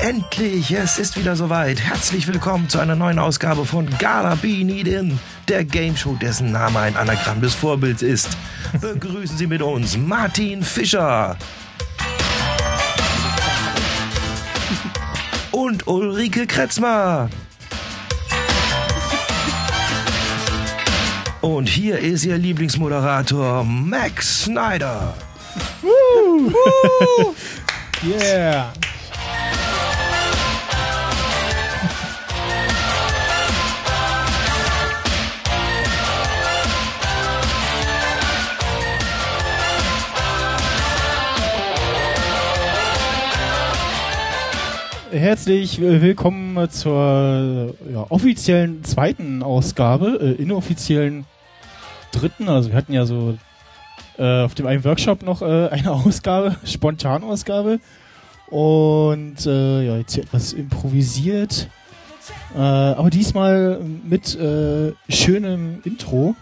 Endlich, es ist wieder soweit. Herzlich willkommen zu einer neuen Ausgabe von Gala Be Need In, der Game Show, dessen Name ein Anagramm des Vorbilds ist. Begrüßen Sie mit uns Martin Fischer. Und Ulrike Kretzmer. Und hier ist Ihr Lieblingsmoderator Max Snyder. Yeah. Herzlich äh, willkommen zur äh, ja, offiziellen zweiten Ausgabe, äh, inoffiziellen dritten. Also wir hatten ja so äh, auf dem einen Workshop noch äh, eine Ausgabe, Spontanausgabe. Und äh, ja, jetzt hier etwas improvisiert. Äh, aber diesmal mit äh, schönem Intro.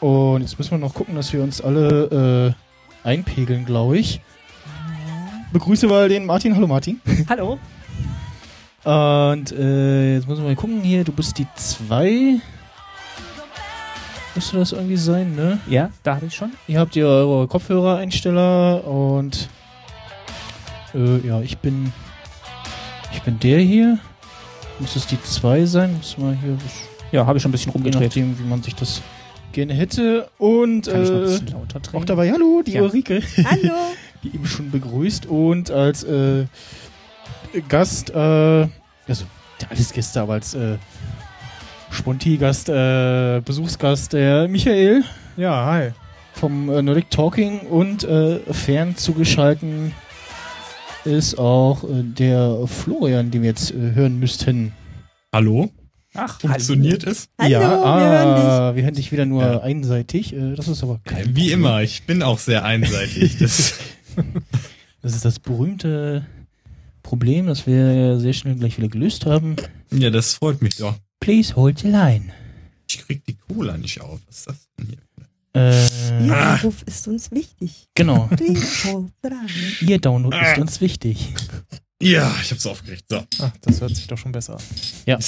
Und jetzt müssen wir noch gucken, dass wir uns alle äh, einpegeln, glaube ich. Begrüße mal den Martin. Hallo Martin. Hallo. Und äh, jetzt müssen wir mal gucken hier. Du bist die 2. Müsste das irgendwie sein, ne? Ja, da habe ich schon. Ihr habt ja eure Kopfhörereinsteller und äh, ja, ich bin ich bin der hier. Muss es die 2 sein? Muss mal hier Ja, habe ich schon ein bisschen je rumgedreht. nachdem, wie man sich das gerne hätte. Und Kann ich noch ein äh, bisschen lauter drehen? auch dabei, hallo, die Ja. Ulrike. Hallo. wie eben schon begrüßt und als äh, Gast, äh, also ja, alles Gäste, aber als äh, Sponti-Gast, äh, Besuchsgast der Michael Ja, hi. vom äh, Nordic Talking und äh, fern zugeschalten ist auch äh, der Florian, den wir jetzt äh, hören müssten. Hallo? Ach, Funktioniert es? Hallo, ja, wir ah, hören dich. wir hören dich wieder nur Ja. einseitig. Äh, das ist aber Äh, kein Wie Problem. immer, ich bin auch sehr einseitig. Das, Das ist das berühmte Problem, das wir sehr schnell gleich wieder gelöst haben. ja, das freut mich doch. Please hold the line. Ich krieg die Cola nicht auf. Was ist das denn hier? Äh, Ihr Anruf ist uns wichtig. genau. Please hold the line. Ihr Download ist Ah. uns wichtig. Ja, ich hab's aufgeregt. So. Ach, das hört sich doch schon besser an. Ja.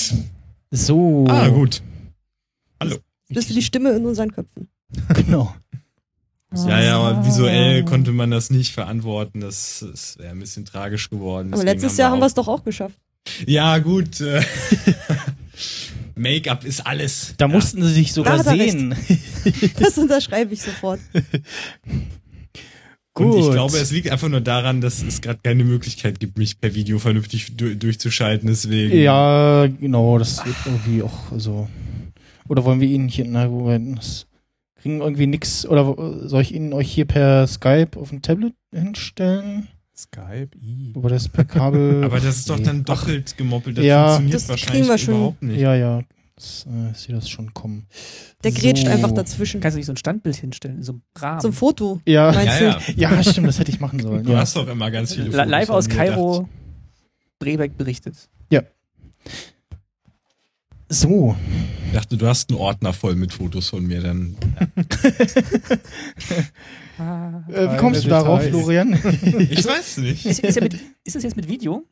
So. Ah, gut. Das ist die Stimme in unseren Köpfen. Genau. Ja, ja, aber visuell konnte man das nicht verantworten. Das, das wäre ein bisschen tragisch geworden. Aber Deswegen letztes Jahr haben wir es wir doch auch geschafft. auch- Ja, gut. äh, Make-up ist alles. Da mussten sie sich sogar Da hat er sehen. Das unterschreibe ich sofort. Und ich Gut. glaube, es liegt einfach nur daran, dass es gerade keine Möglichkeit gibt, mich per Video vernünftig du- durchzuschalten. Deswegen. Ja, genau, das wird irgendwie auch so. Oder wollen wir ihn hier, na Moment, das kriegen irgendwie nix, oder äh, soll ich ihn euch hier per Skype auf dem Tablet hinstellen? Skype, i. Wobei das per Kabel. Aber das ist doch Nee. dann doppelt gemoppelt. Das Ja. funktioniert Das wahrscheinlich kriegen wir schon. überhaupt nicht. Ja, ja. Das, äh, ich sehe das schon kommen. Der grätscht So. einfach dazwischen. Kannst du nicht so ein Standbild hinstellen, in so einem Rahmen? Zum Foto. Ja, Meinst Ja, du? ja, stimmt, das hätte ich machen sollen. Du Ja. hast doch immer ganz viele Li- Fotos Live von aus mir Kairo, gedacht. Brebeck berichtet. So. Ich dachte, du hast einen Ordner voll mit Fotos von mir. Dann Ah. Äh, wie kommst du Details. darauf, Florian? ich weiß nicht. Ist, ist, ja mit, ist das jetzt mit Video?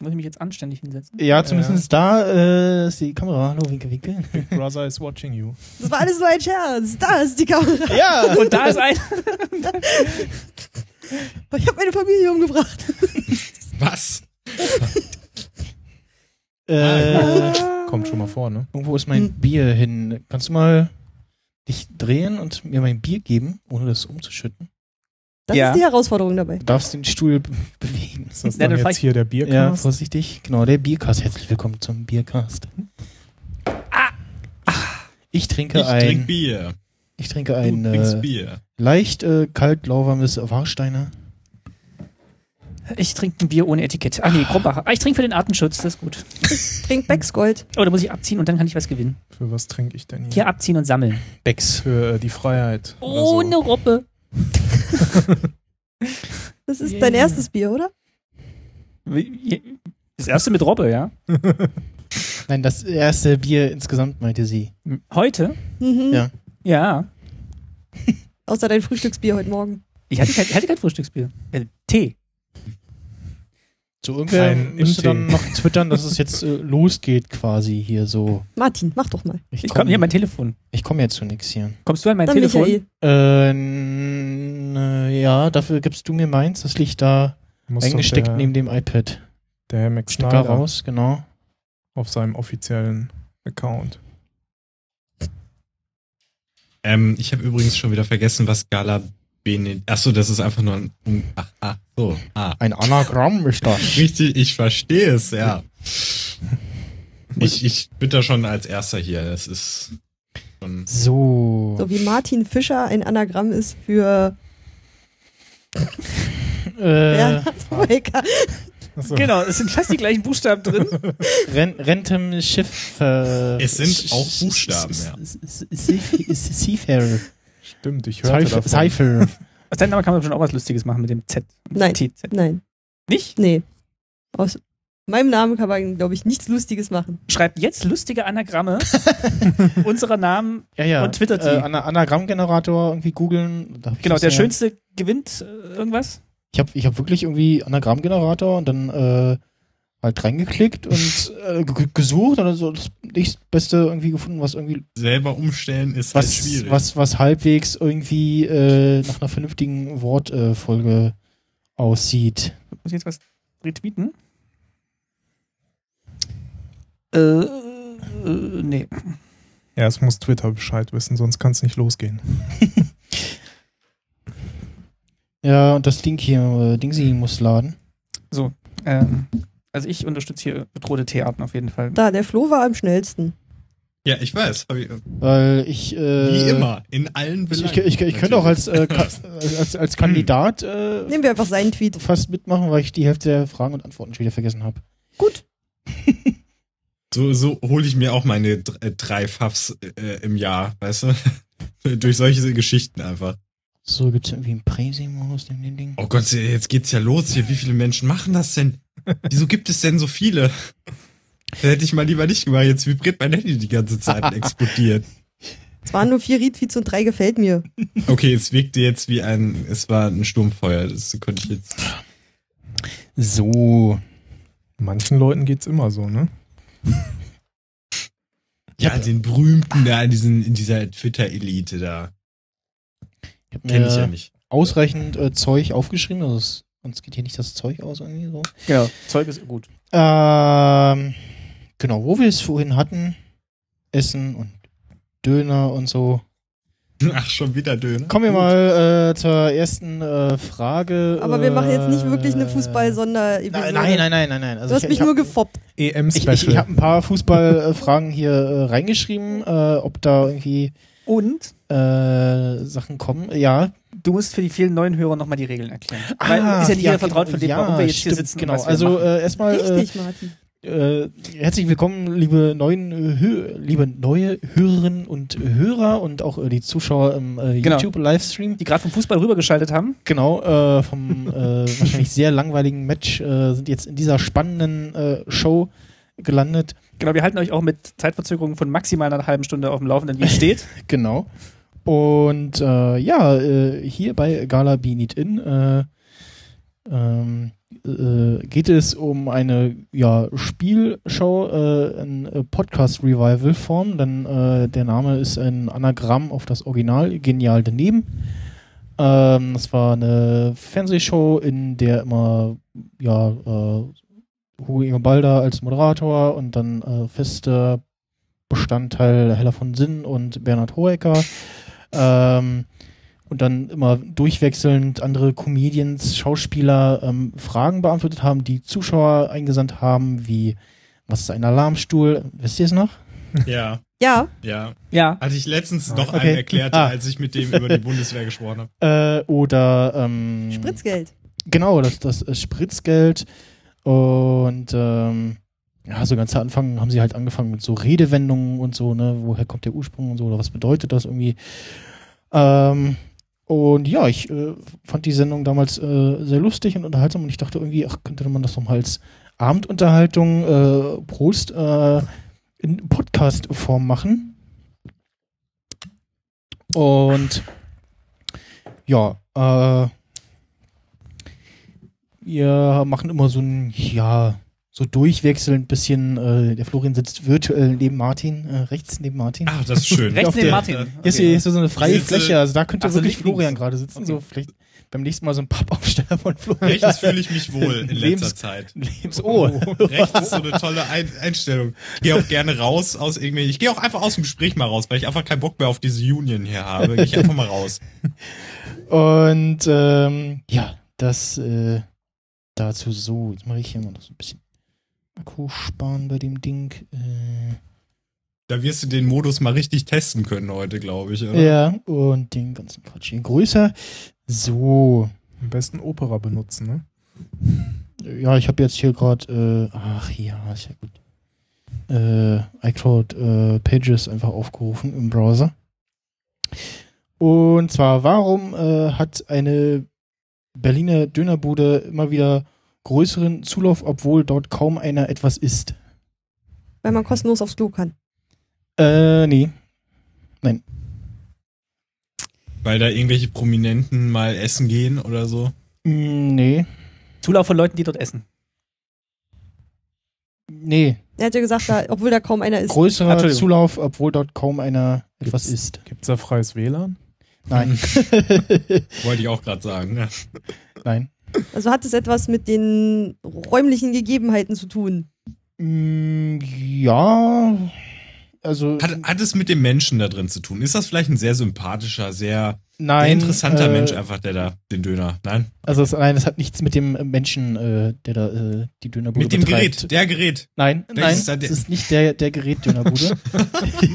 Muss ich mich jetzt anständig hinsetzen? Ja, zumindest da äh, ist die Kamera. Hallo, Winke, Winke. Big Brother is watching you. Das war alles nur ein Scherz. Da ist die Kamera. Ja! Und da ist ein. Ich habe meine Familie umgebracht. Was? äh, Kommt schon mal vor, ne? irgendwo ist mein Bier hin. Kannst du mal dich drehen und mir mein Bier geben, ohne das umzuschütten? Das Ja. ist die Herausforderung dabei. Du darfst den Stuhl be- bewegen. Ist das Na, dann dann jetzt vielleicht- hier der Ja, Biercast? vorsichtig. Genau, der Biercast. Herzlich willkommen zum Biercast. Ich trinke Ich ein. trink Bier. ich trinke Du ein trinkst äh, Bier. leicht äh, kalt lauwarmes Warsteiner. Ich trinke ein Bier ohne Etikett. Ah, nee, Krombacher. Ah, ich trinke für den Artenschutz, das ist gut. Trink Becks Gold. Oh, da muss ich abziehen und dann kann ich was gewinnen. Für was trinke ich denn hier? Hier abziehen und sammeln. Becks. Für äh, die Freiheit. Ohne Oder Ruppe. Das ist Yeah. dein erstes Bier, oder? Das erste mit Robbe, ja? Nein, das erste Bier insgesamt, meinte sie. Heute? Mhm. Ja. Ja. Außer dein Frühstücksbier heute Morgen. Ich hatte kein, ich hatte kein Frühstücksbier. Äh, Tee. So irgendwer Kein müsste Im-Tee. dann noch twittern, dass es jetzt äh, losgeht quasi hier so. Martin, mach doch mal. Ich komme hier an mein Telefon. ich komm jetzt zu nix hier. Kommst du an mein Dann Telefon? Michael. Äh, n- äh, ja, dafür gibst du mir meins. Das liegt da Muss doch eingesteckt der, neben dem iPad. der Herr Max Stecker Schneider raus, genau. auf seinem offiziellen Account. Ähm, ich habe übrigens schon wieder vergessen, was Gala Benedikt. Achso, das ist einfach nur ein. ein- Ach, ach so. Ah. Ein Anagramm ist das. Richtig, ich verstehe es, ja. Ich, ich bin da schon als erster hier. Das ist schon. So. So wie Martin Fischer ein Anagramm ist für Äh, Bernhard Volker. eh- Achso. Genau, es sind fast die gleichen Buchstaben drin. Ren Rentem Schiff. Äh, Es sind S- auch S- Buchstaben, S- ja. S- S- S- Seafarer. Stimmt, ich hörte Seif- davon. Seifer. Aus deinem Namen kann man schon auch was Lustiges machen mit dem Z. Nein, TZ. nein, Nicht? nee. Aus meinem Namen kann man, glaube ich, nichts Lustiges machen. Schreibt jetzt lustige Anagramme unserer Namen. Ja, ja. Und twittert Äh, sie. Ana- Anagrammgenerator irgendwie googeln. Da hab ich Genau, das der ja. schönste gewinnt äh, irgendwas. Ich habe ich hab wirklich irgendwie Anagrammgenerator und dann äh, halt reingeklickt und äh, ge- gesucht und dann so das nächstbeste irgendwie gefunden, was irgendwie Selber umstellen ist halt was, schwierig. was, was halbwegs irgendwie äh, nach einer vernünftigen Wortfolge äh, Folge aussieht. Muss ich jetzt was retweeten? Äh, äh nee. Erst muss Twitter Bescheid wissen, sonst kann es nicht losgehen. Ja, und das Ding hier, äh, Dingsy muss laden. Ähm, also ich unterstütze hier bedrohte Tierarten auf jeden Fall. Da, der Flo war am schnellsten. Ja, ich weiß. Hab ich, Weil ich. Äh, wie immer. In allen Ich, Belangen. ich, ich, ich könnte auch als, äh, Ka- als, als Kandidat äh, Nehmen wir einfach seinen Tweet. fast mitmachen, weil ich die Hälfte der Fragen und Antworten schon wieder vergessen habe. Gut. So, so hole ich mir auch meine dr- äh, drei Pfaffs äh, im Jahr, weißt du? Durch solche Geschichten einfach. So, gibt's irgendwie einen Präsi-Modus in dem Ding? Oh Gott, jetzt geht's ja los hier. Wie viele Menschen machen das denn? Wieso gibt es denn so viele? Das hätte ich mal lieber nicht gemacht. Jetzt vibriert mein Handy die ganze Zeit und explodiert. Es waren nur vier Retweets und drei gefällt mir. Okay, es wirkte jetzt wie ein, es war ein Sturmfeuer. Das konnte ich jetzt. So. Manchen Leuten geht's immer so, ne? Ja, den berühmten da in, diesen, in dieser Twitter-Elite da. Ich habe Kenne ich ja mir nicht. ausreichend äh, Zeug aufgeschrieben, also es, uns geht hier nicht das Zeug aus irgendwie so. Genau, Zeug ist gut. Ähm, genau, wo wir es vorhin hatten, Essen und Döner und so. Ach, schon wieder Döner. Kommen wir mal äh, zur ersten äh, Frage. Aber wir machen jetzt nicht wirklich eine Fußball. Fußball-Sonderepisode. Nein, nein, nein, nein, nein. nein. Du Also hast ich- mich ich hab- nur gefoppt. E Ich, ich, ich EM-Special. habe ein paar Fußballfragen hier äh, Mhm. reingeschrieben, äh, ob da irgendwie Und äh, Sachen kommen. Ja, Ah, du musst für die vielen neuen Hörer nochmal die Regeln erklären. Weil ist ja nicht jeder vertraut von dem, warum wir jetzt hier sitzen. und Genau, was wir also machen. äh, erstmal Richtig, Martin. äh, äh, herzlich willkommen, liebe, neuen, äh, Hö- liebe neue Hörerinnen und Hörer und auch äh, die Zuschauer im äh, Genau. YouTube-Livestream. die gerade vom Fußball rübergeschaltet haben. Genau, äh, vom äh, wahrscheinlich sehr langweiligen Match äh, sind jetzt in dieser spannenden äh, Show gelandet. Genau, wir halten euch auch mit Zeitverzögerungen von maximal einer halben Stunde auf dem Laufenden, wie es steht. Genau. Und äh, ja, äh, hier bei Gala Be Need In äh, ähm, äh, geht es um eine ja, Spielshow äh, in äh, Podcast-Revival-Form, denn äh, der Name ist ein Anagramm auf das Original, genial daneben. Ähm, das war eine Fernsehshow, in der immer ja, äh, Hugo Inge Balder als Moderator und dann äh, feste Bestandteil Hella von Sinn und Bernhard Hoeker. Ähm, und dann immer durchwechselnd andere Comedians, Schauspieler ähm, Fragen beantwortet haben, die Zuschauer eingesandt haben, wie was ist ein Alarmstuhl? Wisst ihr es noch? Ja, Ja, ja. ja. Hatte ich letztens noch Okay. einem erklärt, Ah. als ich mit dem über die Bundeswehr gesprochen habe. Äh, oder ähm, Spritzgeld. Genau, das, das äh, Spritzgeld. Und ähm, ja, so ganz am Anfang haben sie halt angefangen mit so Redewendungen und so, ne, woher kommt der Ursprung und so, oder was bedeutet das irgendwie. Ähm, und ja, ich äh, fand die Sendung damals äh, sehr lustig und unterhaltsam und ich dachte irgendwie, ach, könnte man das nochmal als Abendunterhaltung, äh, Prost, äh, in Podcast-Form machen. Und ja, äh, Wir machen immer so ein, ja, so durchwechselnd bisschen. Äh, der Florian sitzt virtuell neben Martin, äh, rechts neben Martin. Ah, das ist schön. Auf Rechts neben der- Martin. Hier ist, hier ist so eine freie Sitze- Fläche, also da könnte ne? äh, Ach so, wirklich links. Florian gerade sitzen. Okay. So vielleicht beim nächsten Mal so ein Pappaufsteller von Florian. Rechts fühle ich mich wohl in letzter Lebens- Zeit. Lebens oh. Rechts ist so eine tolle Ein Einstellung. Ich gehe auch gerne raus aus irgendwie. Ich gehe auch einfach aus dem Gespräch mal raus, weil ich einfach keinen Bock mehr auf diese Union hier habe. Gehe ich einfach mal raus. Oh. Und ähm, ja, das äh, dazu so. Jetzt mache ich hier mal noch so ein bisschen Akku sparen bei dem Ding. Äh, Da wirst du den Modus mal richtig testen können heute, glaube ich. Oder? ja, und den ganzen Quatsch hier größer. So. Am besten Opera benutzen, ne? Ja, ich habe jetzt hier gerade, äh, ach ja, ist ja gut. Äh, iCloud äh, Pages einfach aufgerufen im Browser. Und zwar, warum äh, hat eine Berliner Dönerbude immer wieder größeren Zulauf, obwohl dort kaum einer etwas isst? Weil man kostenlos aufs Klo kann. Äh, nee. Weil da irgendwelche Prominenten mal essen gehen oder so. Mm, nee. Zulauf von Leuten, die dort essen. Nee. Er hat ja gesagt, da, obwohl da kaum einer ist. Größerer Entschuldigung. Zulauf, obwohl dort kaum einer etwas isst. Gibt's da freies WLAN? Nein. Wollte ich auch gerade sagen. Ja. Nein. Also hat es etwas mit den räumlichen Gegebenheiten zu tun. Mm, ja. Also. Hat, hat es mit dem Menschen da drin zu tun? Ist das vielleicht ein sehr sympathischer, sehr, Nein. sehr interessanter äh, Mensch einfach, der da den Döner? Nein? Also es, nein, es hat nichts mit dem Menschen, äh, der da äh, die Dönerbude Mit dem betreibt. Gerät, der Gerät. Nein, Welches nein, ist da der- es ist nicht der, der Gerät Dönerbude.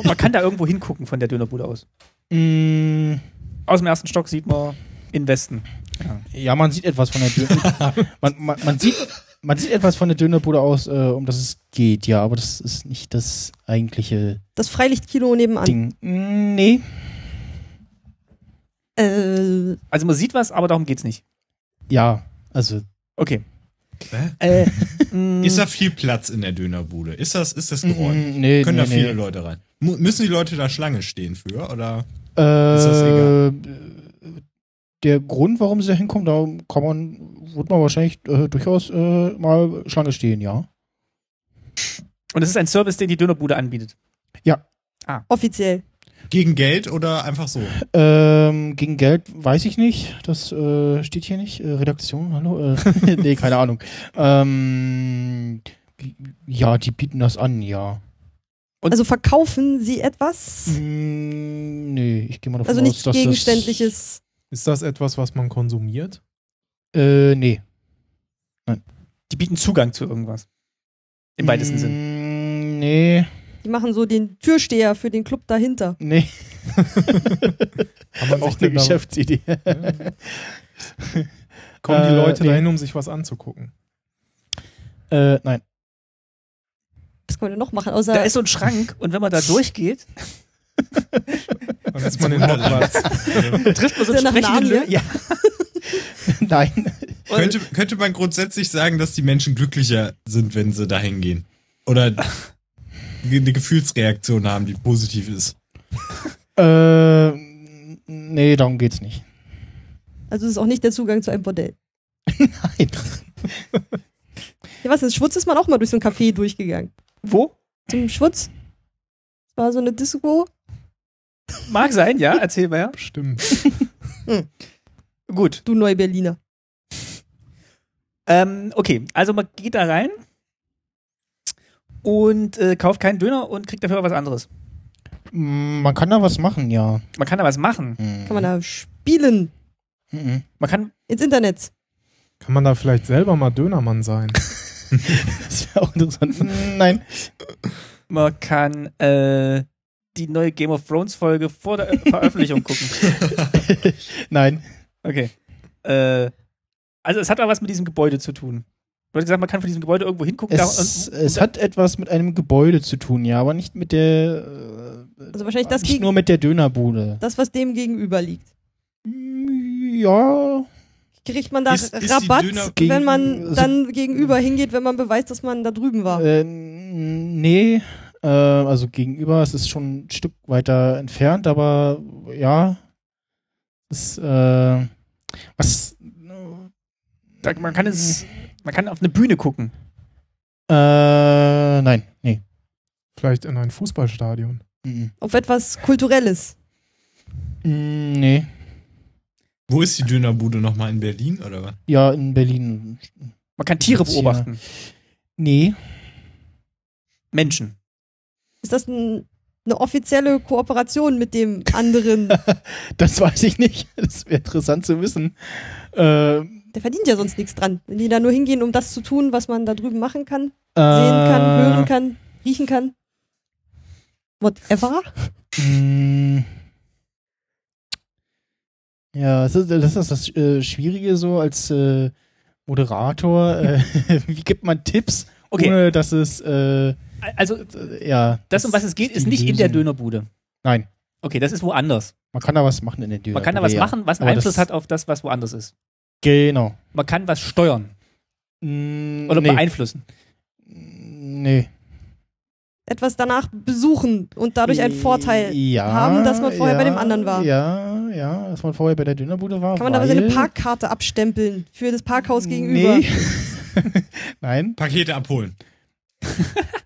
Man kann da irgendwo hingucken von der Dönerbude aus. mm, Aus dem ersten Stock sieht man in Westen. ja, man sieht etwas von der Dönerbude. man, man, man, sieht, man sieht etwas von der Dönerbude aus, äh, um das es geht, ja, aber das ist nicht das eigentliche Das Freilichtkino nebenan. Ding. Mm, nee. Äh, Also man sieht was, aber darum geht's nicht. Ja, also Okay. Hä? Äh, mm, Ist da viel Platz in der Dönerbude? Ist das, ist das geräumt? mm, nee, Können nee, da viele nee. Leute rein? Mu- müssen die Leute da Schlange stehen für? Oder? Äh, Ist das Der Grund, warum sie da hinkommen, da kann man, wird man wahrscheinlich äh, durchaus äh, mal Schlange stehen, ja. und es ist ein Service, den die Dönerbude anbietet. offiziell. Gegen Geld oder einfach so? Ähm, gegen Geld weiß ich nicht. Das äh, steht hier nicht. Äh, Redaktion, hallo? Äh, nee, keine Ahnung. Ähm, ja, die bieten das an, ja. Und- Also verkaufen sie Hm. etwas? Mm, nee, ich gehe mal davon Also aus, nichts dass Gegenständliches. Ist das etwas, was man konsumiert? das... Äh, nee. Die bieten Zugang zu irgendwas. Im weitesten Sinn. Mm, Nee, Die machen so den Türsteher für den Club dahinter. nee. Kann man sich Auch eine Genau. denn da- Geschäftsidee. Kommen die Äh, Leute nee. dahin, um sich was anzugucken? äh, nein. Was kann man denn noch machen? Außer Da ist so ein Schrank und wenn man da durchgeht, Dann ist man in Hogwarts. trifft man so Ist einen der nach sprechenden Narnia? Löwen. Ja. nein. Und- könnte, könnte man grundsätzlich sagen, dass die Menschen glücklicher sind, wenn sie dahin gehen? Oder eine Gefühlsreaktion haben, die positiv ist? Äh, nee, darum geht's nicht. also es ist auch nicht der Zugang zu einem Bordell. Nein. Ja, was denn? Schwutz ist man auch mal durch so ein Café durchgegangen. Wo? Zum Schwutz? Das war so eine Disco. Mag sein, ja, erzähl mal ja. Stimmt. Gut. Du Neuberliner. Ähm, okay, also man geht da rein und äh, kauft keinen Döner und kriegt dafür was anderes. Mm, Man kann da was machen, ja. Mm. Man kann da was machen. Kann Kann man da spielen. Mhm. Man kann Ins Internet. Kann man da vielleicht selber mal Dönermann sein? Das wäre auch interessant. Mm. Nein. Man kann äh, die neue Game of Thrones Folge vor der Ö- Veröffentlichung gucken. Nein. Okay. Äh, also es hat aber was mit diesem Gebäude zu tun. Du hast gesagt, man kann von diesem Gebäude irgendwo hingucken. Es, da, es hat etwas mit einem Gebäude zu tun, ja, aber nicht mit der. Äh, Also wahrscheinlich das, nicht gegen, nur mit der Dönerbude. das was dem gegenüber liegt. Mm, Ja. Kriegt man da Ist- ist die Rabatt, Döner- wenn man Gegen- dann gegenüber hingeht, wenn man beweist, dass man da drüben war? Äh, nee. Äh, also gegenüber, es ist schon ein Stück weiter entfernt, aber ja. Es, äh, was. Da, man kann es, man kann auf eine Bühne gucken. Äh, nein, nee. Vielleicht in ein Fußballstadion. Mhm. Auf etwas Kulturelles. Mm, Nee. Wo ist die Dönerbude nochmal in Berlin oder was? Ja, in Berlin. Man kann Tiere Jetzt hier. beobachten. Nee. Menschen. Ist das ein, eine offizielle Kooperation mit dem anderen? Das weiß ich nicht. Das wäre interessant zu wissen. Äh, Sehen Der verdient ja sonst nichts dran. Wenn die da nur hingehen, um das zu tun, was man da drüben machen kann, sehen kann, äh, hören kann, riechen kann. Whatever. Mm. Ja, das ist das, ist das äh, Schwierige so als äh, Moderator. Äh, wie gibt man Tipps, Okay. ohne dass es, äh, Also, äh, ja. das, um was es geht, die ist nicht in der Lösung. Dönerbude. Nein, Okay, das ist woanders. man kann da was machen in der Dürre. Man kann da was ja. machen, was einen Aber Einfluss das- hat auf das, was woanders ist. Genau. Man kann was steuern Mm, oder nee. beeinflussen. nee. Etwas danach besuchen und dadurch einen Vorteil. ja, haben, dass man vorher ja, bei dem anderen war. Ja, ja, dass man vorher bei der Dönerbude war. Kann man da weil... seine Parkkarte abstempeln für das Parkhaus gegenüber? Nee. Nein, Pakete abholen.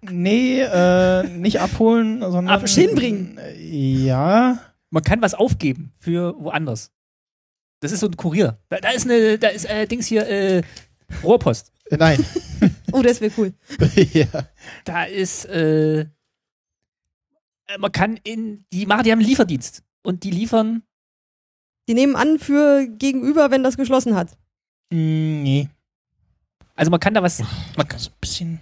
nee, äh, nicht abholen, sondern Äh, Ab- hinbringen. Ja, Man kann was aufgeben für woanders. Das ist so ein Kurier. Da, da ist eine, da ist äh, Dings hier äh, Rohrpost. äh, nein. Oh, das wäre cool. ja. Da ist äh, äh, man kann in die machen, die haben einen Lieferdienst und die liefern. Die nehmen an für gegenüber, wenn das geschlossen hat. Mm, nee, Also man kann da was. Man kann, so ein bisschen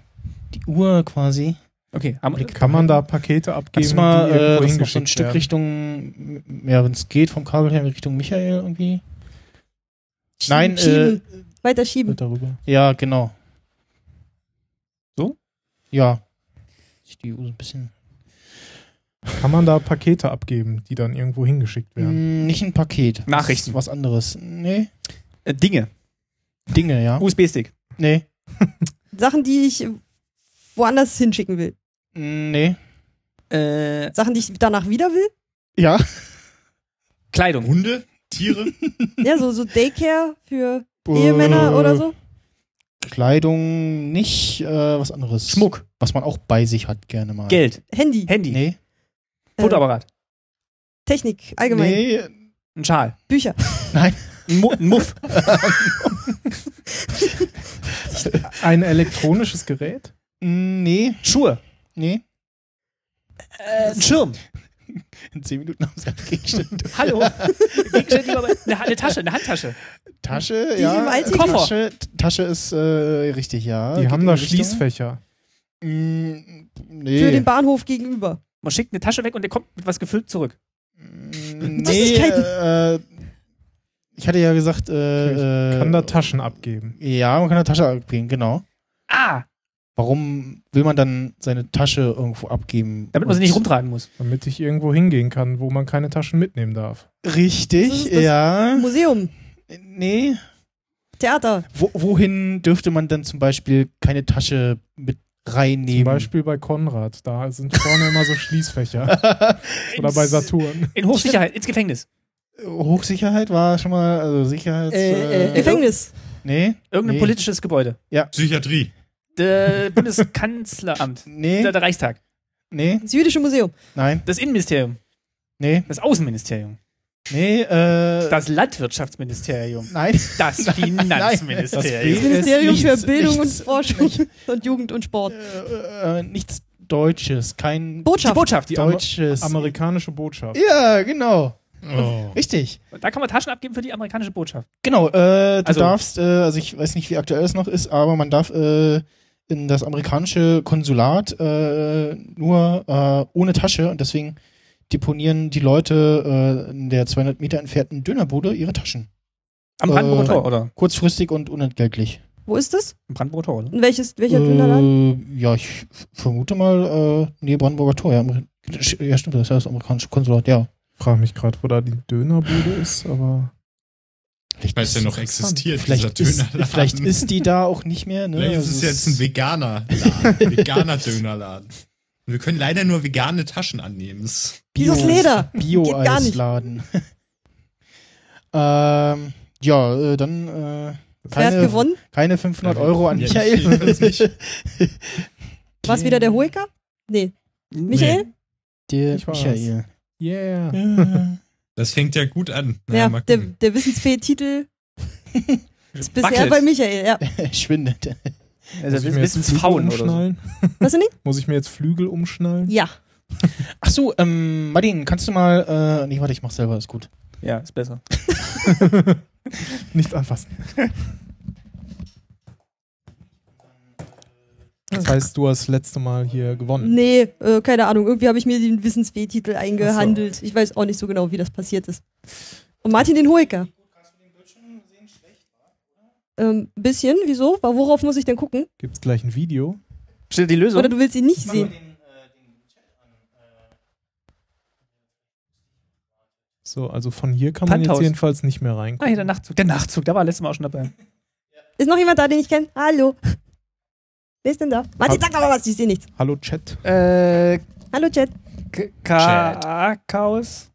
die Uhr quasi. okay, haben, Kann man da Pakete abgeben, Geben mal die irgendwo äh, das ist noch so ein hingeschickt Stück werden? Richtung, ja, wenn es geht, vom Kabel her Richtung Michael irgendwie. Schieben, Nein, äh, schieben. Weiter schieben. Mit darüber. Ja, genau. So? Ja. Ich die Uhr so ein bisschen. Kann man da Pakete abgeben, die dann irgendwo hingeschickt werden? Mm, nicht ein Paket. Das Nachrichten. ist Was anderes. Nee. äh, Dinge. Dinge, ja. Uh. USB-Stick. Nee. Sachen, die ich woanders hinschicken will. Hm, Nee. Äh, Sachen, die ich danach wieder will. Ja. Kleidung. Hunde? Tiere? Ja, so, so Daycare für Oh. Ehemänner oder so. Kleidung, nicht äh, was anderes. Schmuck. Was man auch bei sich hat, gerne mal. Geld. Handy, Handy. Nee. Fotoapparat. Technik, allgemein. Nee. Ein Schal. Bücher. Ein, Mu ein Muff. Ein elektronisches Gerät? Hm, Nee. Schuhe. Nee. Äh, ein Schirm. In zehn Minuten haben sie einen Gegenstand. Hallo. Gegenstände, die man bei- eine, eine Tasche, eine Handtasche. Tasche, Die ja. Äh, im Alltag- Koffer. Tasche, Tasche ist äh, richtig, ja. Die Geht haben in da die Richtung. Schließfächer. Mm, nee. Für den Bahnhof gegenüber. Man schickt eine Tasche weg und der kommt mit was gefüllt zurück. Mm, Nee, Süßigkeiten. äh, ich hatte ja gesagt, äh, äh, Kann da Taschen abgeben? Ja, man kann eine Tasche abgeben, genau. Ah, Warum will man dann seine Tasche irgendwo abgeben? damit man sie Und- nicht rumtragen muss. Damit ich irgendwo hingehen kann, wo man keine Taschen mitnehmen darf. Das Richtig, ist das- ja. Museum, Nee. Theater. Wo, wohin dürfte man dann zum Beispiel keine Tasche mit reinnehmen? Zum Beispiel bei Konrad. Da sind vorne immer so Schließfächer. Oder bei Saturn. In Hochsicherheit, ins Gefängnis. Hochsicherheit war schon mal, also Sicherheit. Äh, Äh, äh, Gefängnis. nee. Irgendein nee, politisches Gebäude. Psychiatrie. Der Bundeskanzleramt. Nee, Der, der Reichstag. nee, Das jüdische Museum. nein, Das Innenministerium. nee, Das Außenministerium. nee, äh. Das Landwirtschaftsministerium. nein. Das Finanzministerium. Das Ministerium ist für nichts, Bildung nichts, und Forschung und Jugend und Sport. Äh, äh, nichts Deutsches, kein Die Botschaft. Botschaft. Amer- deutsches. Amerikanische Botschaft. ja, genau. Oh. Richtig. Da kann man Taschen abgeben für die amerikanische Botschaft. Genau, äh, du Also- darfst, äh, also ich weiß nicht, wie aktuell es noch ist, aber man darf äh, in das amerikanische Konsulat äh, nur äh, ohne Tasche und deswegen deponieren die Leute äh, in der 200 Meter entfernten Dönerbude ihre Taschen. Am Äh, Brandenburger Tor, oder? Kurzfristig und unentgeltlich. Wo ist das? Am Brandenburger Tor, oder? Und welches, welcher Dönerladen? äh, ja, ich f- vermute mal, äh, nee, Brandenburger Tor, ja. Ameri- Ja, stimmt, das ist ja das amerikanische Konsulat, ja. Frage mich gerade, wo da die Dönerbude ist, aber Vielleicht Weil es ja ist- noch existiert, vielleicht dieser ist, Dönerladen. vielleicht ist die da auch nicht mehr, ne? Vielleicht ist Also es jetzt ein veganer Laden. veganer Dönerladen. Und wir können leider nur vegane Taschen annehmen. Das- Dieses Leder. Geht gar nicht. Bio-Eisladen. ähm, ja, äh, dann äh, Wer hat gewonnen? keine 500 Euro an Ja, Michael. ich- ich- War es wieder der Hoeker? Nee. Michael? Der Ich war's. Michael. Yeah. Das fängt ja gut an. Na, Ja, mal der, gucken. der Wissensfee-Titel ist bisher Wackelt. bei Michael. Ja. Schwindet. Muss Also ich mir jetzt Flügel Wissensfaun oder so. umschnallen? Weißt du nicht? Muss ich mir jetzt Flügel umschnallen? Ja. Ach so, ähm, Martin, kannst du mal, äh, nee, warte, ich mach selber, ist gut. Ja, ist besser. Nicht anfassen. Das heißt, du hast das letzte Mal hier gewonnen. Nee, äh, keine Ahnung. Irgendwie habe ich mir den Wissensfee-Titel eingehandelt. Ich weiß auch nicht so genau, wie das passiert ist. Und Martin den Hoeker. Ähm, ein bisschen, wieso? Wa- Worauf muss ich denn gucken? Gibt's gleich ein Video? Steht die Lösung? Oder du willst ihn nicht sehen? So, also von hier kann man Panthaus. jetzt jedenfalls nicht mehr Ah, reingucken. hier der Nachtzug. Der Nachtzug, da war letztes Mal auch schon dabei. Ist noch jemand da, den ich kenne? Hallo. Wer ist denn da? Martin, Hab- sag doch mal was, ich sehe nichts. Hallo Chat. Äh, Hallo, Chat. K- K. Chaos.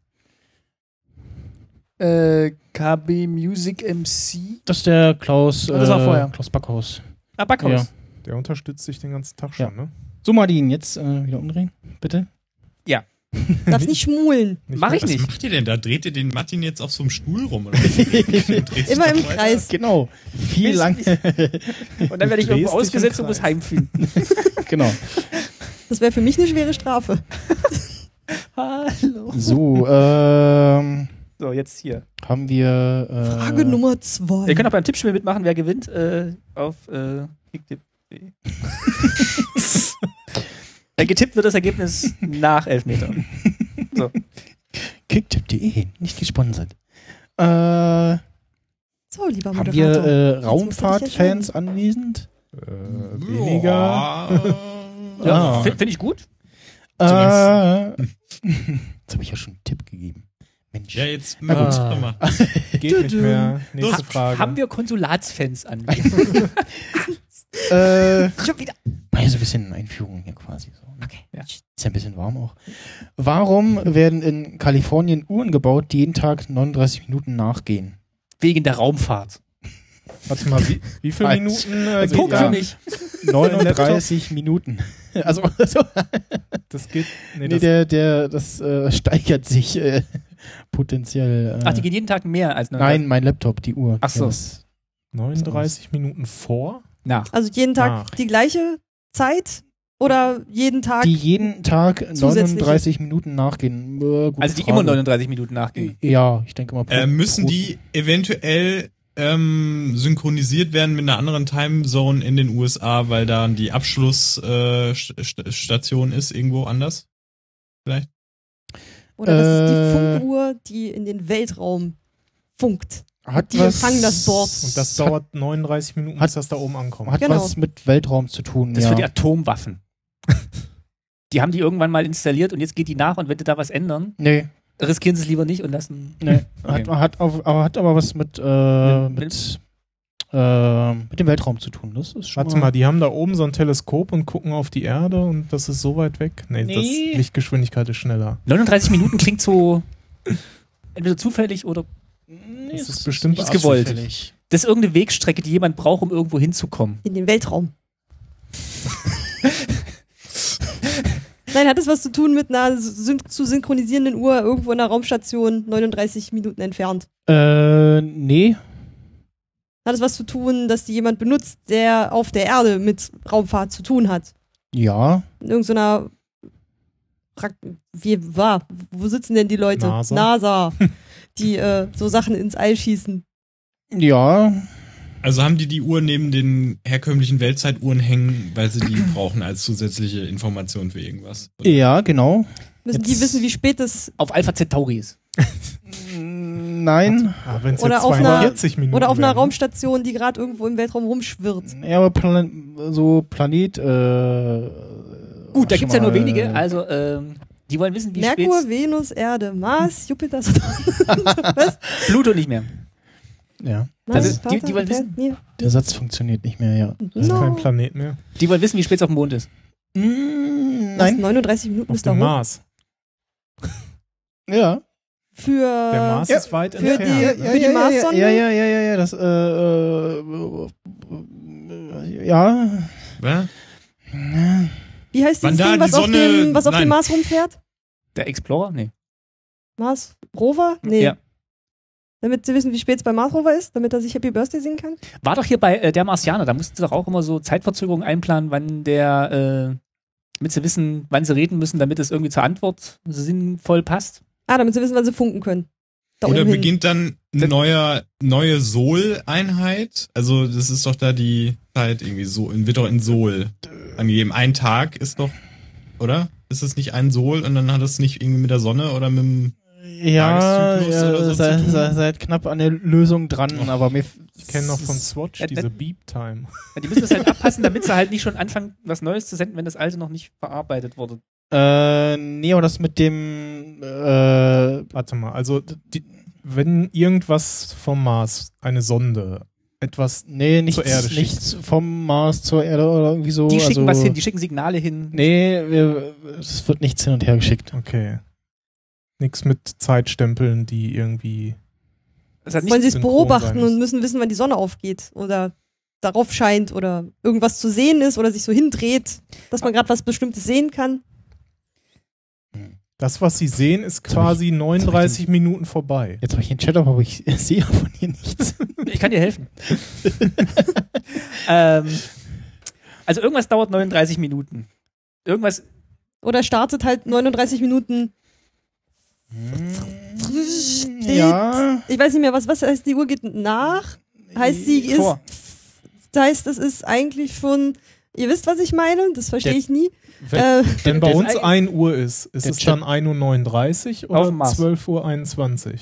Äh, KB Music MC. Das ist der Klaus, Ah, das war äh, vorher. Klaus Backhaus. Ah, Backhaus. Der unterstützt dich den ganzen Tag Ja. schon, ne? So, Martin, jetzt äh, wieder umdrehen, bitte. Darfst nicht schmulen. Mach ich Was nicht. macht ihr denn da? Dreht ihr den Martin jetzt auf so einem Stuhl rum? Oder? was? Dreht sich Immer doch im weiter? Kreis. Genau, viel Mist. lang, Und dann werde ich irgendwo Du drehst dich ausgesetzt im und muss Kreis. heimfliegen. genau. Das wäre für mich eine schwere Strafe. Hallo. So, ähm, So, jetzt hier. haben wir, äh, Frage Nummer Ihr könnt zwei. auch beim Tippspiel mitmachen, wer gewinnt äh, auf äh, kicktipp.de. Äh, Getippt wird das Ergebnis nach Elfmeter. kicktipp.de, nicht gesponsert. Äh, haben So, lieber Moderator. wir äh, Jetzt musst du dich Raumfahrtfans anwesend? Äh, weniger. Ah. Ja. Ja. Finde find ich gut. Äh, jetzt habe ich ja schon einen Tipp gegeben. Mensch. Ja, jetzt Na gut. mach doch mal. Geht nicht mehr. Nächste Ha- Frage. Haben wir Konsulatsfans an? Äh, Schon wieder. war ja so ein bisschen eine Einführung hier quasi. So. ne? Okay. Ja. Ist ja ein bisschen warm auch. Warum werden in Kalifornien Uhren gebaut, die jeden Tag 39 Minuten nachgehen? Wegen der Raumfahrt. Warte mal, wie, wie viele Eins. Minuten? Äh, Also geht Punkt da? für mich. 39 Minuten. Also, also Das geht. Nee, nee, das, der, der, das äh, steigert sich äh, potenziell. Äh, Ach, die gehen jeden Tag mehr als nein, mein Laptop, die Uhr. Ach so. Ja, das- 39 Minuten vor? Nach. Also jeden Tag Nach. die gleiche Zeit oder jeden Tag. die jeden Tag Zusätzliche. 39 Minuten nachgehen. Äh, gute Also die Frage. immer 39 Minuten nachgehen. Ja, ich denke mal. pro- Äh, müssen pro- die eventuell ähm, synchronisiert werden mit einer anderen Timezone in den USA, weil da die Abschlussstation äh, St- St- Station ist irgendwo anders? Oder das Äh. ist die Funkuhr, die in den Weltraum funkt. Hat die was, fangen das Board. Und das hat, dauert 39 Minuten, Hat- bis das da oben ankommt. hat Genau. was mit Weltraum zu tun. Das ist ja. für die Atomwaffen. die haben die irgendwann mal installiert und jetzt geht die nach und wenn die da was ändern, nee, riskieren sie es lieber nicht und lassen. nee. Okay. Hat, hat, auf, aber hat aber was mit, äh, Mit- mit, äh, mit dem Weltraum zu tun. Das ist schon Warte mal, die haben da oben so ein Teleskop und gucken auf die Erde und das ist so weit weg. Nee, Nee. das Lichtgeschwindigkeit ist schneller. 39 Minuten klingt so entweder zufällig oder Nee, Das es ist bestimmt nicht ist gewollt. zufällig. das ist irgendeine Wegstrecke, die jemand braucht, um irgendwo hinzukommen. In den Weltraum. Nein, hat das was zu tun mit einer syn zu synchronisierenden Uhr irgendwo in einer Raumstation 39 Minuten entfernt? Äh, nee. Hat das was zu tun, dass die jemand benutzt, der auf der Erde mit Raumfahrt zu tun hat? Ja. In irgendeiner. Rak- Wie war? Wo sitzen denn die Leute? NASA. NASA die äh, so Sachen ins All schießen. Ja. Also haben die die Uhr neben den herkömmlichen Weltzeituhren hängen, weil sie die brauchen als zusätzliche Information für irgendwas. Ja, genau. Müssen Jetzt- die wissen, wie spät es. Auf Alpha Centauri ist. Nein. Ah, wenn es Oder jetzt auf einer- 42 Minuten Oder auf einer wären. Raumstation, die gerade irgendwo im Weltraum rumschwirrt. Ja, aber Plan so Planet. Äh, Gut, da schon gibt es ja nur mal- wenige, also ähm, die wollen wissen, wie Merkur, spät Venus, Erde, Mars, Jupiter, Saturn. Pluto nicht mehr. Ja. Mars, Also, die- die wollen Jupiter, wissen- nee. Der Satz funktioniert nicht mehr, ja. Das ist kein No. Planet mehr. Die wollen wissen, wie spät es auf dem Mond ist. Mm, Was, Hm, nein. 39 Minuten Auf ist da dem hoch. Mars. Ja. Der für, Mars ist weit für entfernt. die, ne? für die ja, Mars-Sonde. ja, ja, ja, ja, ja, das, äh, äh, ja, Wa? Wie heißt Wann dieses da Ding, die was, auf, Sonne- dem, was auf dem Nein. Mars rumfährt? Der Explorer? Nee. Mars Rover? Nee. Ja. Damit sie wissen, wie spät es bei Mars Rover ist, damit er sich Happy Birthday singen kann? War doch hier bei äh, der Marsianer, da mussten sie doch auch immer so Zeitverzögerungen einplanen, wann der, äh, damit sie wissen, wann sie reden müssen, damit es irgendwie zur Antwort sinnvoll passt. Ah, damit sie wissen, wann sie funken können. Da Oder oben hin. beginnt dann eine Das- neue, neue Sol-Einheit? Also, das ist doch da die Zeit irgendwie so, in- wird doch in Sol angegeben. Ein Tag ist doch, oder? Ist es nicht ein Sol und dann hat es nicht irgendwie mit der Sonne oder mit dem, ja, Tageszyklus oder ja so sei, zu tun? sei, seid knapp an der Lösung dran, Oh. aber mir, f- Ich kenne noch von Swatch Äh, diese äh, Beep Time. Ja, Die müssen das halt abpassen, damit sie halt nicht schon anfangen, was Neues zu senden, wenn das alte noch nicht verarbeitet wurde. äh, nee, aber das mit dem, äh, Warte mal, also die, wenn irgendwas vom Mars, eine Sonde, etwas nee, Zur Erde nichts, schicken. nichts vom Mars zur Erde oder irgendwie so. Die also, schicken was hin, die schicken Signale hin. nee, wir, es wird nichts hin und her geschickt. Okay. Nichts mit Zeitstempeln, die irgendwie. Das hat nicht, Wollen sie es synchron sein beobachten müssen. und müssen wissen, wann die Sonne aufgeht oder darauf scheint oder irgendwas zu sehen ist oder sich so hindreht, dass man gerade was Bestimmtes sehen kann. Das, was sie sehen, ist hab ich- quasi ich 39 Minuten vorbei. Jetzt habe ich den Chat auf, aber ich sehe ja von hier nichts. ich kann dir helfen. ähm, also irgendwas dauert 39 Minuten. Irgendwas, Oder startet halt 39 Minuten. ja. Ich weiß nicht mehr, was, was heißt, die Uhr geht nach? Heißt, sie ist. Vor. Das heißt, es ist eigentlich schon. Ihr wisst, was ich meine? Das verstehe Der- ich nie. Wenn, Äh, wenn bei das uns eig- 1 Uhr ist, ist Der es Chat- dann 1.39 Uhr Auf oder dem Mars. 12.21 Uhr?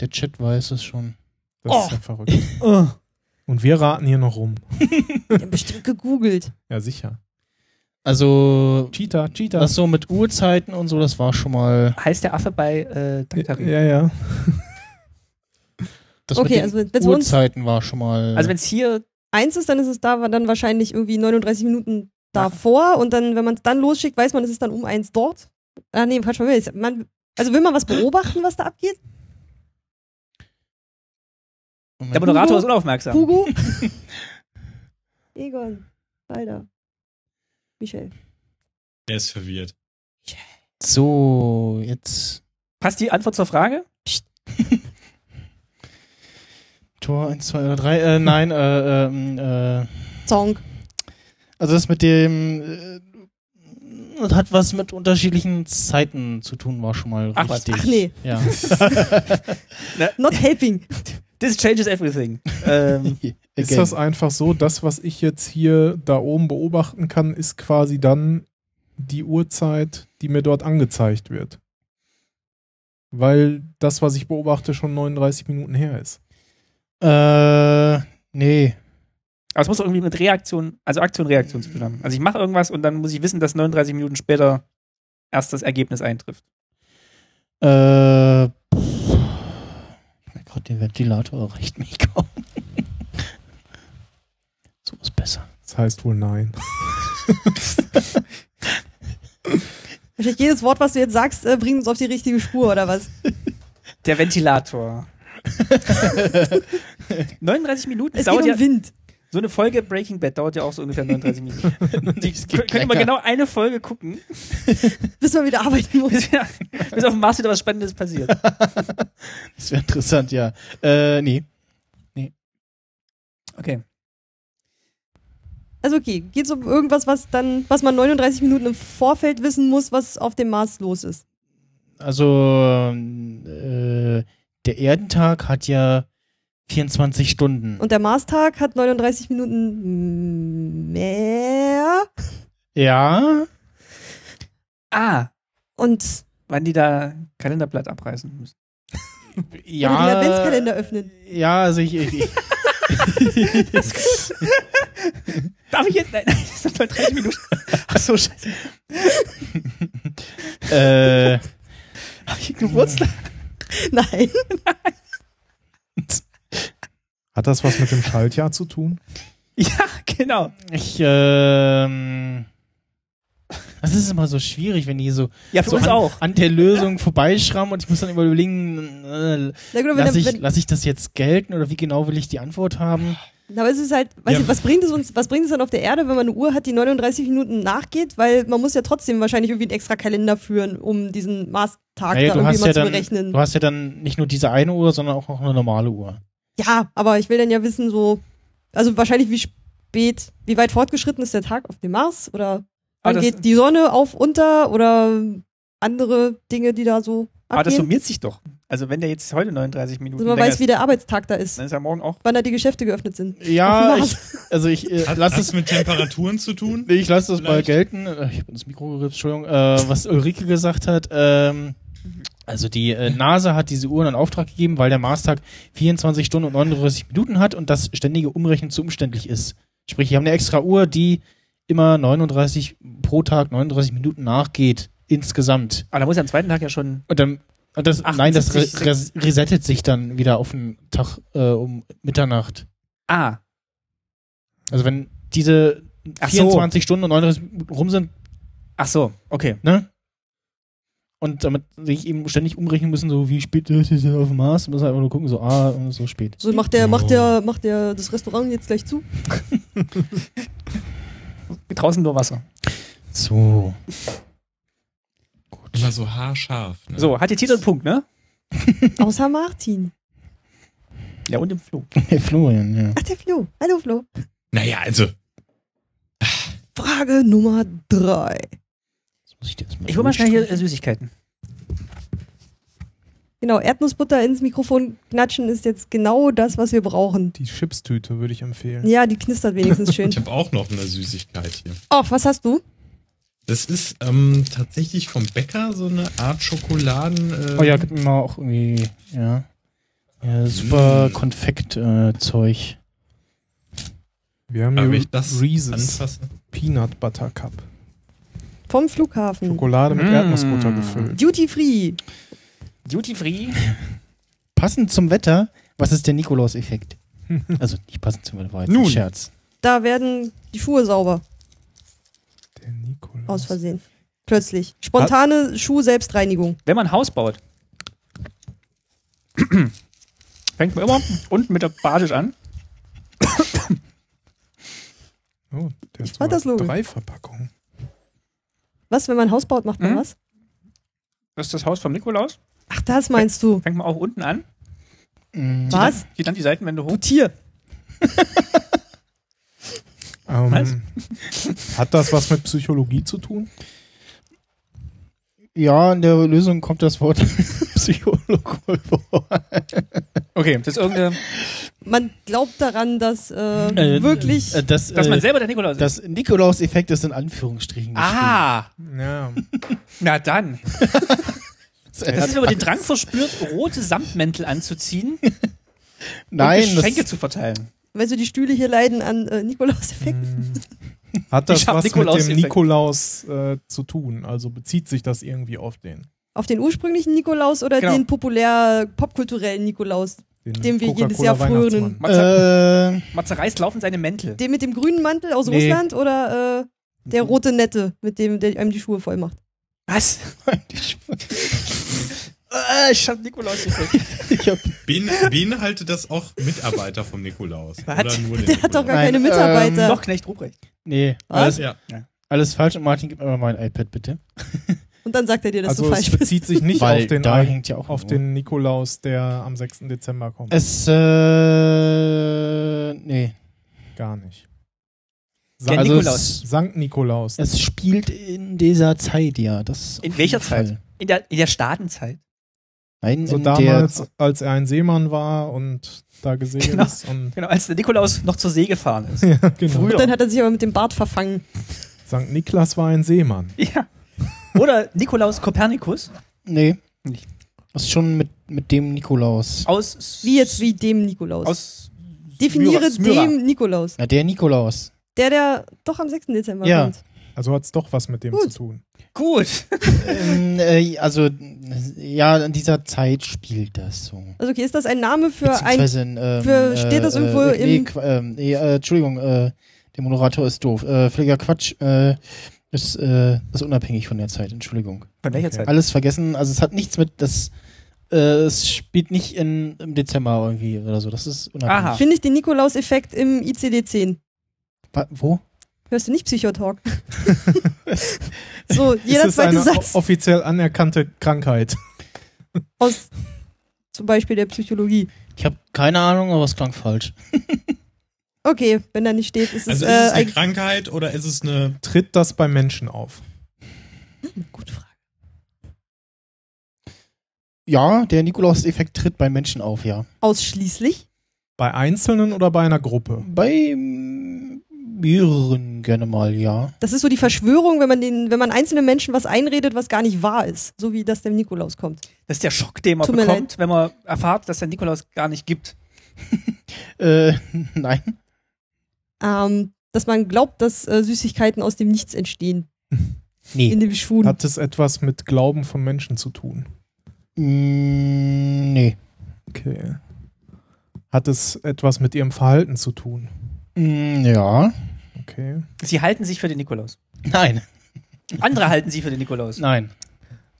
Der Chat weiß es schon. Das ist ja verrückt. Und wir raten hier noch rum. die haben bestimmt gegoogelt. Ja, sicher. Also, Cheetah, Cheetah. das so mit Uhrzeiten und so, das war schon mal. heißt der Affe bei äh, Daktari. ja, ja. Das Okay, mit den also wenn- wenn's bei uns- Uhrzeiten war schon mal. Also wenn es hier, Eins ist, dann ist es da, war dann wahrscheinlich irgendwie 39 Minuten davor und dann, wenn man es dann losschickt, weiß man, es ist dann um eins dort. Ah, nee, Quatsch, man will es. Man, also will man was beobachten, was da abgeht? Moment. der Moderator Hugo? ist unaufmerksam. Hugo. Egon. Walder. Michel. der ist verwirrt. so, jetzt. Passt die Antwort zur Frage? Tor 1, 2 oder 3. Äh, nein, äh, ähm, äh, Song. also das mit dem. Äh, das hat was mit unterschiedlichen Zeiten zu tun, war schon mal Ach was. richtig. Ach nee, Ja. not helping. This changes everything. ähm, Ist das einfach so, das, was ich jetzt hier da oben beobachten kann, ist quasi dann die Uhrzeit, die mir dort angezeigt wird? Weil das, was ich beobachte, schon 39 Minuten her ist. Äh, nee. aber es muss doch irgendwie mit Reaktion, also Aktion, Reaktion zu tun haben. Also ich mache irgendwas und dann muss ich wissen, dass 39 Minuten später erst das Ergebnis eintrifft. Äh. pff. Mein Gott, der Ventilator erreicht mich kaum. so ist besser. Das heißt wohl nein. Wahrscheinlich jedes Wort, was du jetzt sagst, äh, bringt uns auf die richtige Spur, oder was? Der Ventilator. 39 Minuten Es dauert geht ja. um Wind. So eine Folge Breaking Bad dauert ja auch so ungefähr 39 Minuten. Die Das geht können wir lecker. genau eine Folge gucken, Bis man wieder arbeiten muss. bis, wir, bis auf dem Mars wieder was Spannendes passiert. Das wäre interessant, ja. Äh, nee. Okay. Also okay, geht es um irgendwas, was dann, was man 39 Minuten im Vorfeld wissen muss, was auf dem Mars los ist. Also, äh, der Erdentag hat ja 24 Stunden. Und der Marstag hat 39 Minuten mehr. ja. Ah, Und wann die da Kalenderblatt abreißen müssen. Ja. Oder den Adventskalender öffnen. Ja, also ich. ich, ich Darf ich jetzt? Nein, nein, das sind 39 Minuten. Ach so, scheiße. äh, Hab ich Geburtstag? nein, Hat das was mit dem Schaltjahr zu tun? Ja, genau. ich, ähm. Das ist immer so schwierig, wenn die so, Ja, für so uns an, auch. an der Lösung vorbeischrammen und ich muss dann immer überlegen, äh, Na gut, aber lass, wenn, ich, wenn, lass ich das jetzt gelten oder wie genau will ich die Antwort haben? aber es ist halt, weiß Ja. ich, was bringt es uns, was bringt es dann auf der Erde, wenn man eine Uhr hat, die 39 Minuten nachgeht, weil man muss ja trotzdem wahrscheinlich irgendwie einen extra Kalender führen, um diesen Maßtag Naja, da du, irgendwie hast mal ja zu dann, berechnen. du hast ja dann nicht nur diese eine Uhr, sondern auch noch eine normale Uhr. Ja, aber ich will dann ja wissen, so, also wahrscheinlich wie spät, wie weit fortgeschritten ist der Tag auf dem Mars oder Aber wann das, geht die Sonne auf, unter oder andere Dinge, die da so aber Ah, das abgehen. summiert sich doch. Also wenn der jetzt heute 39 Minuten Also man länger weiß, ist, wie der Arbeitstag da ist, dann ist ja morgen auch. wann da die Geschäfte geöffnet sind. Ja, Auf dem ich, also ich äh, Hat, lass hat es es mit Temperaturen zu tun? Nee, ich lasse das mal Vielleicht. gelten. Äh, Ich habe ins Mikro gerippt, Entschuldigung. Äh, was Ulrike gesagt hat, ähm, also die äh, NASA hat diese Uhren in Auftrag gegeben, weil der Marstag 24 Stunden und 39 Minuten hat und das ständige Umrechnen zu umständlich ist. Sprich, die haben eine extra Uhr, die immer 39 pro Tag 39 Minuten nachgeht insgesamt. Aber da muss ja am zweiten Tag ja schon. Und dann und das, nein, das re 78, res resettet sich dann wieder auf den Tag äh, um Mitternacht. Ah, Also wenn diese Ach so. 24 Stunden und 39 Minuten rum sind, ach so, okay. ne? Und damit sich eben ständig umrechnen müssen, so wie spät ist es denn auf dem Mars? Müssen halt einfach nur gucken, so, ah, so spät. So macht der, Ja. macht der, macht der das Restaurant jetzt gleich zu. Draußen nur Wasser. So. Immer so haarscharf. Ne? So, hat der Titel einen Punkt, ne? Außer Martin. Ja, und im Flug. Hey, Florian, ja. Ach, der Flo. Hallo Flo. Naja, also, Frage Nummer drei. Das muss ich dir erst Ich hole mal schnell hier äh, Süßigkeiten. Genau, Erdnussbutter ins Mikrofon knatschen ist jetzt genau das, was wir brauchen. Die Chipstüte würde ich empfehlen. Ja, die knistert wenigstens schön. ich habe auch noch eine Süßigkeit hier. Oh, was hast du? Das ist ähm, tatsächlich vom Bäcker so eine Art Schokoladen. Äh, Oh ja, gib mir mal auch irgendwie, ja. Ja, super äh, Mm. Konfekt-Zeug. Wir haben Darf hier ich das Reese's anfassen? Peanut Butter Cup. Vom Flughafen. Schokolade mit Mm. Erdnussbutter gefüllt. Duty Free. Duty Free. Passend zum Wetter, was ist der Nikolaus-Effekt? also, nicht passend zum Wetter, war jetzt ein Nun. Scherz. Da werden die Schuhe sauber. Der Nikolaus. Aus Versehen. Plötzlich. Spontane Schuh-Selbstreinigung. Wenn man ein Haus baut, fängt man immer unten mit der Badisch an. Oh, der Ich fand hat sogar das logisch. drei Verpackungen. Was, wenn man ein Haus baut, macht man Mhm. Hm? was? Das ist das Haus vom Nikolaus. Ach, das meinst du. Fängt man auch unten an. Mm. Was? Geht dann die Seitenwände hoch. Tier. Ähm, hat das was mit Psychologie zu tun? Ja, in der Lösung kommt das Wort Psychologe wohl vor. Okay, das ist irgendeine, Man glaubt daran, dass äh, Äh, wirklich. äh, das, dass man äh, selber der Nikolaus ist. das Nikolaus-Effekt ist in Anführungsstrichen geschrieben. ah, Ja. na dann. Er Das hat- ist, wenn man den Drang verspürt, rote Samtmäntel anzuziehen und Nein, Geschenke das, zu verteilen. weißt du, die Stühle hier leiden an äh, Hm. Nikolaus-Effekten. Mm. Hat Ich das hab was mit Nikolaus-Effekt. dem Nikolaus äh, zu tun? Also bezieht sich das irgendwie auf den, Auf den ursprünglichen Nikolaus oder Genau. den populär popkulturellen Nikolaus? den Dem wir jedes Jahr frönen. Coca-Cola-Weihnachtsmann? Matze, äh, Matze reißt laufend seine Mäntel. Den mit dem grünen Mantel aus Nee. Mhm. Russland oder äh, der rote Nette, mit dem der einem die Schuhe voll macht? Was? Äh, ich hab Nikolaus gefällt. ich hab, Bein- Beinhaltet das auch Mitarbeiter vom Nikolaus? Was? Oder nur den Der hat doch gar Nein, Nikolaus? keine ähm, Mitarbeiter. Noch Knecht Ruprecht. nee, alles, Was? Ja. alles falsch. Und Martin, gib mir mal mein iPad bitte. Und dann sagt er dir, dass Also du es falsch bist. bezieht sich nicht Weil auf den, da Ei- hängt ja auch auf nur. den Nikolaus, der am 6. Dezember kommt. Es, äh, nee. Gar nicht. Der also Nikolaus. Es, Sankt Nikolaus. es spielt in dieser Zeit, ja. Das In auf welcher jeden Fall. Zeit? In der, in der Staatenzeit. Nein, So in der, damals, als er ein Seemann war und da gesehen Genau. ist. Und Genau, als der Nikolaus noch zur See gefahren ist. ja, genau. Früher. Und dann hat er sich aber mit dem Bart verfangen. Sankt Niklas war ein Seemann. Ja. Oder Nikolaus Kopernikus nee. Nicht. Das ist schon mit, mit dem Nikolaus. aus. Wie jetzt wie dem Nikolaus. Aus. Definiere Smyra. dem Nikolaus. Na, der Nikolaus. Der, der doch am 6. Dezember Ja. kommt. Also hat es doch was mit dem Gut. zu tun. Gut. ähm, äh, also, ja, in dieser Zeit spielt das so. Also okay, ist das ein Name für ein... Beziehungsweise, ähm, für- steht das äh, irgendwo äh, nee, im- Qu- ähm, nee, äh, Entschuldigung, äh, der Moderator ist doof. Äh, völliger Quatsch. Äh, ist, äh, ist unabhängig von der Zeit, Entschuldigung. Von welcher Zeit? Alles vergessen, also es hat nichts mit, das, äh, es spielt nicht in, im Dezember irgendwie oder so, das ist unabhängig. Aha. Ah. Finde ich den Nikolaus-Effekt im ICD-10. Wa- Wo? Hörst du nicht Psychotalk? so, jeder es ist zweite eine Satz o- offiziell anerkannte Krankheit. aus zum Beispiel der Psychologie. Ich habe keine Ahnung, aber es klang falsch. Okay, wenn da nicht steht, ist es, Also äh, ist es eine ein, Krankheit oder ist es eine. Tritt das bei Menschen auf? gute Frage. Ja, der Nikolaus-Effekt tritt bei Menschen auf, ja. Ausschließlich? Bei Einzelnen oder bei einer Gruppe? Bei mm, mehreren gerne mal, ja. Das ist so die Verschwörung, wenn man den, wenn man einzelnen Menschen was einredet, was gar nicht wahr ist, so wie das dem Nikolaus kommt. Das ist der Schock, den man Tut mir bekommt, wenn man erfahrt, dass der Nikolaus gar nicht gibt. Äh, nein. Ähm, dass man glaubt, dass äh, Süßigkeiten aus dem Nichts entstehen. In Nee. dem Schwun. Hat es etwas mit Glauben von Menschen zu tun? Mm, nee. Okay. Hat es etwas mit ihrem Verhalten zu tun? Mm, ja. Okay. Sie halten sich für den Nikolaus. Nein. Andere halten sie für den Nikolaus. Nein.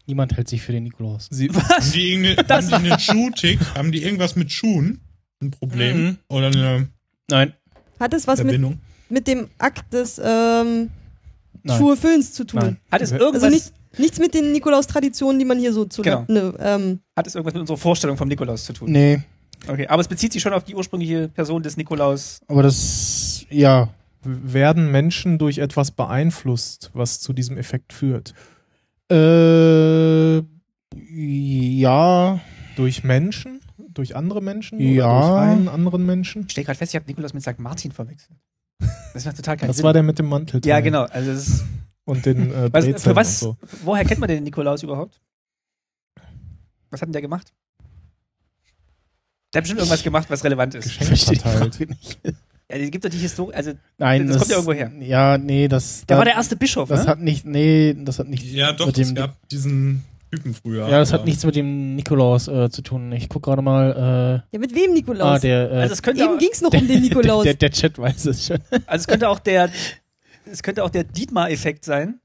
Niemand hält sich für den Nikolaus. Sie, Haben die irgendeine, haben die eine Schuhtick? Haben die irgendwas mit Schuhen? Ein Problem? Mhm. Oder eine Nein. Hat es was mit, Verbindung? mit dem Akt des ähm, Nein. Schuhefüllens zu tun? Nein. Hat es Also irgendwas, Also nicht, nichts mit den Nikolaus-Traditionen, die man hier so zu Genau. ne, ähm, hat es irgendwas mit unserer Vorstellung vom Nikolaus zu tun? Nee. Okay, aber es bezieht sich schon auf die ursprüngliche Person des Nikolaus. Aber das, ja. werden Menschen durch etwas beeinflusst, was zu diesem Effekt führt? Äh, ja. Durch Menschen? Durch andere Menschen? Ja. Oder durch einen anderen Menschen? Ich stelle gerade fest, ich habe Nikolaus mit St. Martin verwechselt. Das macht total keinen Das Sinn. war der mit dem Mantel. ja, genau. Also es ist, Und den äh, was, Brezeln für was, und so. woher kennt man denn den Nikolaus überhaupt? Was hat denn der gemacht? Der hat bestimmt irgendwas gemacht, was relevant ist. Geschenke Verstehe ich verteilt. Frage nicht. Also, es gibt doch die Historie. Also, der Nein, Das kommt ja irgendwo her. Ja, nee, das. Äh, war der erste Bischof, Das ne? hat nicht, nee, das hat nicht. Ja, doch, mit dem, es gab diesen Typen früher. ja, das aber- hat nichts mit dem Nikolaus äh, zu tun. Ich guck gerade mal. ja, mit Äh, wem ah, Nikolaus? der. Äh, Also, es könnte, Eben auch, ging es noch um den Nikolaus. Der, der Chat weiß es schon. also es könnte auch der, es könnte auch der Dietmar-Effekt sein.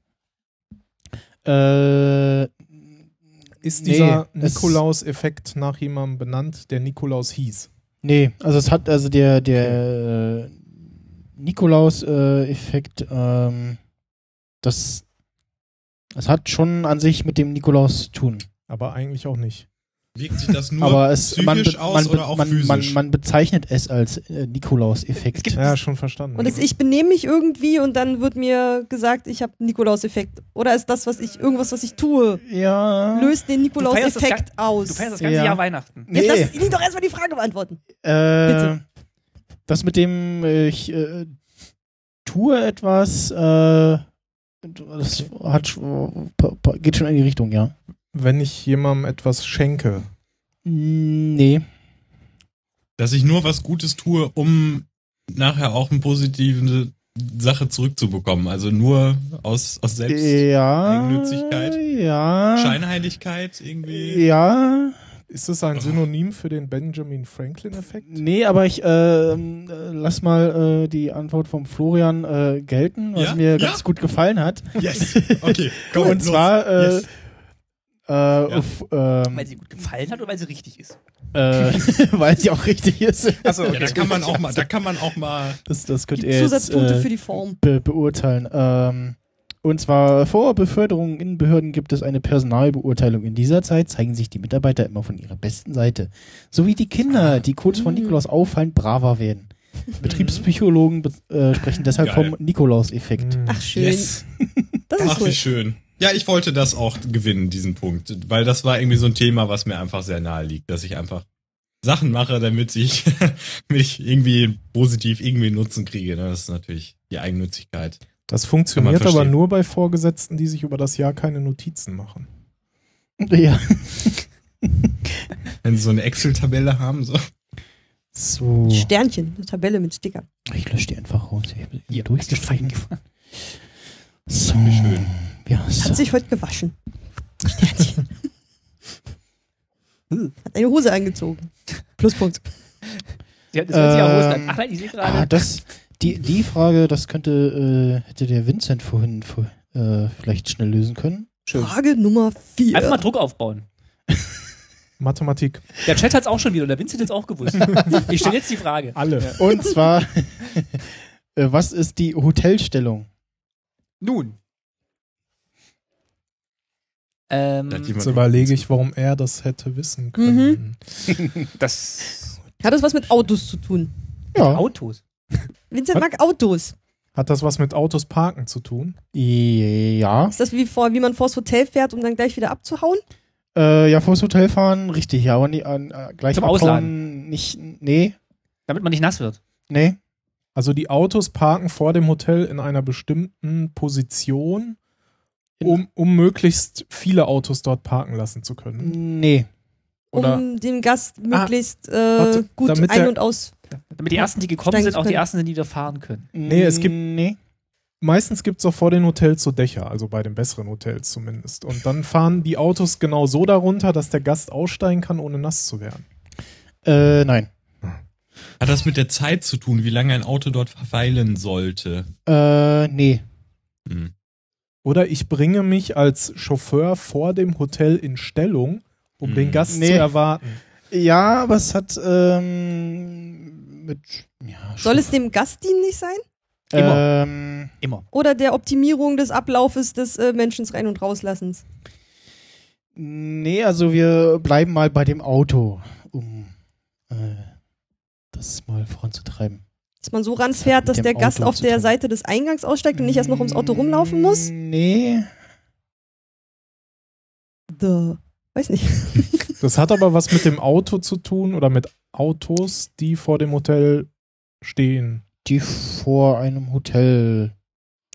Äh, Ist Nee, dieser es- Nikolaus-Effekt nach jemandem benannt, der Nikolaus hieß? nee, also es hat also der der äh, Nikolaus-Effekt. ähm, das, das hat schon an sich mit dem Nikolaus zu tun. Aber eigentlich auch nicht. Wirkt sich das nur Aber es man, psychisch be- aus man, be- oder auch man, physisch? man, man bezeichnet es als äh, Es Nikolaus-Effekt. gibt- Ja, schon verstanden. Und das, ich benehme mich irgendwie und dann wird mir gesagt, ich habe einen Nikolaus-Effekt. Oder ist das, was ich, irgendwas, was ich tue, Ja. löst den feierst das Nikolaus-Effekt aus? Du feierst das ganze Ja. Jahr Weihnachten. Nee, Jetzt lass ihn doch erstmal die Frage beantworten. äh, bitte. das mit dem äh, ich äh, tue etwas, äh, das hat, sch- pa- pa- geht schon in die Richtung, ja. Wenn ich jemandem etwas schenke, Mm, Nee. dass ich nur was Gutes tue, um nachher auch eine positive Sache zurückzubekommen. Also nur aus, aus Äh. Selbst Ja. Eigennützigkeit. Ja. Scheinheiligkeit Äh. irgendwie. Ja. ist das ein Synonym für den Benjamin Franklin-Effekt? Nee, aber ich ähm, äh, lass mal äh, die Antwort vom Florian äh, gelten, was Ja? mir Ja? ganz gut gefallen hat. Yes. Okay, komm, Und los. zwar äh, Yes. äh, auf, ähm, Weil sie gut gefallen hat oder weil sie richtig ist. äh, weil sie auch richtig ist. Achso, Ja, da kann man auch mal, da kann man auch mal. Das, das könnt Gibt ihr jetzt Zusatzpunkte für äh, die Form. be beurteilen. Ähm, und zwar vor Beförderungen in Behörden gibt es eine Personalbeurteilung. In dieser Zeit zeigen sich die Mitarbeiter immer von ihrer besten Seite. Sowie die Kinder, die kurz vor Mhm. Nikolaus auffallen, braver werden. Betriebspsychologen be äh, sprechen deshalb Geil. vom Nikolaus-Effekt. Hm. Ach, schön. Yes. Das ist Ach, wie cool. schön. Ja, ich wollte das auch gewinnen, diesen Punkt. Weil das war irgendwie so ein Thema, was mir einfach sehr nahe liegt, dass ich einfach Sachen mache, damit ich mich irgendwie positiv irgendwie Nutzen kriege. ne? Das ist natürlich die Eigennützigkeit. Das funktioniert aber verstehen. nur bei Vorgesetzten, die sich über das Jahr keine Notizen machen. Ja. Wenn sie so eine Excel-Tabelle haben, so. So. Sternchen, eine Tabelle mit Sticker. Ich lösche die einfach raus. Ich bin Ja, durchgestrichen. So. Wie schön. Ja, so. Hat sich heute gewaschen. Sternchen. Hat eine Hose angezogen. Pluspunkt. Sie hat das ganze Jahr Hosen an. Ähm, ne? Ach nein, ich sehe Ah, gerade. das, die, die Frage, das könnte, äh, hätte der Vincent vorhin vor, äh, vielleicht schnell lösen können. Frage Nummer vier. Hm. Einfach mal Druck aufbauen. Mathematik. Der Chat hat's auch schon wieder, der Vincent hat's auch gewusst. Ich stelle jetzt die Frage. Alle. Und zwar, äh, was ist die Hotelstellung? Nun. Ähm, Hm, Da hat jemand- Jetzt überlege ich, warum er das hätte wissen können. das Hat das was mit Autos zu tun? Ja. Autos. Vincent mag Autos. Hat das was mit Autos parken zu tun? Ja. Ist das wie, vor, wie man vors Hotel fährt, um dann gleich wieder abzuhauen? Äh, ja, vors Hotel fahren, richtig, ja, aber nie, an, äh, gleich Zum abhauen, Ausladen. Nicht, nee, Damit man nicht nass wird. nee. Also die Autos parken vor dem Hotel in einer bestimmten Position, um, um möglichst viele Autos dort parken lassen zu Mhm. können. Nee. Oder um dem Gast möglichst äh, warte, gut damit ein- der- und aus. Damit die Ersten, die gekommen Steigen sind, auch die können. Ersten sind, die wieder fahren können. Nee, es gibt- Nee. meistens gibt es auch vor den Hotels so Dächer, also bei den besseren Hotels zumindest. Und dann fahren die Autos genau so darunter, dass der Gast aussteigen kann, ohne nass zu werden. Äh, nein. Hat das mit der Zeit zu tun, wie lange ein Auto dort verweilen sollte? Äh, nee. Hm. Oder ich bringe mich als Chauffeur vor dem Hotel in Stellung, um Mhm. den Gast Nee. zu erwarten. Ja, aber es hat, ähm, mit, ja, Soll es dem Gast dienlich sein? Immer. Ähm, Immer. Oder der Optimierung des Ablaufes des äh, Menschen rein- und rauslassens? nee, also wir bleiben mal bei dem Auto, um, äh, das mal voranzutreiben. Dass man so ranfährt, mit dass dem der Gast Auto auf zu der tun. Seite des Eingangs aussteigt und nicht erst noch ums Auto rumlaufen muss? Nee. Duh. Weiß nicht. Das hat aber was mit dem Auto zu tun oder mit Autos, die vor dem Hotel stehen. Die vor einem Hotel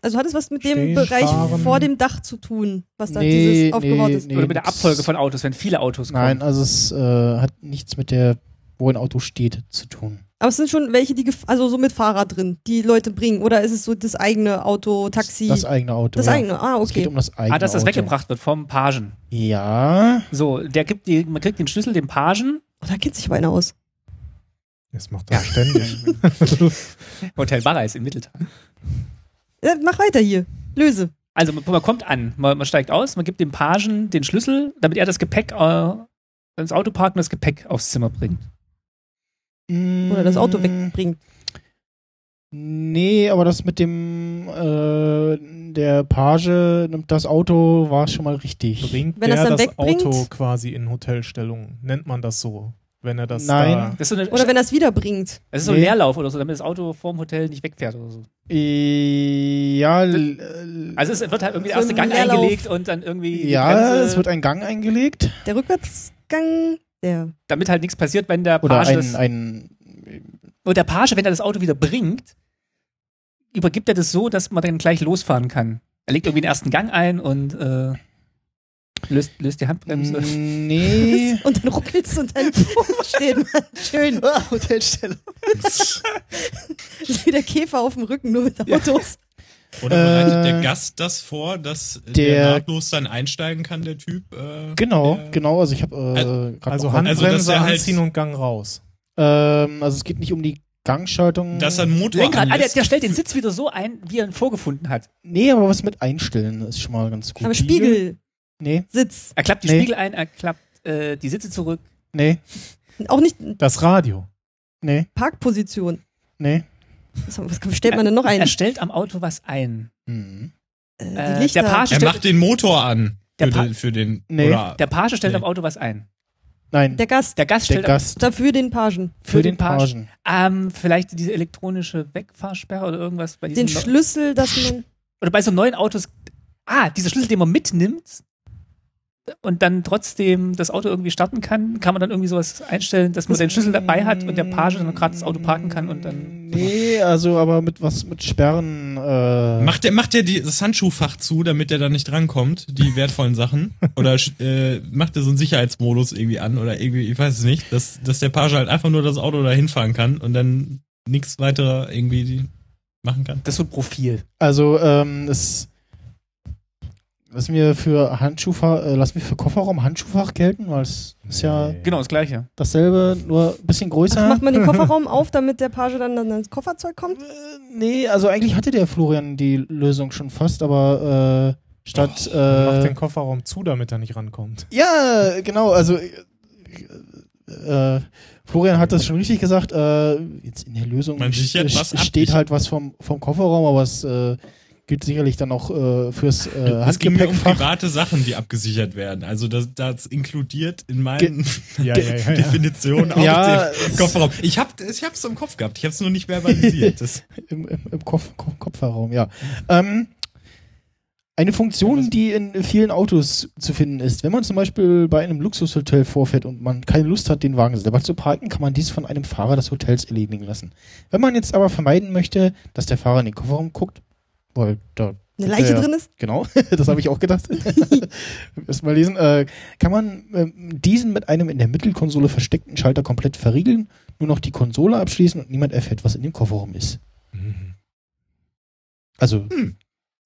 Also hat es was mit dem Stehen, Bereich fahren. vor dem Dach zu tun, was da Nee, dieses aufgebaut nee, ist? nee. Oder mit der das- Abfolge von Autos, wenn viele Autos kommen. Nein, also es äh, hat nichts mit der, wo ein Auto steht, zu tun. Aber es sind schon welche, die gef- also so mit Fahrer drin, die Leute bringen. Oder ist es so das eigene Auto, Taxi? Das eigene Auto. Das ja. eigene, ah, Es geht okay. um das eigene Ah, dass das Auto. weggebracht wird vom Pagen. Ja. So, der gibt die, man kriegt den Schlüssel dem Pagen. Oh, da kennt sich aber einer aus. Das macht das ständig. Hotel Barreis im Mitteltal. Ja, mach weiter hier. Löse. Also man, man kommt an, man, man steigt aus, man gibt dem Pagen den Schlüssel, damit er das Gepäck äh, ins Auto parkt und das Gepäck aufs Zimmer bringt. Oder das Auto Mm, wegbringt. Nee, aber das mit dem, äh, der Page nimmt das Auto, war schon mal richtig. Bringt Wenn der er's dann das wegbringt? Auto quasi in Hotelstellung? Nennt man das so? Wenn er das Nein. Das ist so, eine, Oder wenn er es wiederbringt. das ist so ein Nee. Leerlauf oder so, damit das Auto vorm Hotel nicht wegfährt oder so. Äh, Ja, l- Also es wird halt irgendwie der So erste ein Gang Leerlauf. eingelegt und dann irgendwie die ja, Bremse, es wird ein Gang eingelegt. Der Rückwärtsgang, der. damit halt nichts passiert, wenn der Oder Page ein, das, ein, und der Page, wenn er das Auto wieder bringt, übergibt er das so, dass man dann gleich losfahren kann. Er legt irgendwie den ersten Gang ein und äh, löst, löst die Handbremse. Ähm, nee. Und dann ruckelt's und dann steht man schön. Ah, Hotelstelle. Wie der Käfer auf dem Rücken, nur mit Autos. Oder bereitet Äh, der Gast das vor, dass der, der- nahtlos dann einsteigen kann, der Typ? Äh, Genau, der- genau. Also ich habe äh, Also- grad Also noch- Also, dass Handbremse er halt- anziehen und Gang raus. ähm, also es geht nicht um die Gangschaltung. Dass er einen Motor Lenkrad, ah, der, anlässt. der stellt den Sitz wieder so ein, wie er ihn vorgefunden hat. nee, aber was mit Einstellen ist schon mal ganz gut. Aber Spiegel, Nee, Sitz. Er klappt die Nee. Spiegel ein, er klappt äh, die Sitze zurück. nee, Auch nicht Das Radio. nee, Parkposition. nee. Was, was stellt man denn noch ein? Er stellt am Auto was ein. Hm. Äh, Äh, die Lichter. der Page er macht stellt, den Motor an. Der Für Pa- den, für den Nee. oder der Page stellt Nee. am Auto was ein. Nein, der Gast. Der Gast der stellt Gast Dafür den Pagen. für, den, Page. Ähm, vielleicht diese elektronische Wegfahrsperre oder irgendwas bei diesen Den neu- Schlüssel, dass man. oder bei so neuen Autos. Ah, dieser Schlüssel, den man mitnimmt und dann trotzdem das Auto irgendwie starten kann, kann man dann irgendwie sowas einstellen, dass man den Schlüssel dabei hat und der Page dann gerade das Auto parken kann und dann. Hm. Nee, also aber mit was mit Sperren. Äh, Macht der, macht der die, das Handschuhfach zu, damit der da nicht drankommt, die wertvollen Sachen? Oder äh, macht er so einen Sicherheitsmodus irgendwie an? Oder irgendwie, ich weiß es nicht, dass, dass der Page halt einfach nur das Auto da hinfahren kann und dann nichts weiter irgendwie die machen kann? Das ist so ein Profil. Also ähm, es Lassen wir für Handschuhfach, äh, lassen wir für Kofferraum Handschuhfach gelten, weil es ist ja Genau, das gleiche. dasselbe, nur ein bisschen Ach, größer. macht äh. man den Kofferraum auf, damit der Page dann dann ins Kofferzeug kommt? Äh, nee, also eigentlich hatte der Florian die Lösung schon fast, aber äh, statt. Mach äh, den Kofferraum zu, damit er nicht rankommt. ja, genau, also. Äh, äh, Florian hat das schon richtig gesagt. Äh, jetzt in der Lösung Man sichert st- was ab. steht Ich- halt was vom, vom Kofferraum, aber es äh, gilt sicherlich dann auch äh, fürs äh, es ging mir um Handgepäckfach. private Sachen, die abgesichert werden. Also das, das inkludiert in meinen Ja, ja, ja, ja. Definitionen auch Ja, den es- Kofferraum. Ich habe ich hab's im Kopf gehabt, ich habe es nur nicht verbalisiert. Das, Im, im, im Kopf, Kopf, Kopfhörerraum, ja. Ähm, eine Funktion, die in vielen Autos zu finden ist. Wenn man zum Beispiel bei einem Luxushotel vorfährt und man keine Lust hat, den Wagen selber zu parken, kann man dies von einem Fahrer des Hotels erledigen lassen. Wenn man jetzt aber vermeiden möchte, dass der Fahrer in den Kofferraum guckt, weil da Eine Leiche Ja. drin ist? Genau, das habe ich auch gedacht. Erstmal lesen. Äh, kann man ähm, diesen mit einem in der Mittelkonsole versteckten Schalter komplett verriegeln, nur noch die Konsole abschließen und niemand erfährt, was in dem Kofferraum ist. Also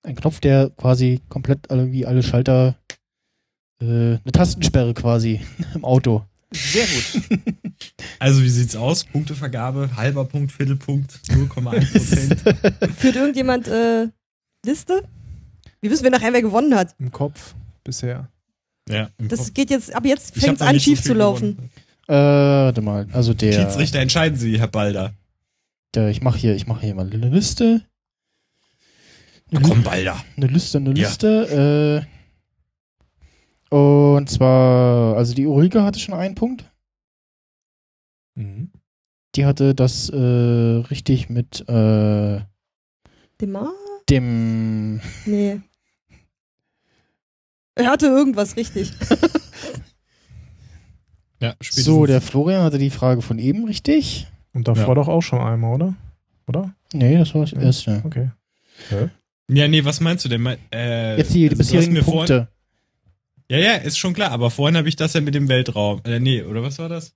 ein Knopf, der quasi komplett irgendwie alle Schalter, äh, eine Tastensperre quasi im Auto. Sehr gut. also wie sieht's aus? Punktevergabe, halber Punkt, Viertelpunkt, 0,1 Prozent. Führt irgendjemand äh, Liste? Wie wissen wir nachher, wer gewonnen hat? Im Kopf bisher. ja, im Kopf. Das geht jetzt, ab Oh. jetzt Ich hab fängt es noch an, nicht so schief viel zu laufen. gewonnen. Äh, warte mal, also der, Schiedsrichter, entscheiden Sie, Herr Balder. der ich mache hier, ich mache hier mal eine Liste. Mhm. Eine Komm, Balder. Eine Liste, eine Ja. Liste. Äh, und zwar, also die Ulrike hatte schon einen Punkt. Mhm. Die hatte das äh, richtig mit äh, Demar? dem. Nee. Er hatte irgendwas richtig. Ja, spätestens. So, der Florian hatte die Frage von eben richtig. Und davor Ja. doch auch schon einmal, oder? Oder? Nee, das war das erste. Okay. ja, nee, was meinst du denn? Mein- Äh, Jetzt die also du hast bisherigen mir vorhin- Punkte. Ja, ja, ist schon klar, aber vorhin habe ich das ja mit dem Weltraum. Äh, nee, oder was war das?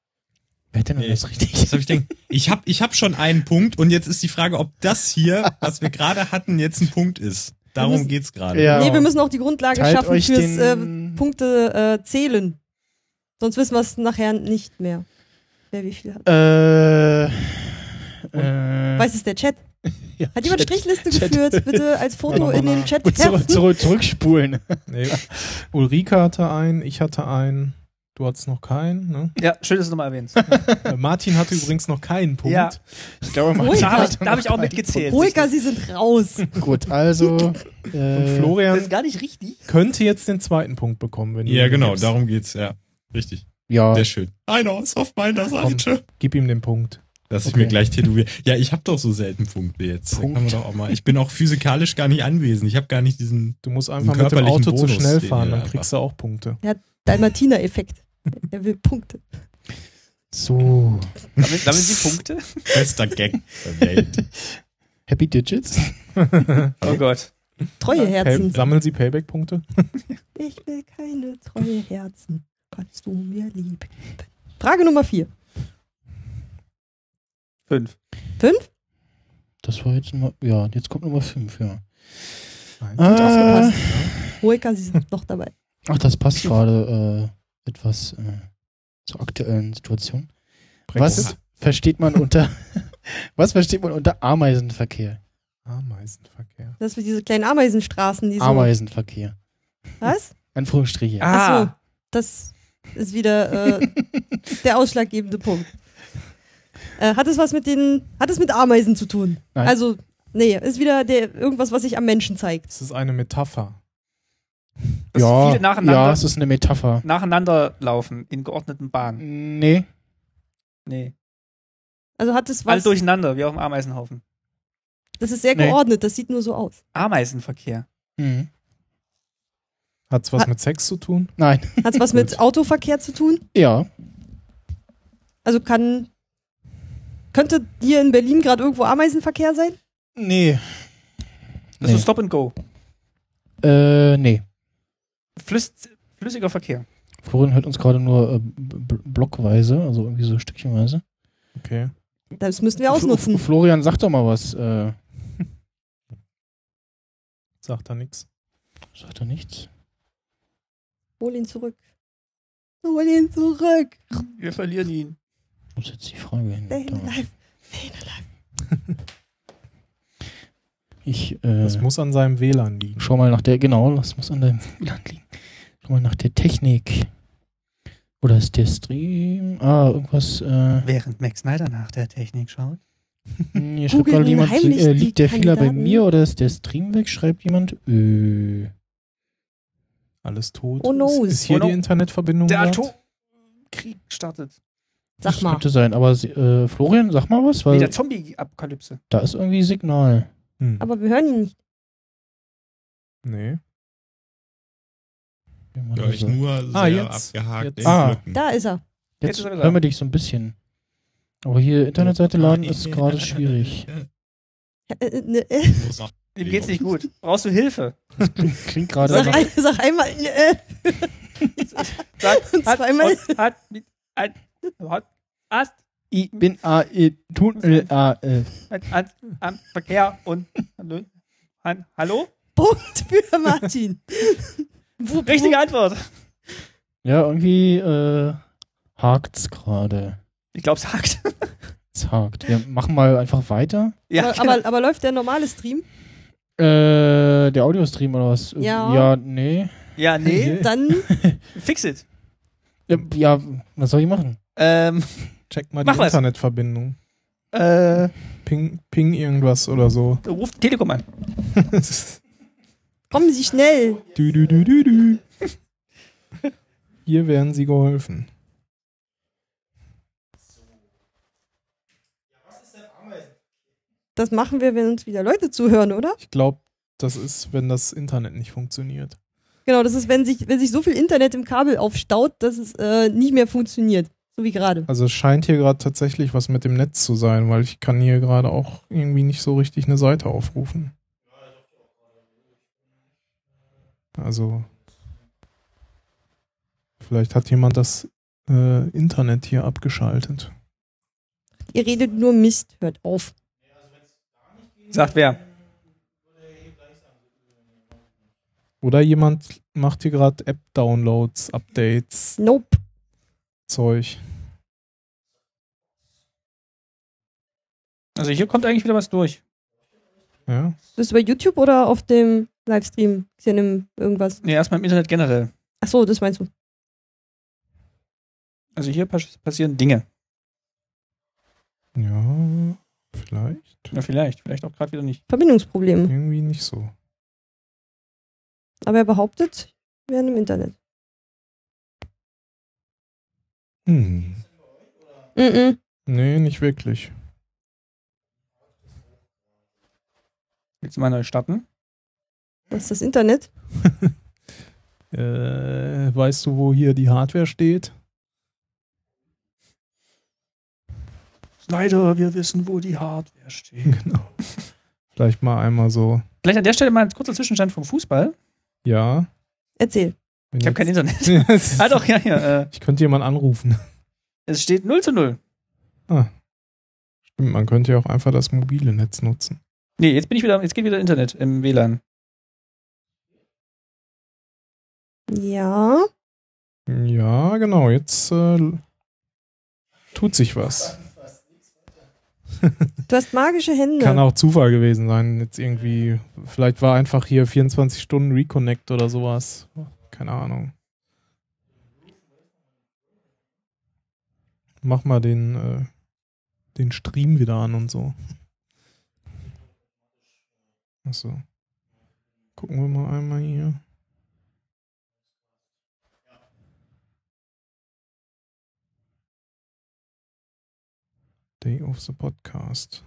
Wer hätte denn Nee. das richtig? Was habe ich denn? Ich habe ich hab schon einen Punkt und jetzt ist die Frage, ob das hier, was wir gerade hatten, jetzt ein Punkt ist. Wir Darum müssen- geht's gerade. Ja. Nee, wir müssen auch die Grundlage Teilt schaffen euch fürs äh, den. Punkte äh, zählen. Sonst wissen wir es nachher nicht mehr. Wer wie viel hat. äh, äh, Weiß es der Chat? ja, Hat jemand Chat. Strichliste Chat. geführt? Bitte als Foto Ja, in den Chat Und zurück, heften. zurück, zurückspulen. Nee. Ulrike hatte einen, ich hatte einen. Du hattest noch keinen, ne? Ja, schön, dass du nochmal erwähnst. Äh, Martin hatte übrigens noch keinen Punkt. Ja. Ich glaube, Martin Da habe ich, hatte da hab ich noch auch keinen mitgezählt. Ruhiger, sie sind raus. Punkt. Gut, also. Und Äh, Das ist Florian gar nicht richtig. könnte jetzt den zweiten Punkt bekommen, wenn du Ja, ihn genau, gibst. darum geht's, ja. Richtig. ja, Sehr schön. Einer ist auf meiner Seite. Gib ihm den Punkt. Dass ich Okay. mir gleich tätowiere. Ja, ich habe doch so selten Punkte jetzt. Da Kann man Punkt. doch auch mal. Ich bin auch physikalisch gar nicht anwesend. Ich habe gar nicht diesen. Du musst einfach mit dem körperlichen Auto zu Bonus, schnell den fahren, ihr dann einfach- kriegst du auch Punkte. Dalmatiner-Effekt. Er will Punkte. So. Damit, damit die Punkte. Bester Gag der Welt. Happy Digits? Oh Gott. Treue Herzen. Pay Sammeln sie Payback-Punkte? Ich will keine treue Herzen. Kannst du mir lieb geben? Frage Nummer vier. Fünf. Fünf? Das war jetzt Nummer, ja, jetzt kommt Nummer 5, ja. Nein. Äh, aufgepasst. Ruhiger, sie sind noch dabei. ach, das passt gerade äh, etwas äh, zur aktuellen Situation. Was Brexit? versteht man unter Was versteht man unter Ameisenverkehr? Ameisenverkehr. Das sind diese kleinen Ameisenstraßen, die so. Ameisenverkehr. Was? Anführungsstriche. Ah, Ach so, das ist wieder äh, der ausschlaggebende Punkt. Äh, hat es was mit den, hat es mit Ameisen zu tun? Nein. Also, nee, ist wieder der, irgendwas, was sich am Menschen zeigt. Das ist eine Metapher. Dass viele nacheinander, ja, es ist eine Metapher. nacheinander laufen in geordneten Bahnen. Nee, Nee. Also hat es Alles was, durcheinander, wie auf dem Ameisenhaufen. das ist sehr Nee. geordnet, das sieht nur so aus. Ameisenverkehr. hm. Hat's was Hat- mit Sex zu tun? nein. Hat es was mit Autoverkehr zu tun? Ja, Also kann, könnte hier in Berlin gerade irgendwo Ameisenverkehr sein? nee. Das Nee. ist Stop and Go. Äh, nee. Flüss, flüssiger Verkehr. Florian hört uns gerade nur äh, b- b- blockweise, also irgendwie so stückchenweise. Okay. Das müssten wir ausnutzen. Fl- Florian, sag doch mal was. Äh, Sagt da nichts. sagt er nichts? Hol ihn zurück. Hol ihn zurück. Wir verlieren ihn. Wo ist jetzt die Frage hin? Stay Da. alive. Stay alive. Ich Das äh, muss an seinem WLAN liegen. schau mal nach der, genau, das muss an deinem Land liegen. Schau mal nach der Technik. Oder ist der Stream? Ah, irgendwas. Äh, Während Max Snyder nach der Technik schaut. Hm, Hier schreibt Google gerade jemand, heimlich äh, die liegt der Fehler bei Kandidaten. mir oder ist der Stream weg? Schreibt jemand. Äh, Alles tot. Oh no. Ist, ist hier Oh no. die Internetverbindung? Der grad? Atomkrieg startet. Sag das mal. Könnte sein, aber äh, Florian, sag mal was, Nee, weil der Zombie-Apokalypse. da ist irgendwie Signal. Hm. Aber wir hören ihn nicht. Nee. Ja, ich nur sehr Ah, jetzt. abgehakt. Jetzt. in Ah. Blöcken. Da ist er. Jetzt Jetzt ist er da. hören wir dich so ein bisschen. Aber hier Internetseite laden ist gerade schwierig. Äh, äh, ne, Muss noch- Ihm geht's nicht gut. Brauchst du Hilfe? Klingt Sag, gerade. ein, sag einmal. Äh, Sag, hat, zweimal. Hat, hat, mit, hat, hat, hast, Ich bin a äh, tun äh, a äh. hat, hat, am Verkehr und hallo? Han, hallo? Punkt für Martin. Richtige Antwort. Ja, irgendwie äh, hakt's gerade. Ich glaube, es hakt. Es hakt. Wir machen mal einfach weiter. Ja, genau. aber, aber, aber läuft der normale Stream? Äh, der Audiostream oder was? Ja. Ja, nee. ja nee. Dann Fix it. Ja, Ja, was soll ich machen? Ähm, Check mal Mach die was. Internetverbindung. äh, Ping, ping irgendwas oder so. ruft Telekom an. kommen Sie schnell. du, du, du, du, du. Hier werden sie geholfen. Das machen wir, wenn uns wieder Leute zuhören, oder? Ich glaube, das ist, wenn das Internet nicht funktioniert. Genau, das ist, wenn sich, wenn sich so viel Internet im Kabel aufstaut, dass es äh, nicht mehr funktioniert. So wie gerade. Also es scheint hier gerade tatsächlich was mit dem Netz zu sein, weil ich kann hier gerade auch irgendwie nicht so richtig eine Seite aufrufen. Also vielleicht hat jemand das äh, Internet hier abgeschaltet. Ihr redet nur Mist. Hört auf. Sagt wer? Oder jemand macht hier gerade App-Downloads, Updates, Nope. Zeug. Also hier kommt eigentlich wieder was durch. Ja? Bist du bei YouTube oder auf dem Livestream? Ist ja nimm irgendwas. Nee, erstmal im Internet generell. Ach so, das meinst du. Also hier pas- passieren Dinge. Ja, vielleicht. Ja, vielleicht. Vielleicht auch gerade wieder nicht. Verbindungsprobleme. Irgendwie nicht so. Aber er behauptet, wir wären im Internet. Hm. Mhm. Nee, nicht wirklich. Willst du mal neu starten? Das ist das Internet. Äh, weißt du, wo hier die Hardware steht? Leider, wir wissen, wo die Hardware steht. Genau. Vielleicht mal einmal so. Vielleicht an der Stelle mal ein kurzer Zwischenstand vom Fußball. Ja. Erzähl. wenn Ich habe jetzt- kein Internet. Yes. ah doch, ja, ja. Äh, Ich könnte jemanden anrufen. es steht 0 zu 0. Stimmt, man könnte ja auch einfach das mobile Netz nutzen. Nee, jetzt bin ich wieder, jetzt geht wieder Internet im WLAN. Ja. Ja, genau. Jetzt äh, tut sich was. Du hast magische Hände. Kann auch Zufall gewesen sein. Jetzt irgendwie, vielleicht war einfach hier 24 Stunden Reconnect oder sowas. Keine Ahnung. Mach mal den, äh, den Stream wieder an und so. Achso. Gucken wir mal einmal hier. Day of the Podcast.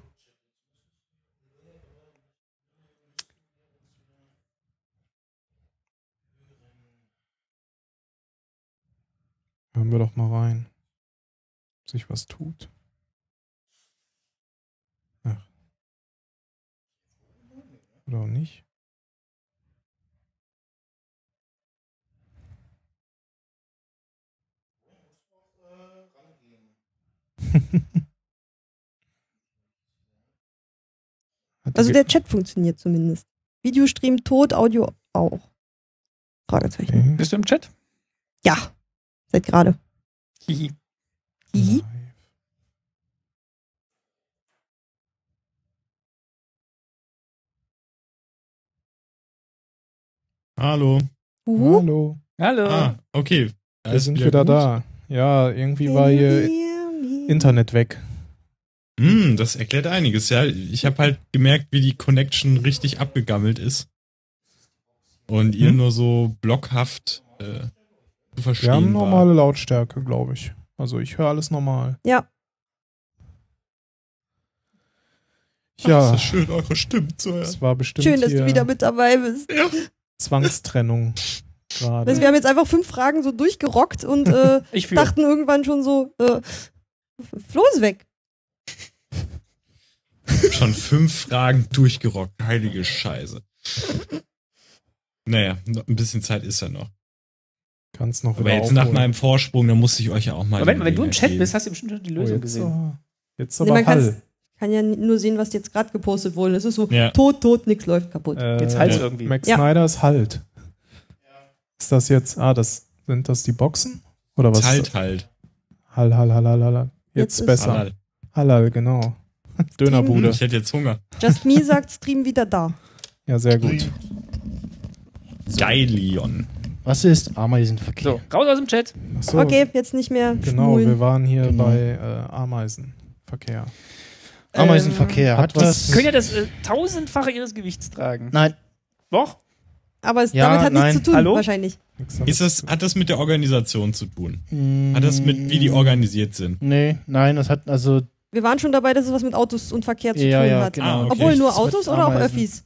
Hören wir doch mal rein. Ob sich was tut. Ach. Oder auch nicht. Hat die also Ge- der Chat funktioniert zumindest. Videostream tot, Audio auch. Fragezeichen. Okay. Bist du im Chat? Ja, seit gerade. Hihi. Hihi. Hallo. Uhu. Hallo. Hallo. Ah, okay. Wir sind wieder da. Ja, irgendwie war hier Internet weg. Hm, das erklärt einiges. Ja, ich habe halt gemerkt, wie die Connection richtig abgegammelt ist. Und ihr Hm? nur so blockhaft äh, zu verstehen. Wir haben war. normale Lautstärke, glaube ich. Also ich höre alles normal. Ja. Es Ja, ist schön, eure Stimmen zu hören. es war bestimmt Schön, dass hier du wieder mit dabei bist. Zwangstrennung Also, gerade. wir haben jetzt einfach fünf Fragen so durchgerockt und äh, Ich fühle. dachten irgendwann schon so, äh, Flo ist weg. Schon fünf Fragen durchgerockt. Heilige Scheiße. Naja, noch ein bisschen Zeit ist ja noch. Kannst noch Aber wieder jetzt aufholen. nach meinem Vorsprung, da muss ich euch ja auch mal. Moment, die mal, wenn du im Gelegenheit Chat geben. bist, hast du bestimmt schon die oh, Lösung jetzt, gesehen. aber- jetzt äh, Nee, aber man kann's- Hall. Kann ja nur sehen, was jetzt gerade gepostet wurde. Es ist so Ja. tot, tot, nix läuft kaputt. Jetzt halt irgendwie. Äh, Max Ja. Snyder ist halt. Ist das jetzt, ah, das sind das die Boxen? Oder was? Halt, halt. Hall, hall, hall, hall, hall. Jetzt Jetzt, ist- besser. Halal, Halal. genau. Hm, Dönerbude. Ich hätte jetzt Hunger. Just Me sagt Stream wieder da. Ja, sehr gut. Geilion. Was ist Ameisenverkehr? So, raus aus dem Chat. Ach so, Okay, jetzt nicht mehr Genau, schmulen. wir waren hier Genau. bei äh, Ameisenverkehr. Ameisenverkehr. hat hat was- was? Können ja das äh, tausendfache ihres Gewichts tragen. Nein. Doch? Aber es, Ja, damit hat nein. nichts zu tun, Hallo? wahrscheinlich. Nix damit Ist das, hat das mit der Organisation zu tun? Hat Hat das mit, wie die organisiert sind? Mm, Nee, nein, das hat also. Wir waren schon dabei, dass es was mit Autos und Verkehr zu Ja, tun ja, hat. genau. Ah, okay. Obwohl nur Nichts mit Autos oder auch Ameisen. Öffis?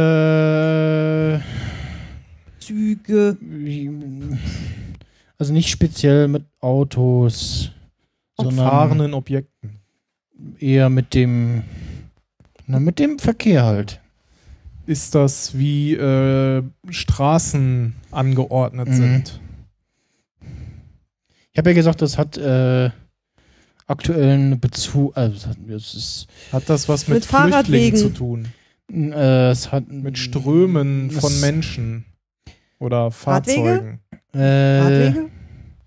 Äh, Züge. also nicht speziell mit Autos, Und sondern fahrenden Objekten. eher mit dem. Na, mit dem Verkehr halt. Ist das wie äh, Straßen angeordnet Mhm. sind? Ich habe ja gesagt, das hat äh, aktuellen Bezug. Also, das hat, das ist, Hat das was mit, Mit Fahrradwegen. Flüchtlingen zu tun? äh, es hat Mit Strömen von Das- Menschen oder Mm, Radwege? Fahrzeugen? Äh, Radwege?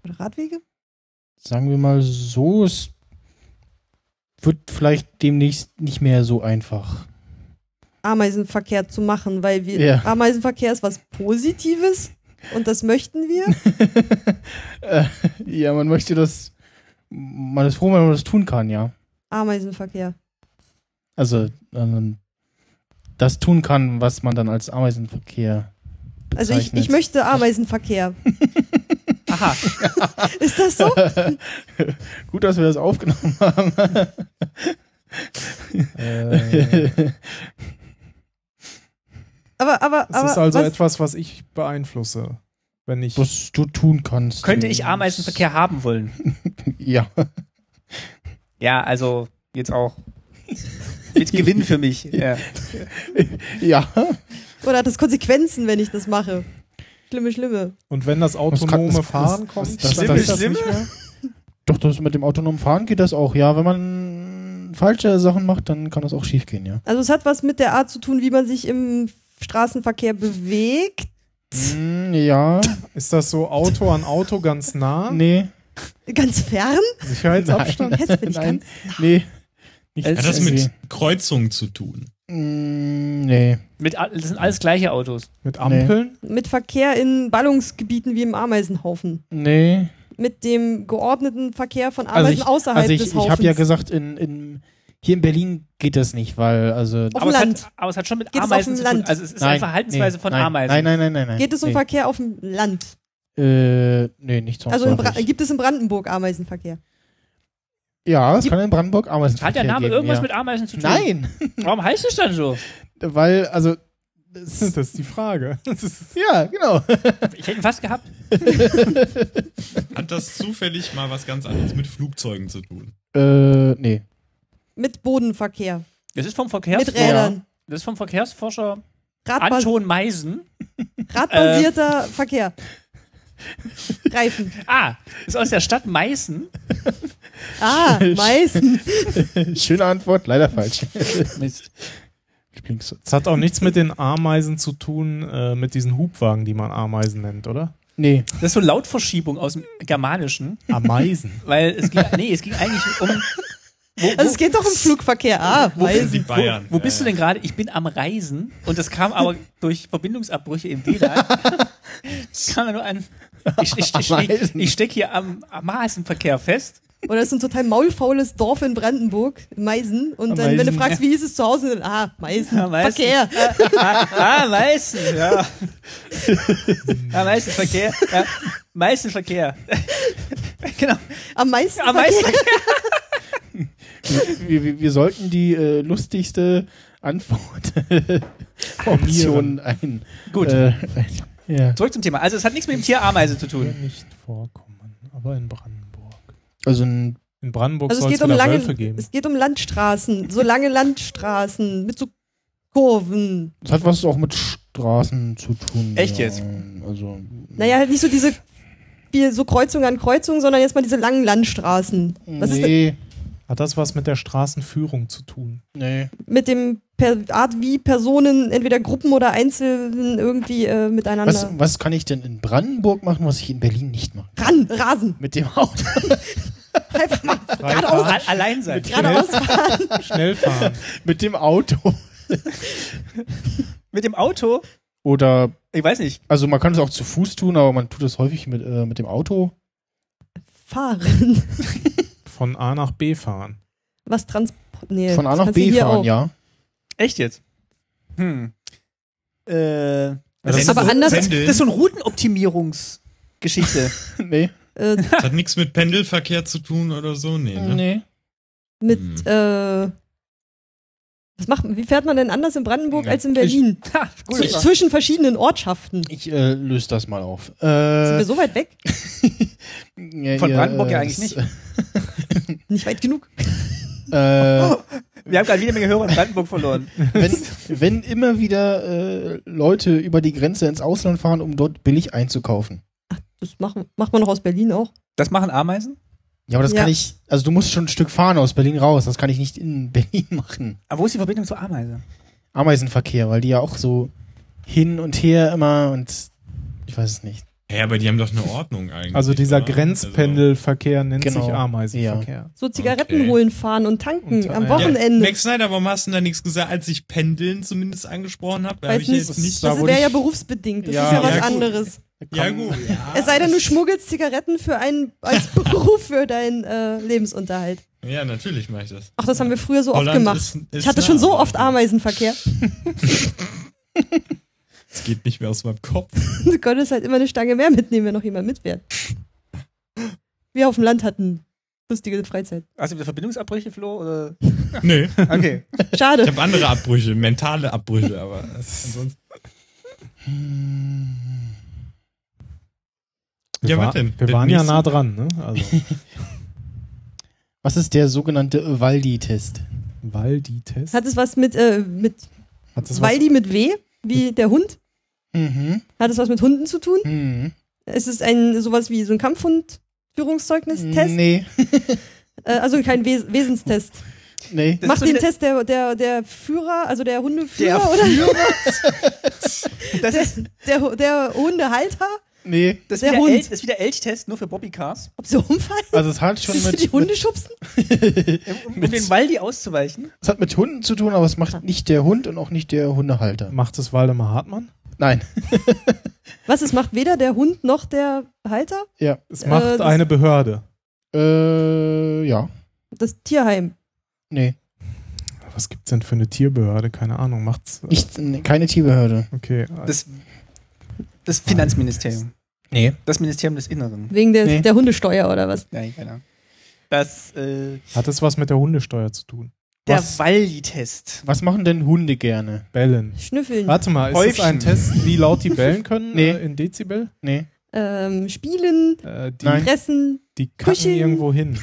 Oder Radwege? sagen wir mal so, es wird vielleicht demnächst nicht mehr so einfach. Ameisenverkehr zu machen, weil wir Ja. Ameisenverkehr ist was Positives und das möchten wir. Äh, ja, man möchte das. Man ist froh, wenn man das tun kann, ja. Ameisenverkehr. Also, ähm, das tun kann, was man dann als Ameisenverkehr. Also ich, Bezeichnet. ich möchte Ameisenverkehr. Aha. Ist das so? Gut, dass wir das aufgenommen haben. Äh, Aber, aber, es aber ist also was, etwas, was ich beeinflusse, wenn ich was du tun kannst. Könnte ich Ameisenverkehr haben wollen? Ja. Ja, also jetzt auch. Mit Gewinn für mich. Ja. Ja. oder hat das Konsequenzen, wenn ich das mache? Schlimme, schlimme. und wenn das autonome das- Fahren das- kommt, das- dann das- ist das nicht mehr. Doch, das mit dem autonomen Fahren geht das auch. Ja, wenn man falsche Sachen macht, dann kann das auch schief gehen, ja. Also es hat was mit der Art zu tun, wie man sich im Straßenverkehr bewegt. Hm, Mm, ja. Ist das so Auto an Auto ganz nah? Nee. Ganz fern? Sicherheitsabstand? Jetzt bin ich Nein. ganz. Nee. Nicht Hat Hat das mit irgendwie. Kreuzungen zu tun? Mm, nee. Mit, all- das sind alles gleiche Autos. Mit Ampeln? Mit Verkehr in Ballungsgebieten wie im Ameisenhaufen. Nee. Mit dem geordneten Verkehr von Ameisen Also ich, außerhalb also ich, des ich Haufens. habe ja gesagt, in, in, hier in Berlin geht das nicht, weil, also. Auf aber, dem Es Land. hat, aber es hat schon mit Geht es auf Ameisen dem zu tun. Land? Also es ist eine Verhaltensweise nee, von nein, Ameisen. Nein, nein, nein, nein, nein. Geht es um nee. Verkehr auf dem Land? Äh, nee, nicht so. Also in Bra gibt es in Brandenburg Ameisenverkehr? Ja, es gibt- kann in Brandenburg Ameisen. Hat der Name geben, irgendwas ja. mit Ameisen zu tun? Nein, Warum heißt es dann so? weil, also. Das Das, ist die Frage. Das ist ja, genau. Ich hätte ihn fast gehabt. Hat das zufällig mal was ganz anderes mit Flugzeugen zu tun? äh, nee. Mit Bodenverkehr. Das ist vom, Mit Verkehrs Rädern. das ist vom Verkehrsforscher Radbas Anton Meisen. äh, radbasierter Verkehr. Reifen. Ah, ist aus der Stadt Meißen. Ah, Meißen. Schöne Antwort, leider falsch. Mist. Lieblings. Es hat auch nichts mit den Ameisen zu tun, äh, mit diesen Hubwagen, die man Ameisen nennt, oder? Nee. Das ist so Lautverschiebung aus dem Germanischen, Ameisen. weil es ging, nee, es ging eigentlich um. Wo, wo, Also es geht doch im Flugverkehr. Ah, Sind weil die Bayern. wo bist du Ja, denn gerade? Ich bin am Reisen und das kam aber durch Verbindungsabbrüche im WLAN. Das kam ja nur an. Ich, ich, ich, ich, Reisen. ich stecke hier am, am Maßenverkehr fest. Oder es ist ein total maulfaules Dorf in Brandenburg, Meisen. Und dann, wenn du Meisen, fragst, wie hieß es zu Hause, dann, ah, Meisen, Ja, Meisen. Verkehr. Äh, Ah, Meißen, ja. Ja, Meißenverkehr. Ja, Meißenverkehr. genau. Am meisten. Am meisten. Verkehr. Wir, wir, wir sollten die äh, lustigste Antwort-Option ein. Gut. Äh, ein- ja. Zurück zum Thema. Also es hat nichts mit dem Tier Ameise zu Hier tun. nicht vorkommen, aber in Brandenburg. Also ein In Brandenburg Also es soll es geht um wieder lange, Wölfe geben. es geht um Landstraßen, so lange Landstraßen mit so Kurven. Das hat was auch mit Straßen zu tun. Echt jetzt? Also, Naja, halt nicht so diese viel so Kreuzung an Kreuzung, sondern jetzt mal diese langen Landstraßen. Was ist denn nee, Hat das was mit der Straßenführung zu tun? nee. mit dem per Art wie Personen, entweder Gruppen oder Einzelnen irgendwie äh, miteinander Was, was kann ich denn in Brandenburg machen, was ich in Berlin nicht mache? ran, rasen. Mit dem Auto. Einfach mal Äh, Freifahren, A- Allein sein. geradeaus fahren. schnell fahren. mit dem Auto. Mit dem Auto? Oder, Ich weiß nicht. also man kann es auch zu Fuß tun, aber man tut das häufig mit, äh, mit dem Auto. Fahren. Von A nach B fahren. Was Transport. Nee, Von A das nach kannst du B hier fahren, auch. ja. Echt jetzt? Hm. Äh, Also, Das ist aber so anders- Pendeln. das ist so eine Routenoptimierungsgeschichte. nee. Äh, Das hat nichts mit Pendelverkehr zu tun oder so. Nee, ne? Nee. mit, Hm. äh, was macht, wie fährt man denn anders in Brandenburg als in Berlin? ha, Zw- Zwischen verschiedenen Ortschaften. Ich äh, löse das mal auf. Sind Äh, wir so weit weg? ja, Von ihr, Brandenburg ja äh, eigentlich nicht. Nicht weit genug. Äh, Wir haben gerade wieder Menge Hörer in Brandenburg verloren. wenn, wenn immer wieder äh, Leute über die Grenze ins Ausland fahren, um dort billig einzukaufen. Das machen, macht man noch aus Berlin auch. Das machen Ameisen? Ja, aber das Ja. kann ich, also du musst schon ein Stück fahren aus Berlin raus. Das kann ich nicht in Berlin machen. Aber wo ist die Verbindung zur Ameise? Ameisenverkehr, weil die ja auch so hin und her immer und ich weiß es nicht. Hä, aber die haben doch eine Ordnung eigentlich. Also dieser oder? Grenzpendelverkehr nennt Genau. sich Ameisenverkehr. So Zigaretten Okay. holen, fahren und tanken Und, am äh, Also, ja. Wochenende. Max Snyder, warum hast du denn da nichts gesagt, als ich Pendeln zumindest angesprochen habe? Da habe ich ja Weiß jetzt nicht. nicht. da das wurde wäre ich- ja berufsbedingt. Das Ja, ist ja ja, was gut. anderes. Ja, gut. Ja, Es sei denn, du schmuggelst Zigaretten für einen als Beruf für deinen äh, Lebensunterhalt. ja natürlich mache ich das. Ach, das haben wir früher so oft Holland gemacht. ist- ist ich hatte nah. schon so oft Ameisenverkehr. Es geht nicht mehr aus meinem Kopf. Du konntest halt immer eine Stange mehr mitnehmen, wenn noch jemand mitwährt. Wir auf dem Land hatten lustige Freizeit. Also wieder Verbindungsabbrüche, Flo? Oder? Nee, Okay. ich Schade. habe andere Abbrüche, mentale Abbrüche, aber ansonsten. Wir, Ja, wa- was denn? wir Wenn waren ja nicht so- nah dran, ne? Also, Was ist der sogenannte Waldi-Test? Waldi-Test. Hat es was mit, äh, mit Hat das was? Waldi mit W, wie der Hund? Mhm. Hat es was mit Hunden zu tun? mhm. Ist es ein sowas wie so ein Kampfhund? Führungszeugnis-Test? Nee, Äh, also kein Wes Wesenstest. nee. Das ist Macht so den der- Test der, der, der Führer, also der Hundeführer Der oder Das ist, der, der Hundehalter? Nee. das ist Der wieder Hund. El- das ist wie der Elchtest, nur für Bobbycars. Ob sie umfallen? Also es hat schon Willst du mit, die Hunde schubsen? Um, um den Waldi auszuweichen. es hat mit Hunden zu tun, aber es macht nicht der Hund und auch nicht der Hundehalter. Macht es Waldemar Hartmann? Nein. Was, es macht weder der Hund noch der Halter? Ja. Es Äh, macht das- eine Behörde. Äh, ja. Das Tierheim. Nee. Was gibt's denn für eine Tierbehörde? Keine Ahnung. Macht's. Nicht, nee, keine Tierbehörde. Okay. Das, das Finanzministerium. Nee. Das Ministerium des Inneren. Wegen der, Nee. der Hundesteuer oder was? Nein, keine Ahnung. Das, äh, Hat es was mit der Hundesteuer zu tun? der Was? Waldi-Test. Was machen denn Hunde gerne? Bellen. Schnüffeln. Warte mal, ist das Häufchen. ein Test, wie laut die bellen können? Nee. Äh, in Dezibel? Nee. Ähm, spielen, Äh, die, Nein. fressen, die kacken Küchen. irgendwo hin.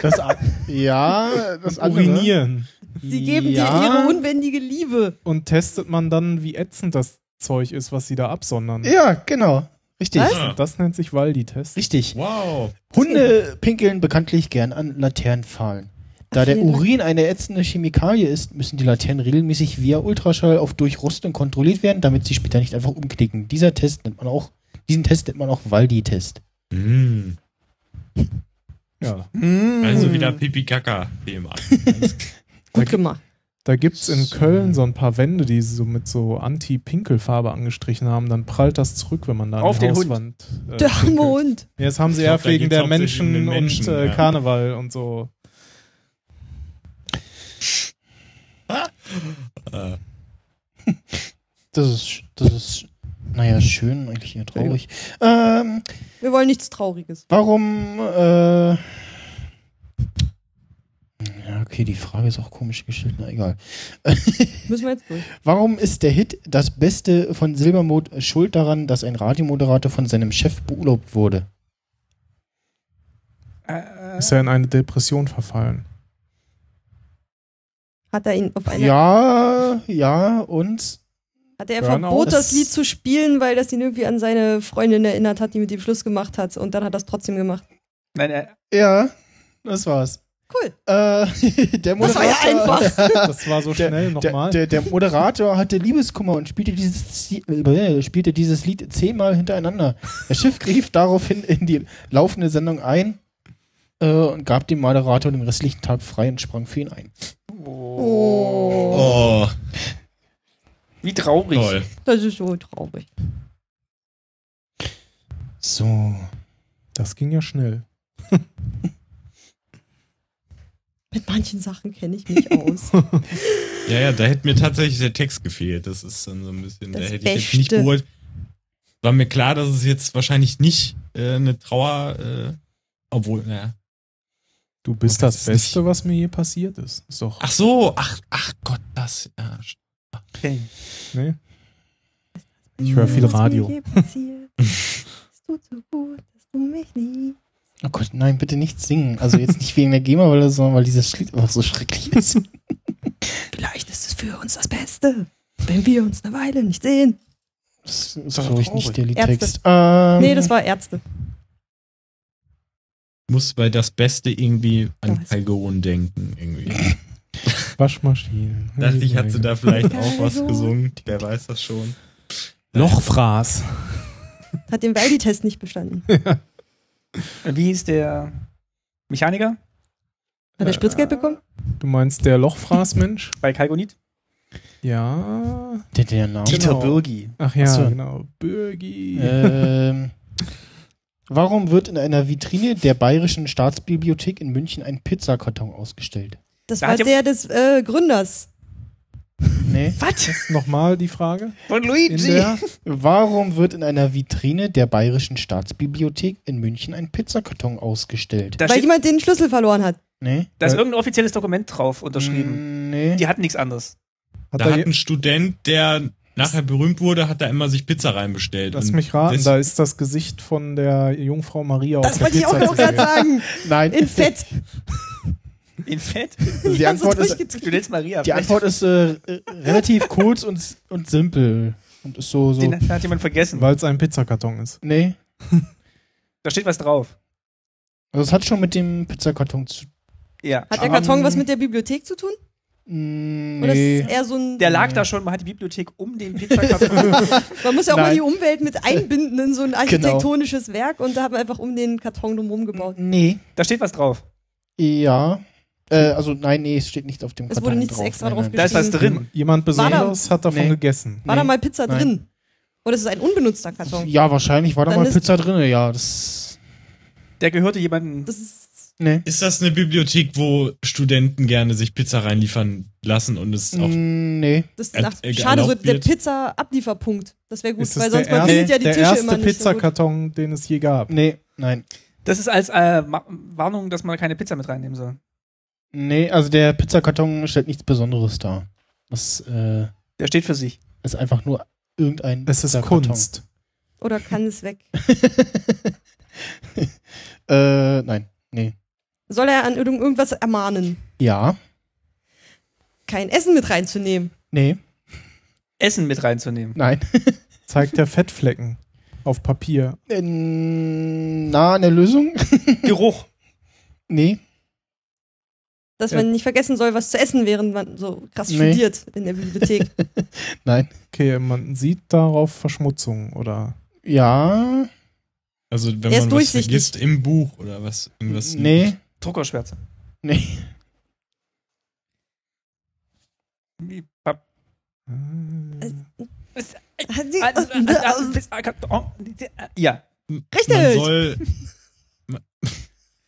Das a- ja, das andere. Urinieren. sie geben dir ihre unbändige Liebe. Und testet man dann, wie ätzend das Zeug ist, was sie da absondern. Ja, genau. Richtig. Was? Ah, Das nennt sich Waldi-Test. Richtig. wow. Hunde pinkeln bekanntlich gern an Laternenpfahlen. Da der Urin eine ätzende Chemikalie ist, müssen die Laternen regelmäßig via Ultraschall auf Durchrostung kontrolliert werden, damit sie später nicht einfach umknicken. Dieser Test nennt man auch Diesen Test nennt man auch Waldi-Test. Mm. Ja. Also wieder Pipi-Kaka-Thema. Gut gemacht. Da gibt es in So. Köln so ein paar Wände, die sie so mit so Anti-Pinkelfarbe angestrichen haben. Dann prallt das zurück, wenn man da an Auf die den Hund. Hauswand, äh, Der arme pinkelt. Hund. Ja, das haben sie Ich ja glaub, da wegen geht's der hauptsächlich um Menschen, den Menschen, und äh, ja. Karneval und so. äh, Das ist, das ist, naja, schön, eigentlich eher traurig. Ähm, Wir wollen nichts Trauriges. warum, äh, ja, okay, die Frage ist auch komisch gestellt, na egal. Müssen wir jetzt durch. Warum ist der Hit Das Beste von Silbermond schuld daran, dass ein Radiomoderator von seinem Chef beurlaubt wurde? Ist ja in eine Depression verfallen. Hat er ihn auf eine, Ja, ja, und hat er Burnout. verbot, das Das- Lied zu spielen, weil das ihn irgendwie an seine Freundin erinnert hat, die mit ihm Schluss gemacht hat und dann hat er es trotzdem gemacht. Nein, äh, er, ja, das war's. Cool. Äh, der Das war ja Moderator- Das war so Der, schnell nochmal. der, der Moderator hatte Liebeskummer und spielte dieses, Zie- äh, spielte dieses Lied zehnmal hintereinander. Der Schiff griff daraufhin in die laufende Sendung ein äh, und gab dem Moderator den restlichen Tag frei und sprang für ihn ein. Oh. oh, wie traurig. toll. Das ist so traurig. So. Das ging ja schnell. Mit manchen Sachen kenne ich mich aus. Ja, ja, da hätte mir tatsächlich der Text gefehlt. Das ist dann so ein bisschen, Das da hätte ich jetzt Beste. nicht geholt. War mir klar, dass es jetzt wahrscheinlich nicht äh, eine Trauer, äh, obwohl, naja. Du bist Oh, das, das ist Beste, was mir je passiert ist. Ist doch. Ach so, ach, ach Gott, das, ja. Nee? ne? Ich höre viel Was mir Radio. je passiert. Es tut so gut, dass du mich nie. Oh Gott, nein, bitte nicht singen. Also jetzt nicht wegen der GEMA, weil das, sondern weil dieses Lied einfach so schrecklich ist. Vielleicht ist es für uns das Beste, wenn wir uns eine Weile nicht sehen. Das ist, glaube ich, nicht der Ärzte. Liedtext. Ähm, Nee, das war Ärzte. Muss bei das Beste irgendwie an Weiß. Calgon denken, irgendwie. Waschmaschinen. Dachte ich, hat sie da vielleicht auch was Calgon. gesungen. Wer weiß das schon. Lochfraß. Hat den Verdi-Test nicht bestanden. Wie ist der Mechaniker Hat er Spritzgeld bekommen? Du meinst der Lochfraß-Mensch? bei Kalgonit? Ja. Ähm, der, der Name. Dieter Genau. Birgi. Ach ja, Ach so. genau. Birgi. ähm, warum wird in einer Vitrine der Bayerischen Staatsbibliothek in München ein Pizzakarton ausgestellt? Das Da war hat ja- der des äh, Gründers. Nee. Was? Nochmal die Frage. Von In Luigi. der Warum wird in einer Vitrine der Bayerischen Staatsbibliothek in München ein Pizzakarton ausgestellt? Da weil steht, jemand den Schlüssel verloren hat. nee. da ist irgendein offizielles Dokument drauf unterschrieben. Äh, Mm, Nee. Die hatten nichts anderes. hat Da da hat je- ein Student, der nachher berühmt wurde, hat da immer sich Pizza reinbestellt. Lass Und mich raten, das- da ist das Gesicht von der Jungfrau Maria auf Das der wollte ich auch Pizza noch zu sehen. gerade sagen. Nein. In Fett. In Fett? Also die Antwort so ist, Du nennst Maria. die Antwort ist äh, äh, relativ kurz und, s- und simpel. Und ist so, so. Den hat jemand vergessen. Weil es ein Pizzakarton ist. Nee. Da steht was drauf. Also es hat schon mit dem Pizzakarton zu Ja. Hat der Aber- Karton was mit der Bibliothek zu tun? Mm, Oder ist Nee. es eher so ein. Der lag da schon, man hat die Bibliothek um den Pizzakarton. Man muss ja auch mal Nein. die Umwelt mit einbinden in so ein architektonisches Werk und da haben wir einfach um den Karton drumherum gebaut. Nee. da steht was drauf. Ja. Äh, also nein, nee, es steht nicht auf dem Es Karton wurde nichts drauf. extra nein, drauf nein. Da ist was drin. Jemand War da- Besonderes hat davon Nee. gegessen. War da Nee. mal Pizza Nein. Äh, drin? Oder ist es ein unbenutzter Karton? Ja, wahrscheinlich war da Dann mal ist- Pizza drin, ja. Das. Der gehörte jemandem. Das ist. Nee. Ist das eine Bibliothek, wo Studenten gerne sich Pizza reinliefern lassen und es auch Mm, Nee. Das ist Er- nach, er- schade, so erlaubt der wird. Pizza-Ablieferpunkt. Das wäre gut, Ist es weil sonst der man erste, findet ja die der Tische erste immer nicht. So gut. Pizzakarton, den es je gab? Nee, nein. Das ist als äh, Ma- Warnung, dass man keine Pizza mit reinnehmen soll. Nee, also der Pizzakarton stellt nichts Besonderes dar. Das äh, Der steht für sich. ist einfach nur irgendein Es ist Pizzakarton. Kunst. Oder kann es weg? äh, nein. Nee. Soll er an irgend- irgendwas ermahnen? Ja. Kein Essen mit reinzunehmen. Nee. Essen mit reinzunehmen. Nein. Zeigt der Fettflecken auf Papier. Ähm, Na, eine Lösung? Geruch. Nee. Dass Ja. man nicht vergessen soll, was zu essen, während man so krass Nee. studiert in der Bibliothek. Nein. Okay, man sieht darauf Verschmutzung oder Ja, Also wenn Er ist man was durchsichtig. vergisst im Buch oder was irgendwas. nee, Druckerschwärze. nee. Wie Pap- Äh. äh, Äh, Richtig! Ja. Man soll, man,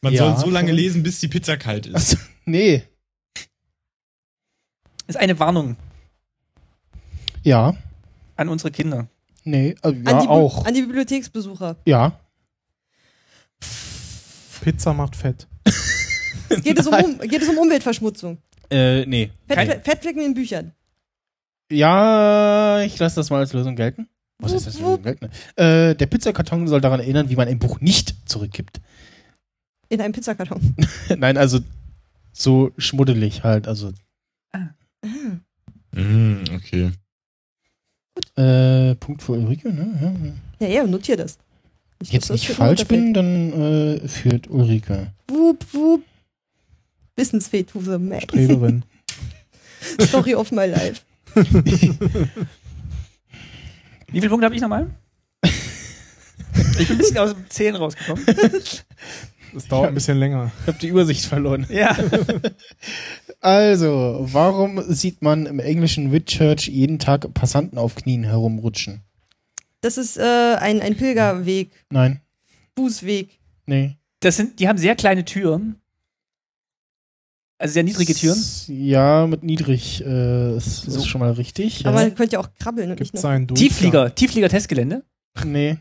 man Ja, soll so lange voll. lesen, bis die Pizza kalt ist. Also, nee. Ist eine Warnung Ja, an unsere Kinder. nee, also, An, ja die Bi- auch. an die Bibliotheksbesucher. Ja. Pizza macht fett. Es geht, es um, um, geht es um Umweltverschmutzung. Äh, nee. Fett, Keine. Fettflecken in Büchern. Ja, ich lasse das mal als Lösung gelten. Was ist das für eine Lösung gelten? Äh, der Pizzakarton soll daran erinnern, wie man ein Buch nicht zurückgibt. In einem Pizzakarton. Nein, also so schmuddelig halt. Also Mm, okay. äh, Punkt für Ulrike. Ne? Ja, ja. Ja, ja, notier das. Ich Jetzt glaub, das nicht wird falsch runterfällt. bin, dann äh, führt Ulrike. Wup, wup. Wissensfetus, man. Streberin. Story of my life. Wie viele Punkte habe ich nochmal? Ich bin ein bisschen aus dem Zählen rausgekommen. Das dauert ein bisschen länger. Ich habe die Übersicht verloren. Ja. Also, warum sieht man im englischen Whitchurch jeden Tag Passanten auf Knien herumrutschen? Das ist äh, ein, ein Pilgerweg, Nein, Fußweg. nee. Das sind, die haben sehr kleine Türen. Also sehr niedrige Türen. S- Ja, mit niedrig. Äh, das ist schon mal richtig. Ja. Aber man könnte ja auch krabbeln und Gibt nicht es nach. einen Durchgang? Tiefflieger, Tiefflieger-Testgelände. nee.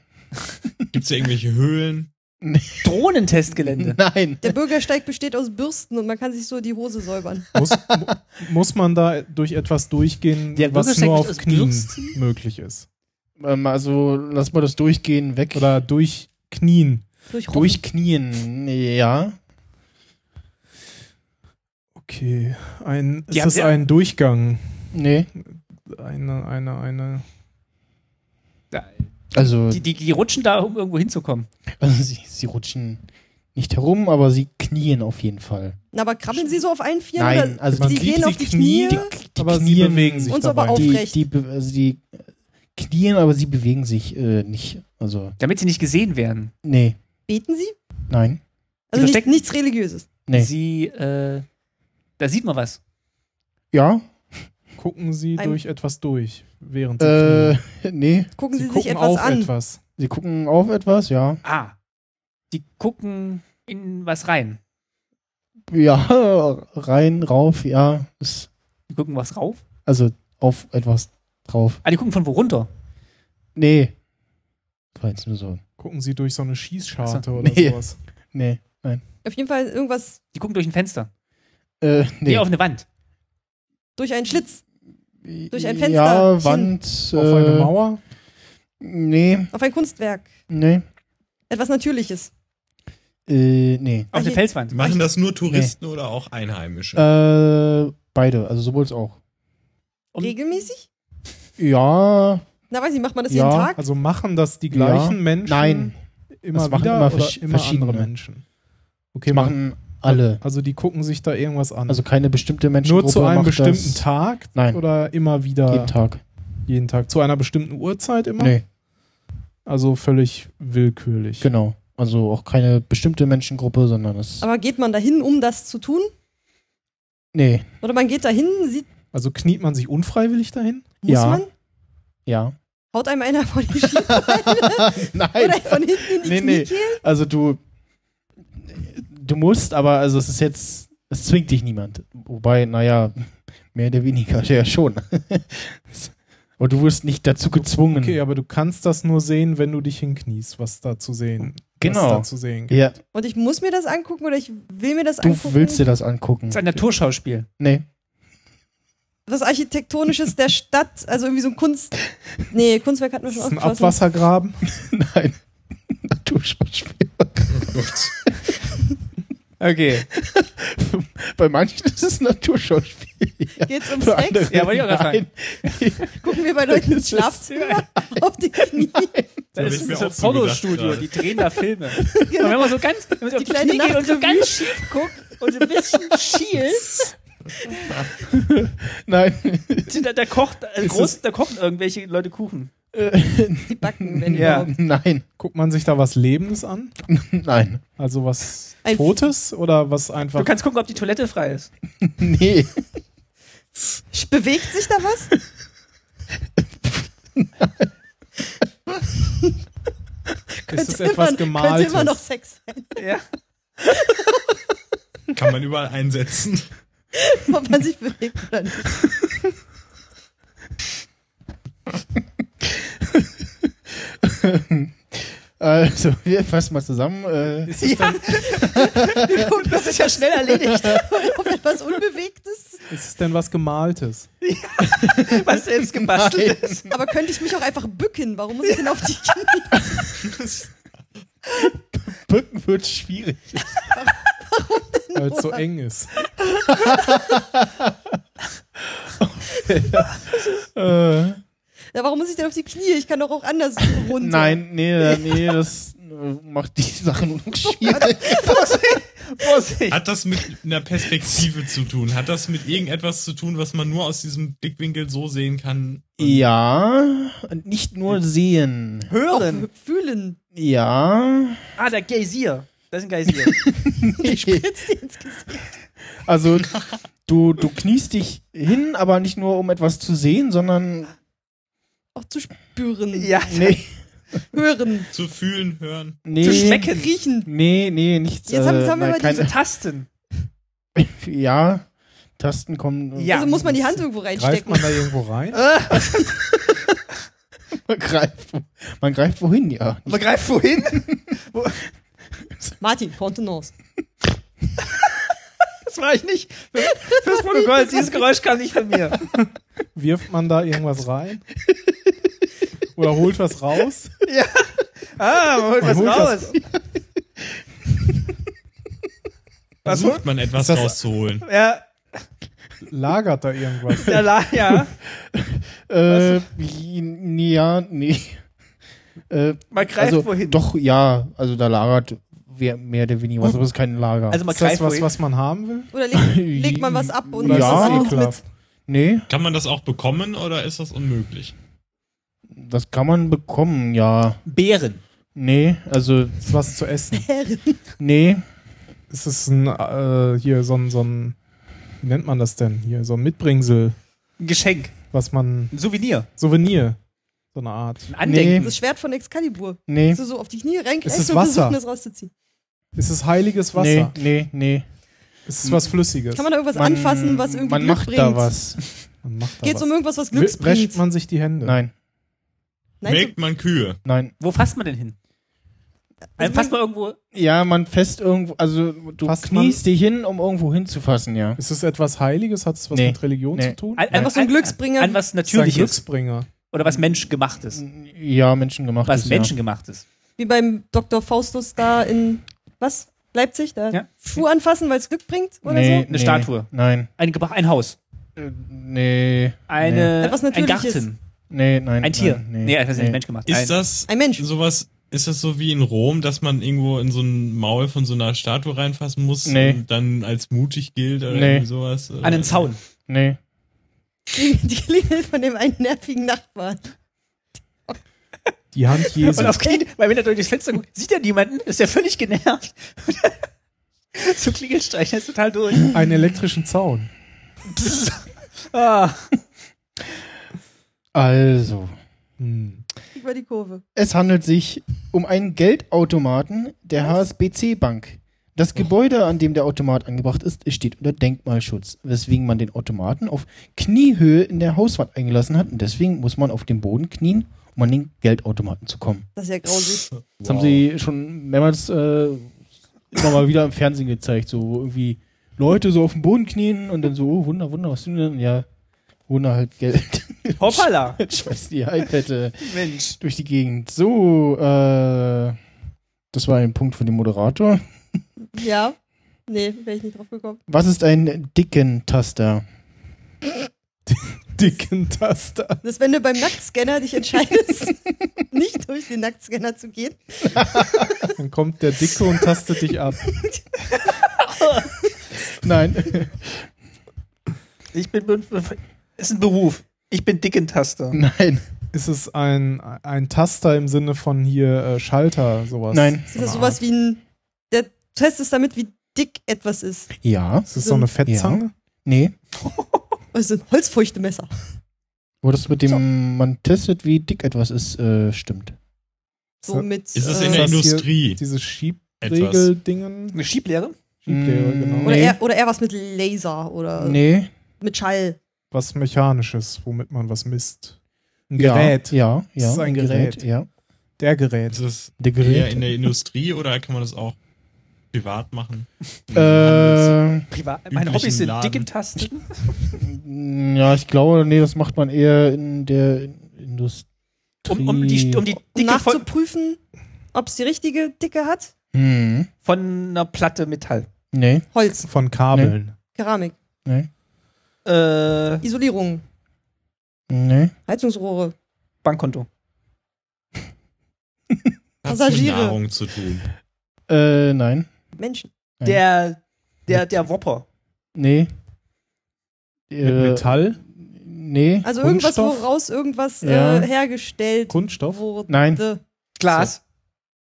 Gibt's da irgendwelche Höhlen? Drohnentestgelände. Nein. Der Bürgersteig besteht aus Bürsten und man kann sich so die Hose säubern. Muss, mu- muss man da durch etwas durchgehen, Der was Bürgersteig nur wird auf aus Knien Bürsten? möglich ist? Ähm, also, lass mal das Durchgehen weg. Oder durch Knien. Durch, Rochen. Durchknien, ja. Okay. Ein, Die ist haben es sehr- ein Durchgang? Nee. Eine, eine, eine. Also, Die, die, die rutschen da, um irgendwo hinzukommen. also sie, sie rutschen nicht herum, aber sie knien auf jeden Fall. Na, aber krabbeln sie so auf allen Vieren? Nein, oder? also die die, gehen sie auf die Knie. knien, die aber sie knien bewegen sich uns aber dabei. auch- die, Aufrecht. die, be- also die knien, aber sie bewegen sich äh, nicht. Also, Damit sie nicht gesehen werden. nee, Beten sie? nein, Also nicht, verstecken- nichts Religiöses. nee. Sie, äh, da sieht man was. ja, Gucken sie Ein- durch etwas durch, während sie äh, knien. nee. Gucken sie, Sie sich gucken etwas auf an. etwas. Sie gucken auf etwas, ja. Ah. Die gucken in was rein. Ja, rein, rauf, ja. Ist, Die gucken was rauf. also auf etwas drauf. Ah, die gucken von wo runter? Nee. Das war jetzt nur so. Gucken sie durch so eine Schießscharte Ach so, oder nee. sowas. Nee, Auf jeden Fall irgendwas Die gucken durch ein Fenster. äh, Nee, nee. auf eine Wand. durch einen Schlitz, durch ein Ja, Fensterchen. Wand. Auf äh, eine Mauer? Nee, auf ein Kunstwerk. nee, Etwas Natürliches. äh, nee. Auf eine Ah, Felswand. Machen das nur Touristen oder auch Einheimische? Äh, beide, also sowohl es auch. Um- Regelmäßig? Ja, Na, weiß ich, macht man das Ja, jeden Tag? Also machen das die gleichen ja, Menschen Nein, immer das machen wieder immer oder versch- immer verschiedene. andere Menschen? Okay, das machen alle. Also die gucken sich da irgendwas an. Also keine bestimmte Menschengruppe Nur zu einem macht bestimmten das Tag Nein. oder immer wieder jeden jeden Tag. Tag. Zu einer bestimmten Uhrzeit immer? Nee, Also völlig willkürlich. genau. Also auch keine bestimmte Menschengruppe, sondern es. Aber geht man dahin, um das zu tun? nee, Oder man geht dahin, sieht, Also kniet man sich unfreiwillig dahin? muss Ja. man? ja. Haut einem einer von die Schiene Nein, oder von hinten in die Nee, nee. Kniekehlen? also du. Du musst, aber also es ist jetzt. Es zwingt dich niemand. Wobei, naja, mehr oder weniger, ja schon. Aber du wirst nicht dazu gezwungen. Okay, aber du kannst das nur sehen, wenn du dich hinkniest, was da zu sehen. Genau. Was da zu sehen gibt. ja, Und ich muss mir das angucken oder ich will mir das du angucken. willst dir das angucken. Das ist ein Naturschauspiel. Nee. was Architektonisches der Stadt, also irgendwie so ein Kunst. Nee, Kunstwerk hatten wir Ist schon es ein ausgeschlossen. Abwassergraben? Nein. Naturschauspiel. Gut. Okay. Bei manchen ist es Naturschauspiel. Geht's um Für Sex? andere Ja, wollte ich auch gerade nein. Gucken wir bei Leuten ins Schlafzimmer auf die Knie. Das Das hab ich mir ist so ein auch so gedacht Pornostudio. gerade. Die drehen da Filme. Und wenn man so ganz, wenn man so auf die kleine Knie geht und so Nachtrevue. ganz schief guckt und so ein bisschen schielt, Nein. da, da kocht, äh, groß, da kochen irgendwelche Leute Kuchen. Die backen, wenn ja, überhaupt. nein, Guckt man sich da was Lebendes an? nein. Also was Ein- Totes oder was einfach. Du kannst gucken, ob die Toilette frei ist. Nee, Bewegt sich da was? ist es Könnte etwas immer- Gemaltes? Könnte immer noch Sex sein, Ja. Kann man überall einsetzen. ob man sich bewegt oder nicht. also wir fassen mal zusammen. Äh, Ist das dann- das ist ja schnell erledigt. Ob etwas Unbewegtes. Ist es denn was Gemaltes? was selbst gebastelt ist. Aber könnte ich mich auch einfach bücken? Warum muss ich denn auf die Knie? Bücken wird schwierig. Weil es so eng ist. Äh, Ja, warum muss ich denn auf die Knie? Ich kann doch auch anders runter. nein, nee, nee, das äh, macht die Sache nur noch schwierig. Vorsicht. Hat das mit einer Perspektive zu tun? Hat das mit irgendetwas zu tun, was man nur aus diesem Blickwinkel so sehen kann? Ja, nicht nur sehen. Hören. Auch fühlen. Ja, Ah, der Geysir. Das ist ein Geysir. also du, du kniest dich hin, aber nicht nur um etwas zu sehen, sondern Auch zu spüren. ja. nee, Hören. Zu fühlen, hören. nee, Zu schmecken. Riechen. nee, nee, nichts. äh, Jetzt haben- jetzt haben wir nein, aber keine, Tasten. ja, Tasten kommen. Ja. Also muss man die Hand irgendwo Greift reinstecken. man da irgendwo rein? Man greift, wo- man greift wohin, ja. Man greift wohin? Martin, Kontenance. Das war ich nicht. Für- Fürs Protokoll, dieses Geräusch kam nicht von mir. Wirft man da irgendwas rein? Oder holt was raus? Ah, man holt was holt raus. Was holt? Versucht man etwas Ist das- rauszuholen. Ja, Lagert da irgendwas? ja, la- ja. Äh, wie- ja, nee. Äh, Man greift also, wohin. doch, ja, also da lagert wer- mehr oder weniger was, aber es ist kein Lager. Also man Ist das greift was, wohin. was man haben will? Oder legt, legt man was ab und Oder Ja. ist eh das ist ekelhaft? nee, Kann man das auch bekommen oder ist das unmöglich? das kann man bekommen, ja. Beeren. Nee, also, Ist was zu essen? mit Herren. nee. Ist es ein, äh, hier so ein, so ein, wie nennt man das denn? Hier, so ein Mitbringsel, Ein Geschenk. was man, Ein Souvenir. Souvenir, so eine Art. Ein Andenken. Das Schwert von Excalibur. Nee, So, so auf die Knie reingreifen Es ist und Wasser. versuchen, das rauszuziehen. Ist es heiliges Wasser? nee, nee, nee. Ist es was Flüssiges? Kann man da irgendwas Man- anfassen, was irgendwie Man Glück macht bringt? da was. Man macht da Geht es was. um irgendwas, was W- Glück bringt? Wäscht man sich die Hände? Nein, Nein, Melkt man Kühe? nein. Wo fasst man denn hin? Also fasst man irgendwo. Ja, man fest irgendwo, also du Fasst kniest dich hin, um irgendwo hinzufassen, ja. Ist es etwas Heiliges? Hat es was Nee. mit Religion Nee. zu tun? An, Einfach so ein Glücksbringer. An, an was Ist ein Natürliches. Glücksbringer. Oder was menschgemachtes. Ja, Menschen gemacht. Was menschengemachtes. Wie beim Dr. Faustus da in, was? Leipzig? Da Ja. Schuh anfassen, weil es Glück bringt ja. oder nee, so? Eine Statue. Nein. Ein, Gebach- ein Haus. Äh, Nee. Eine, Etwas ein Natürliches. Garten. Nee, nein. Ein Tier. Nein, nee, das ist nicht menschgemacht. Ist ein, das Ein Mensch. sowas, ist das so wie in Rom, dass man irgendwo in so ein Maul von so einer Statue reinfassen muss Nee. und dann als mutig gilt oder Nee. irgendwie sowas? Äh, an einen Zaun. Nee. Die, die Klingel von dem einen nervigen Nachbarn. Die Hand Jesu. Und auf Knien, weil wenn er durch das Fenster guckt, sieht er niemanden, ist er völlig genervt. so Klingelstreichen, er ist total durch. einen elektrischen Zaun. Psst. ah. Also. Hm. Über die Kurve. Es handelt sich um einen Geldautomaten der HSBC Bank. Das Gebäude, an dem der Automat angebracht ist, steht unter Denkmalschutz, weswegen man den Automaten auf Kniehöhe in der Hauswand eingelassen hat und deswegen muss man auf dem Boden knien, um an den Geldautomaten zu kommen. Das ist ja grausig. Das haben sie schon mehrmals äh, immer mal wieder im Fernsehen gezeigt, so wo irgendwie Leute so auf dem Boden knien und dann so, oh, Wunder, Wunder, was sind denn? Ja, Wunder halt Geld. Hoppala. Schmeißt die iPad äh, Mensch. durch die Gegend. So, äh, das war ein Punkt für den Moderator. Ja. Nee, wäre ich nicht drauf gekommen. Was ist ein dicken Taster? Dicken Taster. Das, wenn du beim Nacktscanner dich entscheidest, nicht durch den Nacktscanner zu gehen. Dann kommt der Dicke und tastet dich ab. Nein, Ich bin, ist ein Beruf. Ich bin Dickentaster. nein. Ist es ein, ein Taster im Sinne von hier äh, Schalter, sowas? Ah. Nein. Ist Genau. das sowas wie ein. Der Test ist damit, wie dick etwas ist. Ja. Ist es so eine Fettzange? Nee. Also ein Holzfeuchtemesser. Wo das mit dem, man testet, wie dick etwas ist, äh, stimmt. So mit. Ist es in Äh, der das hier- Industrie? Diese Etwas. Schiebregel-Dingen? Eine Schieblehre? Schieblehre, Mm, genau. oder, nee. eher, oder eher was mit Laser Äh, oder Nee. mit Schall. Was Mechanisches, womit man was misst. Ein Ja, Gerät. Ja, ja. Das ist ein Gerät. Ja. Der Ist Gerät. es Der eher Gerät. in der Industrie oder kann man das auch privat machen? äh, Privat. Meine Üblichen Hobbys sind Laden. dicke Tasten. mm, ja, ich glaube, nee, das macht man eher in der Industrie. Um, um die, um die Um Dicke von, nachzuprüfen, ob es die richtige Dicke hat. Hm. von einer Platte Metall. Nee. Holz, Von Kabeln. Keramik, Äh, Isolierung, Nee. Heizungsrohre. Bankkonto. Hat's mit Passagiere. Nahrung zu tun. Äh, nein. Menschen. Nein. Der, der, der Whopper. Nee. Ne? Äh, Mit Metall? Nee. Also irgendwas, Kunststoff? woraus irgendwas Ja. äh, hergestellt Kunststoff? wurde. Nein. Glas.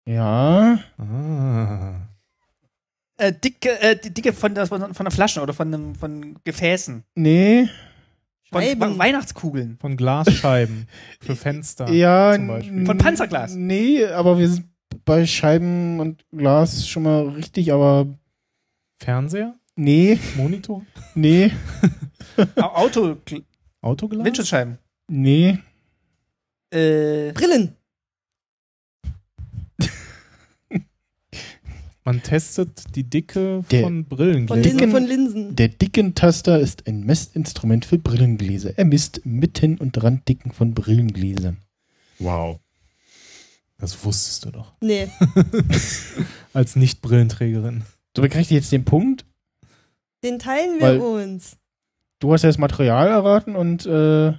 Ja. Ah. Äh, dicke, äh, die dicke von, der- von, von der Flaschen oder von, einem- von Gefäßen. Nee. Von Scheiben. Wa- Weihnachtskugeln. Von Glasscheiben. für Fenster. Ja, zum Beispiel. n- Von Mm. Panzerglas. Nee, aber wir sind bei Scheiben und Glas schon mal richtig, aber Fernseher? nee, Monitor? nee, Au- Auto, Gl- Autoglas? Windschutzscheiben. nee. Äh, Brillen. Man testet die Dicke Der- Von von Brillengläsern. Linsen. Dicken- Von Linsen. Der Dickentaster ist ein Messinstrument für Brillengläser. Er misst Mitten- und Randdicken von Brillengläsern. Wow. Das wusstest du doch. Nee. Als Nicht-Brillenträgerin. So bekriegt ihr jetzt den Punkt. Den teilen Weil- wir uns. Du hast ja das Material erraten und äh,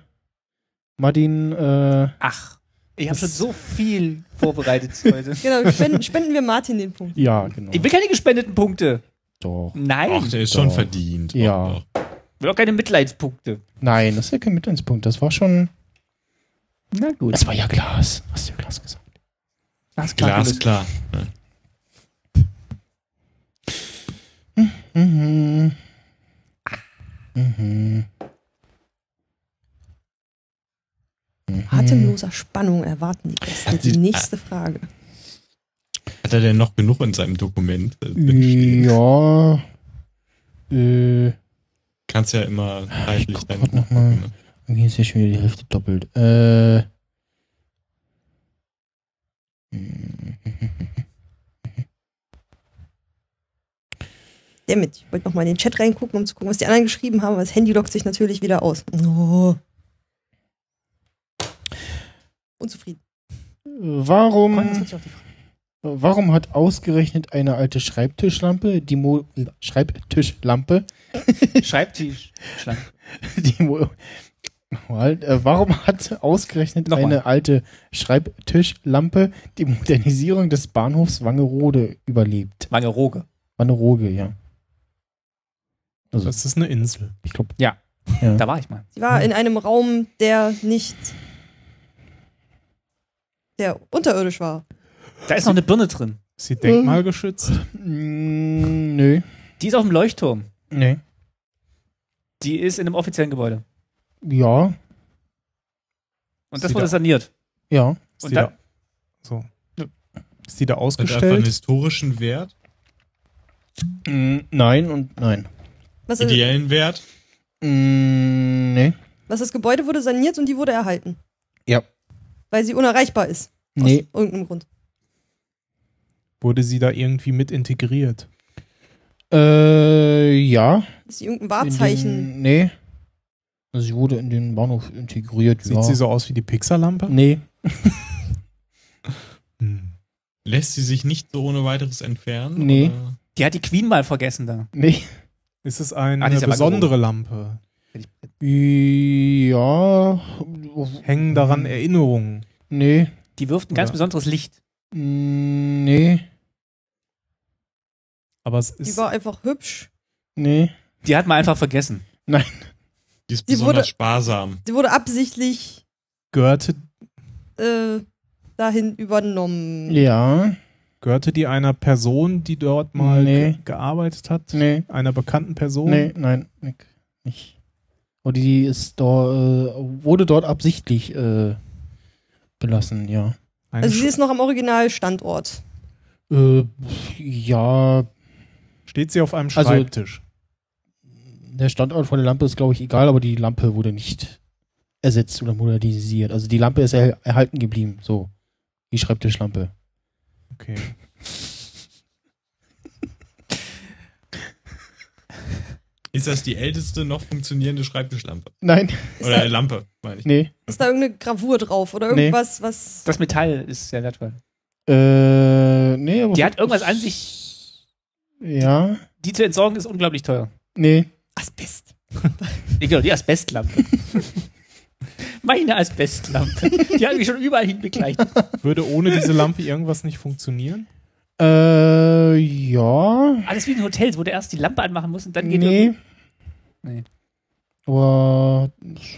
Martin, äh, ach, ich habe schon so viel vorbereitet heute. Genau, spenden, spenden wir Martin den Punkt. ja, genau. Ich will keine gespendeten Punkte. Doch. Nein. Ach, der ist schon Doch. verdient. Ja. Doch, Ich will auch keine Mitleidspunkte. Nein, das ist ja kein Mittelspunkt. Das war schon. Na gut. Das war ja Glas. Hast du ja Glas gesagt? doch. Glas, klar. Mhm. Mhm. Hm. Mhm. Atemloser Spannung erwarten die Gäste. Hat sie- Die nächste Frage. Hat er denn noch genug in seinem Dokument? äh, drinstehen? Ja. Äh, Kannst ja immer zeitlich guck dann grad noch mal. gucken, ne? hier ist ja schon wieder die Hälfte doppelt. Äh. Mhm. Damit, ich wollte nochmal in den Chat reingucken, um zu gucken, was die anderen geschrieben haben, aber das Handy lockt sich natürlich wieder aus. Oh. Unzufrieden. Warum, warum hat ausgerechnet eine alte Schreibtischlampe, die Mo Schreibtischlampe, Schreibtisch. Schlank. die Mo Nochmal, äh, warum hat ausgerechnet Nochmal. eine alte Schreibtischlampe die Modernisierung des Bahnhofs Wangerode überlebt? Mangeroge. Wangerooge, ja. Also, Das ist eine Insel. ich glaube, Da war ich mal. Sie war in einem Raum, der nicht. der unterirdisch war. Da ist noch eine Birne drin. Ist sie denkmalgeschützt? Mm, Nö. Die ist auf dem Leuchtturm. Nee. Die ist in einem offiziellen Gebäude. Ja, Und Ist das die wurde da- saniert. ja. Ist Und die dann- da, so. Ja. Ist die da Hat er einfach einen ausgestellt? historischen Wert, Mm, Nein und nein. Was, ideellen Wert. Mm, Nee. was das Gebäude wurde saniert und die wurde erhalten. Ja. Weil sie unerreichbar ist. Nee. Aus irgendeinem Grund. Wurde sie da irgendwie mit integriert? Äh, ja. Ist sie irgendein In Wahrzeichen? Den, nee. Also sie wurde in den Bahnhof integriert. Sieht ja. sie so aus wie die Pixar-Lampe? Nee. Hm. Lässt sie sich nicht so ohne weiteres entfernen? Nee. Oder? Die hat die Queen mal vergessen da. Nee. Ist es eine Ah, die ist ja besondere Lampe? Ja. Hängen daran Erinnerungen? Nee. Die wirft ein ganz Oder- besonderes Licht. Mm, Nee. Aber es Die ist war einfach hübsch. Nee. Die hat man einfach vergessen. Die ist Die besonders wurde- sparsam. Sie wurde absichtlich gehörte äh, dahin übernommen. Ja, Gehörte die einer Person, die dort mal Nee. ge gearbeitet hat? nee, Einer bekannten Oh. Person? nee, nein, nick, nicht. Und die ist dort, äh, wurde dort absichtlich äh, belassen, ja. Eine Also sie Sch- ist noch am Originalstandort. Äh, ja, Steht sie auf einem Also- Schreibtisch? der Standort von der Lampe ist, glaube ich, egal, aber die Lampe wurde nicht ersetzt oder modernisiert. Also die Lampe ist erhal- erhalten geblieben, so. Die Schreibtischlampe. okay. Ist das die älteste noch funktionierende Schreibtischlampe? Nein, Oder Lampe, meine ich. nee. Ist da irgendeine Gravur drauf oder Nee. irgendwas, was. Das Metall ist sehr wertvoll. Äh, nee, aber Die hat irgendwas an sich. Ja, Die zu entsorgen ist unglaublich teuer. nee. Asbest. Nee, Genau, die Asbestlampe. Meine Asbestlampe. Die hat mich schon überall hinbegleitet. Würde ohne diese Lampe irgendwas nicht funktionieren? Äh, ja. Alles wie in Hotels, wo du erst die Lampe anmachen musst und dann geht nee. Nee. Aber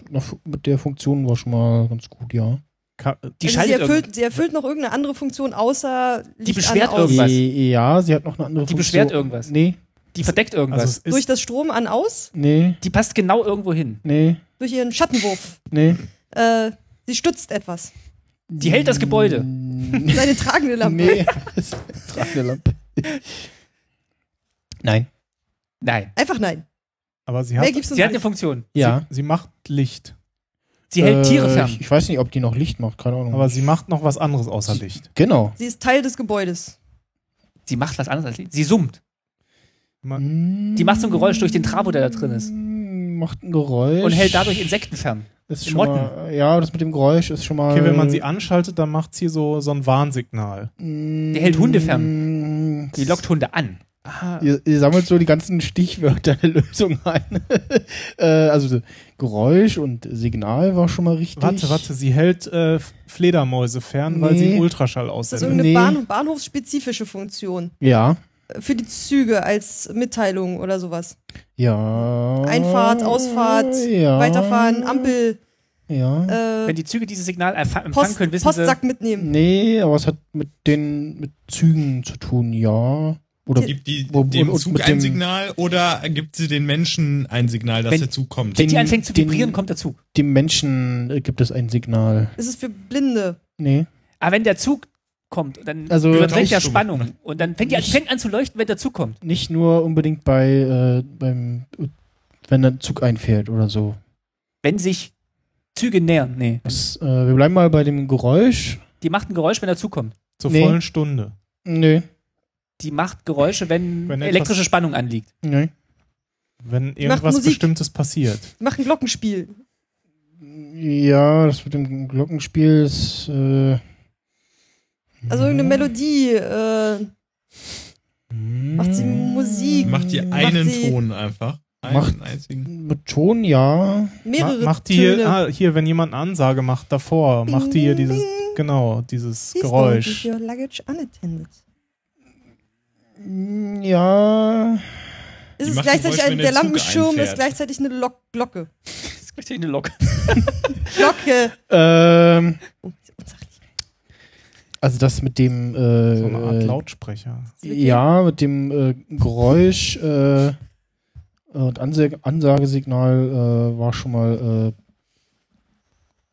noch mit der Funktion war schon mal ganz gut, ja. Ka die also sie, schaltet irgendwas. erfüllt, sie erfüllt noch irgendeine andere Funktion außer Licht beschwert an, aus. irgendwas. Äh, ja, sie hat noch eine andere Die Funktion. beschwert irgendwas. Nee, Die verdeckt irgendwas. also es ist Durch das Strom an aus, nee, die passt genau irgendwo hin. nee, durch ihren Schattenwurf. nee. Äh, sie stützt etwas. Die hält das Gebäude. nee, Seine tragende Lampe. das ist eine tragende Lampe. Nein. Nein. Einfach nein. Aber sie Mehr hat, gibt's uns Sie hat eine nicht. Funktion. Ja. sie macht Licht. Sie hält Äh, Tiere fern. Ich, ich weiß nicht, ob die noch Licht macht, keine Ahnung. Aber sie macht noch was anderes außer Licht. genau. Sie ist Teil des Gebäudes. Sie macht was anderes als Lied. Sie summt. Man, Die macht so ein Geräusch durch den Trabo, der da drin ist. Hm, Macht ein Geräusch. Und hält dadurch Insekten fern. Ist schon Motten. mal, ja, das mit dem Geräusch ist schon mal. okay, wenn man sie anschaltet, dann macht sie so, so ein Warnsignal. Der Der hält Hunde fern. Sie lockt Hunde an. Ihr, ihr sammelt so die ganzen Stichwörter der Lösung ein. äh, also so Geräusch und Signal war schon mal richtig. Warte, warte, sie hält äh, Fledermäuse fern, weil Nee. sie Ultraschall Ist das aussendet. irgendeine Nee. Bahn bahnhofsspezifische Funktion? Ja, Äh, Für die Züge als Mitteilung oder sowas. ja. Einfahrt, Ausfahrt, ja, Ah. Weiterfahren, Ampel, Ja. äh, Wenn die Züge dieses Signal erfa- empfangen Post, können, wissen Postsack mitnehmen. nee, aber es hat mit den mit Zügen zu tun, ja. Oder Gibt die Wo- dem und- und Zug mit ein dem- Signal oder gibt sie den Menschen ein Signal, dass Wenn- der Zug kommt? sie, wenn die den- anfängt zu den- vibrieren, kommt der Zug. dem Menschen äh, gibt es ein Signal. Ist es für Blinde? Nee. Aber Ah, wenn der Zug kommt, dann Also- überträgt der Taubstumme. Spannung. Und dann fängt die an, Nicht- fängt an zu leuchten, wenn der Zug kommt. Nicht nur unbedingt bei äh, beim wenn ein Zug einfährt oder so. Wenn sich Züge nähern. Nee. Das, äh, wir bleiben mal bei dem Geräusch. Die macht ein Geräusch, wenn der Zug kommt. Zur Nee. vollen Stunde. Nee, Die macht Geräusche, wenn, Wenn etwas- elektrische Spannung anliegt. nee. Wenn irgendwas Musik. Bestimmtes passiert. Die machen Glockenspiel. Ja, das mit dem Glockenspiel ist. Äh, Also Mhm. irgendeine Melodie. Äh, macht sie Musik? Macht die Macht einen sie- Ton einfach. Einen Macht- einzigen. mit Ton, ja. Ma Mehrere macht die Töne. hier, ah, hier, wenn jemand eine Ansage macht, davor, Bing, macht die hier bing, dieses, bing. genau, dieses Please don't Geräusch. leave Your luggage unattended. Ja. Ist Die es macht gleichzeitig Geräusche, ein, wenn der der Zug Lampenschirm ist einfährt. gleichzeitig eine Lok Glocke. Das ist gleich eine Lok. Glocke. Ähm, Oh, ist unsachlich. also das mit dem. Äh, So eine Art äh, Lautsprecher. Ja, mit dem äh, Geräusch äh, und Anse Ansagesignal äh, war schon mal äh,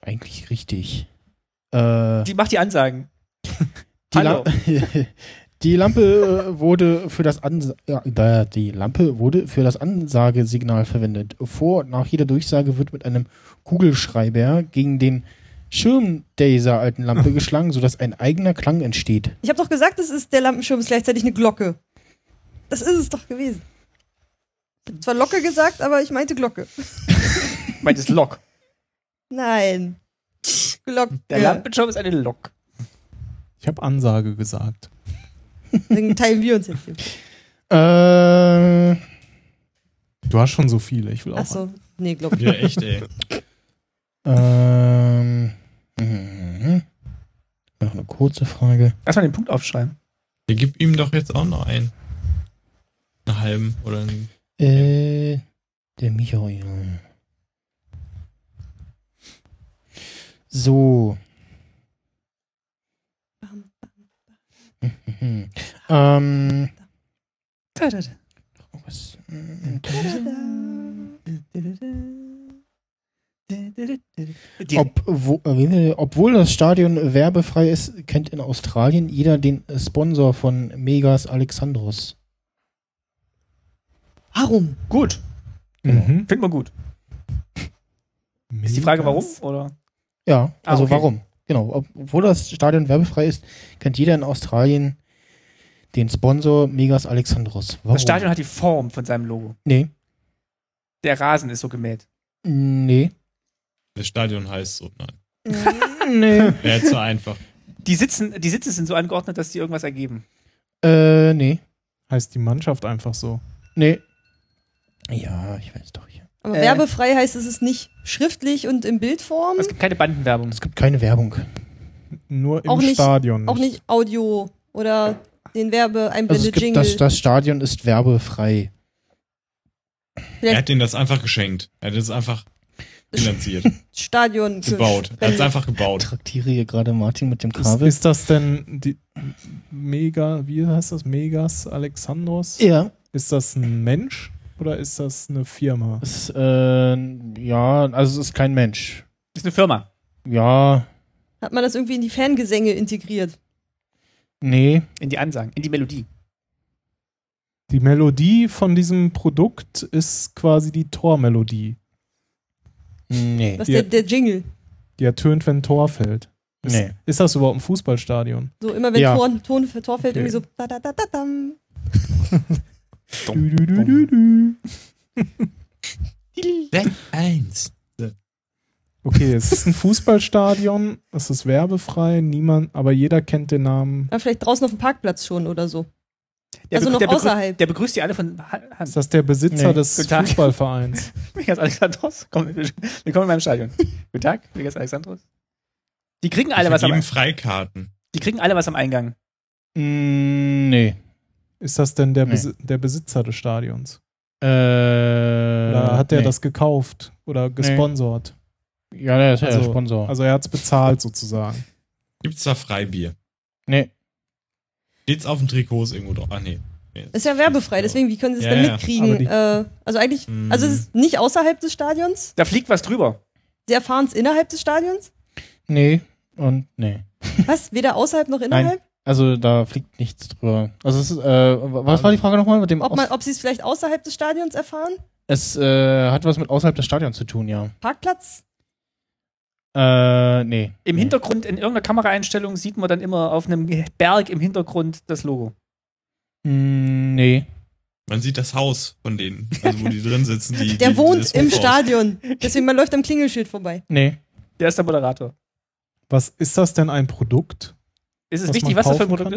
eigentlich richtig. Äh, Die macht die Ansagen. Die, Hallo. Lam- die Lampe äh, wurde für das Ans ja, da- die Lampe wurde für das Ansagesignal verwendet. Vor und nach jeder Durchsage wird mit einem Kugelschreiber gegen den Schirm der dieser alten Lampe geschlagen, sodass ein eigener Klang entsteht. Ich habe doch gesagt, das ist der Lampenschirm ist gleichzeitig eine Glocke. Das ist es doch gewesen. Ich hab zwar Locke gesagt, aber ich meinte Glocke. Meint es Lok. Nein. Glocke. Der Lampenschirm ist eine Lok. Ich habe Ansage gesagt. Dann teilen wir uns jetzt hier. Äh, Du hast schon so viele, ich will auch. Achso. Nee, Glocke. Ja, echt, ey. ähm, mhm. noch eine kurze Frage. Erstmal den Punkt aufschreiben. Ja, gib ihm doch jetzt auch noch einen. Einen halben oder einen. Äh, der Michael. So. ähm, Da, da, da. was, Die- Obwo- äh, obwohl das Stadion werbefrei ist, kennt in Australien jeder den Sponsor von Megas Alexandros. Warum? Gut, Mhm. finden wir gut. Ist die Frage, warum? Oder? Ja, Ah, also okay. warum? Genau, ob- obwohl das Stadion werbefrei ist, kennt jeder in Australien den Sponsor Megas Alexandros. Warum? Das Stadion hat die Form von seinem Logo. Nee, Der Rasen ist so gemäht. nee, Das Stadion heißt so. Nein. nee, Wäre zu einfach. Die, sitzen, die Sitze sind so angeordnet, dass die irgendwas ergeben. äh, nee, Heißt die Mannschaft einfach so. nee. Ja, ich weiß doch. ja. Aber Äh. werbefrei heißt, es ist nicht schriftlich und in Bildform, Es gibt keine Bandenwerbung. Es gibt keine Werbung. Nur im Auch nicht- Stadion. auch nicht Audio oder den Also es Werbeeinblende gibt Jingle. das, das Stadion ist werbefrei. Er hat denen das einfach geschenkt. Er hat es einfach finanziert, Stadion gebaut. Er hat es einfach gebaut. Traktiere hier gerade Martin mit dem Ist, Kabel. ist das denn die Mega, wie heißt das? Megas Alexandros? ja, Ist das ein Mensch oder ist das eine Firma? Ist, äh, ja, also es ist kein Mensch. Das ist eine Firma. Ja, Hat man das irgendwie in die Fangesänge integriert? nee. In die Ansagen, in die Melodie. Die Melodie von diesem Produkt ist quasi die Tormelodie, Nee. Das ist Ja. der, der Jingle. die ertönt, wenn Tor fällt. Ist, Nee. ist das überhaupt ein Fußballstadion? So immer wenn Ja. Tor, Ton für Tor fällt, Okay. irgendwie so da, da, da, da, dam. Du, du, du, du, du. Eins. Okay, es ist ein Fußballstadion, es ist werbefrei, niemand, aber jeder kennt den Namen. Aber vielleicht draußen auf dem Parkplatz schon oder so. Der Also begrü- noch der begrü- außerhalb. Der begrüßt die alle von Ha- Ist Hand. das der Besitzer Nee. des Guten Tag. Fußballvereins? Vegas Alexandros. Komm, willkommen in meinem Stadion. Guten Tag, Vegas Alexandros. Die kriegen alle was am Vergeben Freikarten. Die kriegen alle was am Eingang. Mm, nee. Ist das denn der, Nee. Besi der Besitzer des Stadions? Äh, Oder hat der nee. das gekauft oder gesponsort? Ja, der ist ja der Also- Sponsor. Also er hat es bezahlt sozusagen. Gibt's da Freibier? nee. Steht's auf dem Trikot ist irgendwo drauf? Ah, nee. nee. Ist ja werbefrei, deswegen, wie können sie es Ja, denn ja. mitkriegen? Aber die- äh, also eigentlich, Mm. also es ist nicht außerhalb des Stadions. Da fliegt was drüber. Sie erfahren es innerhalb des Stadions. Nee. Und nee. Was? Weder außerhalb noch innerhalb? Also da fliegt nichts drüber. Also es ist, äh, wa- Also was war die Frage nochmal mit dem Ob, man, Aus- ob sie es vielleicht außerhalb des Stadions erfahren? Es äh, hat was mit außerhalb des Stadions zu tun, ja. Parkplatz? Äh, nee. Im nee. Hintergrund, in irgendeiner Kameraeinstellung, sieht man dann immer auf einem Berg im Hintergrund das Logo. Mm, nee. Man sieht das Haus von denen, also wo die drin sitzen. Die, Der die, das wohnt im Hochhaus. Stadion. Deswegen, man läuft am Klingelschild vorbei. Nee. Der ist der Moderator. Was ist das denn ein Produkt? Ist es Was wichtig, man was das für ein kaufen Produkt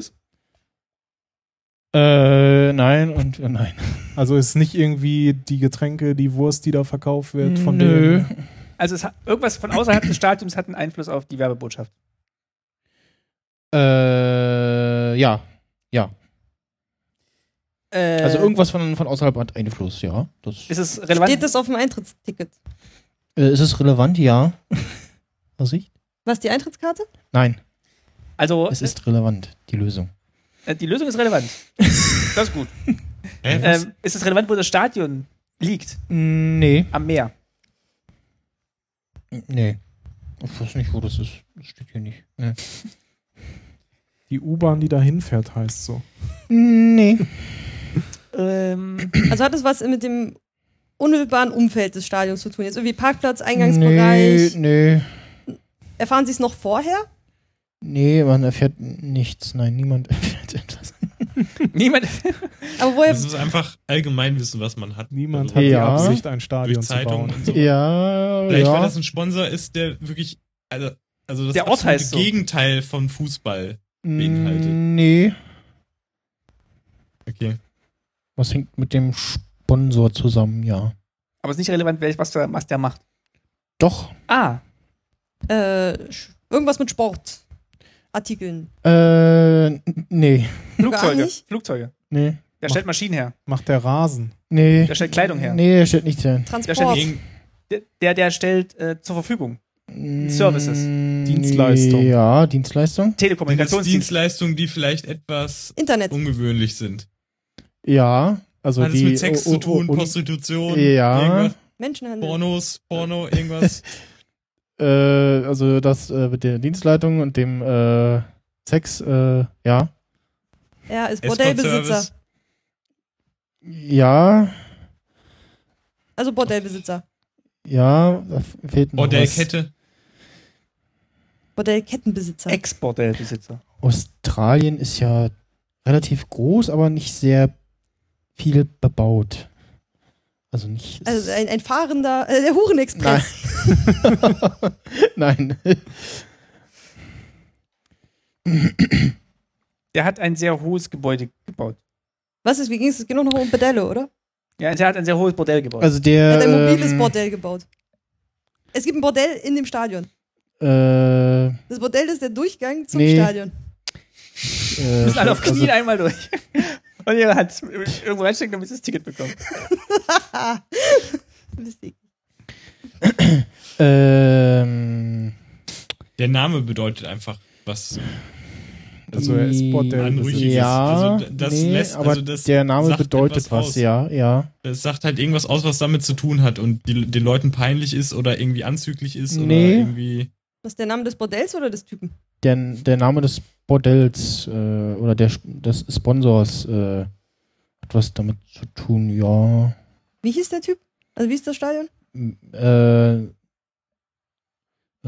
ist? kann? Äh, nein und äh, nein. Also ist nicht irgendwie die Getränke, die Wurst, die da verkauft wird von Nö. denen? Also es hat, irgendwas von außerhalb des Stadions hat einen Einfluss auf die Werbebotschaft. Äh, ja. Äh, Also irgendwas von, von außerhalb hat Einfluss, ja. Das ist es relevant. Steht das auf dem Eintrittsticket? Äh, ist es relevant? Ja. Was ich? Was, die Eintrittskarte? Nein, also Äh. es ist relevant, die Lösung. äh, die Lösung ist relevant. das ist gut. Hä, was? Ähm, ist es relevant, wo das Stadion liegt? Mm, Nee. Am Meer. Nee. Ich weiß nicht, wo das ist. Das steht hier nicht. Nee. Die U-Bahn, die da hinfährt, heißt so. Nee. Ähm, Also hat es was mit dem unmittelbaren Umfeld des Stadions zu tun? Jetzt irgendwie Parkplatz, Nee, Eingangsbereich. nee. Erfahren sie es noch vorher? Nee, man erfährt nichts. Nein, niemand erfährt etwas. niemand. Aber woher, Also- Das ist einfach Allgemeinwissen, was man hat. Niemand Also, hat Ja. die Absicht, ein Stadion durch zu Zeitungen bauen. und so. Ja, Vielleicht, weil ja. das ein Sponsor ist, der wirklich, also, also das Der Ort absolute heißt so. Gegenteil von Fußball. beinhaltet. Nee. Okay. Was hängt mit dem Sponsor zusammen? Ja. Aber es ist nicht relevant, welch- was der, was der macht. Doch. Ah, äh, sch- irgendwas mit Sportartikeln. Äh, n- nee. Flugzeuge. nicht? Flugzeuge. Nee. Der Mach- stellt Maschinen her. Macht der Rasen. Nee. Der stellt Kleidung her. Nee, der steht nichts hin. Transport. Der steht Irgend, Der, der, der stellt äh, zur Verfügung. Services. Dienstleistung. Ja, Dienstleistung. Telekommunikationsdienst. Dienstleistungen, die vielleicht etwas Internet. ungewöhnlich sind. Ja, also Hat es die mit Sex oh, oh, zu tun, oh, und- Prostitution, Ja, irgendwas, Menschenhandel. Pornos, Porno, irgendwas. äh, also das äh, mit der Dienstleitung und dem äh, Sex, äh, ja. Er Escort-Service. ist Bordellbesitzer. Ja, Also Bordellbesitzer. ja, da f- fehlt Oh, noch was. Bordellkette. Bordellkettenbesitzer. Ex-Bordellbesitzer. Australien ist ja relativ groß, aber nicht sehr viel bebaut. Also nicht. also ein, ein fahrender, äh, der Hurenexpress. Nein. Der hat ein sehr hohes Gebäude gebaut. Was ist, wie ging es? Es ging doch noch um Bordelle, oder? Ja, der hat ein sehr hohes Bordell gebaut. Also Er der. hat ein mobiles ähm, Bordell gebaut. Es gibt ein Bordell in dem Stadion. Äh, Das Bordell ist der Durchgang zum Nee. Stadion. äh, müssen alle auf also Knien einmal durch. Und jeder hat irgendwo reinstecken, damit sie das Ticket bekommen. Ah. Lustig. Ähm, Der Name bedeutet einfach was. Also er ist Bordellbesitzer. Anrüchiges. Ja, Also das nee, lässt- aber also das der Name sagt bedeutet etwas was, aus. ja, ja. Es sagt halt irgendwas aus, was damit zu tun hat und die, den Leuten peinlich ist oder irgendwie anzüglich ist Nee. oder irgendwie. Was ist der Name des Bordells oder des Typen? Der, der Name des Bordells äh, oder der, des Sponsors äh, hat was damit zu tun, ja. Wie hieß der Typ? Also wie ist das Stadion? M- Äh,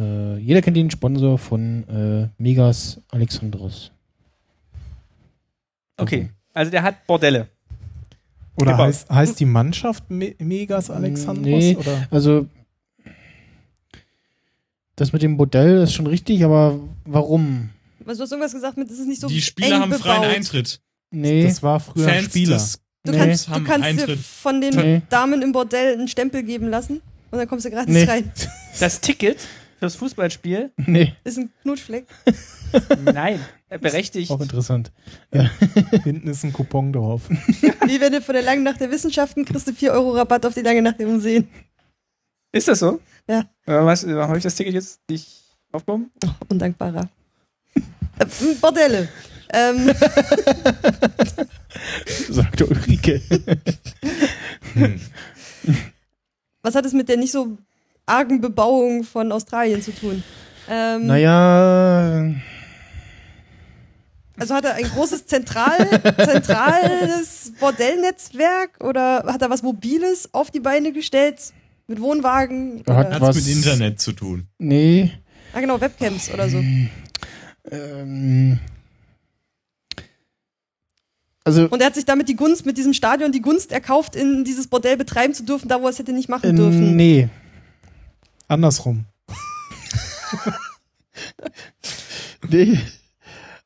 äh, jeder kennt den Sponsor von äh, Megas Alexandros. Okay. Also der hat Bordelle. Oder Genau. heißt, heißt die Mannschaft Me Megas Alexandros? Nee. Oder? Also, das mit dem Bordell ist schon richtig, aber warum? Also du hast irgendwas gesagt mit, es ist nicht so die Spieler eng haben bebaut. freien Eintritt. Nee. Das war früher ein Fans Spieler. des Du Nee. kannst, du Haben kannst dir Eintritt. von den Nee. Damen im Bordell einen Stempel geben lassen und dann kommst du gratis Nee. rein. Das Ticket fürs Fußballspiel? nee. Ist ein Knutschfleck. Nein. äh, Berechtigt. Auch interessant. Hinten ist ein Coupon drauf. Wie wenn du von der langen Nacht der Wissenschaften kriegst du 4 Euro Rabatt auf die lange Nacht der Museen. Ist das so? Ja. Äh, was, äh, habe ich das Ticket jetzt nicht aufgehoben? Undankbarer. Äh, Bordelle. Ähm, Sagt Ulrike. was hat es mit der nicht so argen Bebauung von Australien zu tun? Ähm, Naja, Also hat er ein großes zentral, zentrales Bordellnetzwerk oder hat er was Mobiles auf die Beine gestellt? Mit Wohnwagen? Er hat Oder, Hat's Was- mit Internet zu tun. nee. ah genau, Webcams oder so. Ähm, also, Und er hat sich damit die Gunst, mit diesem Stadion die Gunst erkauft, in dieses Bordell betreiben zu dürfen, da wo er es hätte nicht machen äh, dürfen. nee. Andersrum. nee.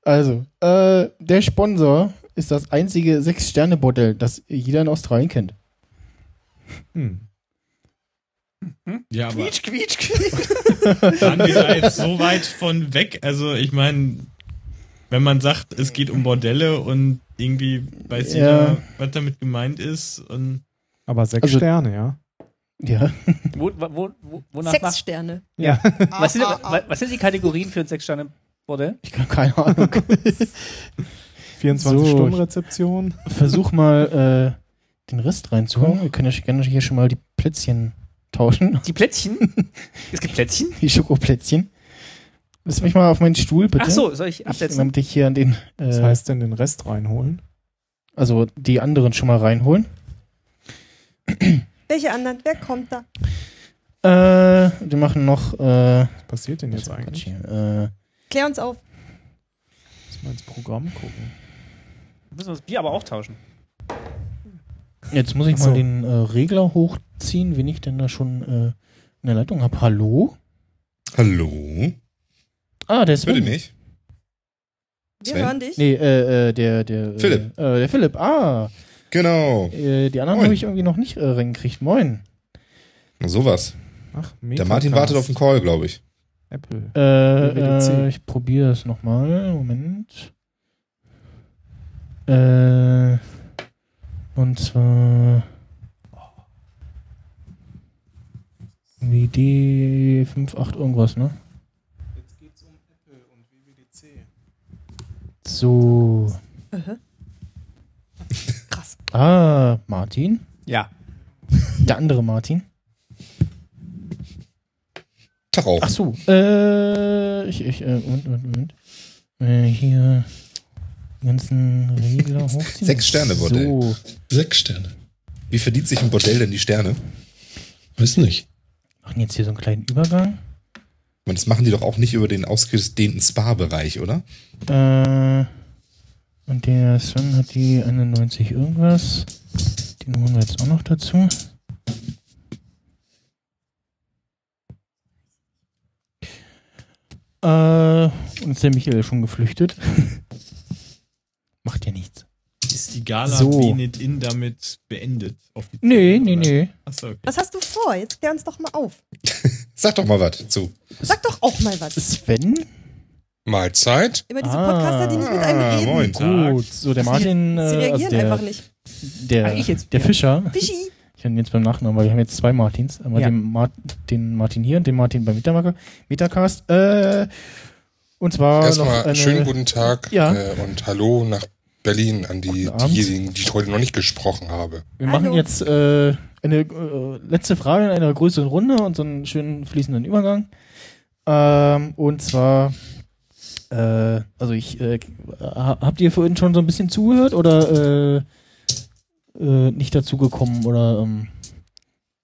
Also, äh, der Sponsor ist das einzige Sechs-Sterne-Bordell, das jeder in Australien kennt. Hm. Ja, aber Quietsch, quietsch, quietsch. waren wir da jetzt so weit von weg? Also ich meine, wenn man sagt, es geht um Bordelle und irgendwie weiß Ja. jeder, was damit gemeint ist und Aber sechs Also- Sterne, ja. Ja. Wo, wo, wo, wonach Sechs macht, Sterne. was, sind, Ah, wa- was sind die Kategorien für ein Sechs-Sterne-Bordell? Ich kann keine Ahnung. 24-Stunden-Rezeption. Versuch mal, äh, den Rest reinzuholen. Wir können ja sch- gerne hier schon mal die Plätzchen tauschen. Die Plätzchen? es gibt Plätzchen? Die Schokoplätzchen. Lass mich mal auf meinen Stuhl, bitte. Ach so, soll ich Ich, absetzen? damit ich hier an den, äh, Was heißt denn den Rest reinholen? also die anderen schon mal reinholen. Welche anderen? Wer kommt da? Äh, wir machen noch, äh, Was passiert denn jetzt eigentlich? Äh, Klär uns auf. Muss man ins Programm gucken. Müssen wir das Bier aber auch tauschen. jetzt muss ich Ach so. mal den äh, Regler hochziehen, wen ich denn da schon äh, in der Leitung habe. Hallo? Hallo? Ah, der ist Hört ihr mich? Wir Sven? hören dich. Nee, äh, äh, der, der. Philipp. Äh, äh, der Philipp, ah. Genau. Äh, die anderen Moin. habe ich irgendwie noch nicht äh, reingekriegt. Moin. Sowas. Ach, Der Martin wartet auf den Call, glaube ich. Apple. Äh, WWDC. äh, ich probiere es nochmal. Moment. Äh, und zwar. Wie D 58 irgendwas, ne? Jetzt geht's um Apple und WWDC. So. Krass. Ah, Martin. Ja. Der andere Martin. Tag auf. Ach so. Äh, ich, ich, äh, Moment, Moment, Moment. Äh, hier. die Ganzen Regler hochziehen. Sechs Sterne, Bordell. So. Sechs Sterne. Wie verdient sich ein Bordell denn die Sterne? Weiß nicht. Machen jetzt hier so einen kleinen Übergang. Und das machen die doch auch nicht über den ausgedehnten Spa-Bereich, oder? Äh, und der Sven hat die 91 irgendwas. Den holen wir jetzt auch noch dazu. Äh, und ist der Michael schon geflüchtet? Macht ja nichts. Ist die Gala So. Venit in damit beendet? offiziell, Nee, nee, oder? nee. Achso, okay. Was hast du vor? Jetzt klär uns doch mal auf. Sag doch mal was zu. Sag doch auch mal was. Sven? Mahlzeit. Immer diese Ah. Podcaster, die nicht mit einem Ah, reden. moin. Tag. Gut, so der Martin, äh, Sie also reagieren der, einfach nicht. der, Ah, ich jetzt. der Ja. Fischer, Fischi. ich nenne ihn jetzt beim Nachnamen, weil wir haben jetzt zwei Martins. Einmal Ja. den, Mar den Martin hier und den Martin beim Metamaker, Metacast. Äh, und zwar noch Erstmal eine, schönen guten Tag Ja. äh, und hallo nach Berlin an die, Guten Abend. diejenigen, die ich heute noch nicht gesprochen habe. wir machen Hallo. jetzt äh, eine äh, letzte Frage in einer größeren Runde und so einen schönen fließenden Übergang. Ähm, und zwar, äh, also ich, äh, ha- habt ihr vorhin schon so ein bisschen zugehört oder äh, äh, nicht dazu gekommen oder ähm,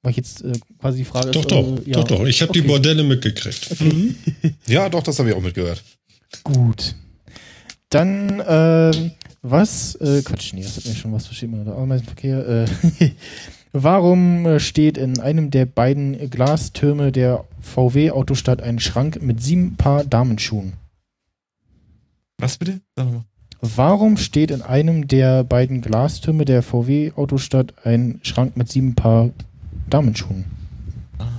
war ich jetzt äh, quasi die Frage? Doch, ist, doch, äh, ja. doch, doch. Ich habe Okay. Mhm. die Bordelle mitgekriegt. Ja, doch, das habe ich auch mitgehört. Gut. Dann, ähm, was, äh, Quatsch, nee, das hat mir schon was versteht man unter Ameisenverkehr. Äh, warum äh, steht in einem der beiden Glastürme der VW-Autostadt ein Schrank mit sieben Paar Damenschuhen? Was bitte? Sag nochmal. Warum steht in einem der beiden Glastürme der VW-Autostadt ein Schrank mit sieben Paar Damenschuhen?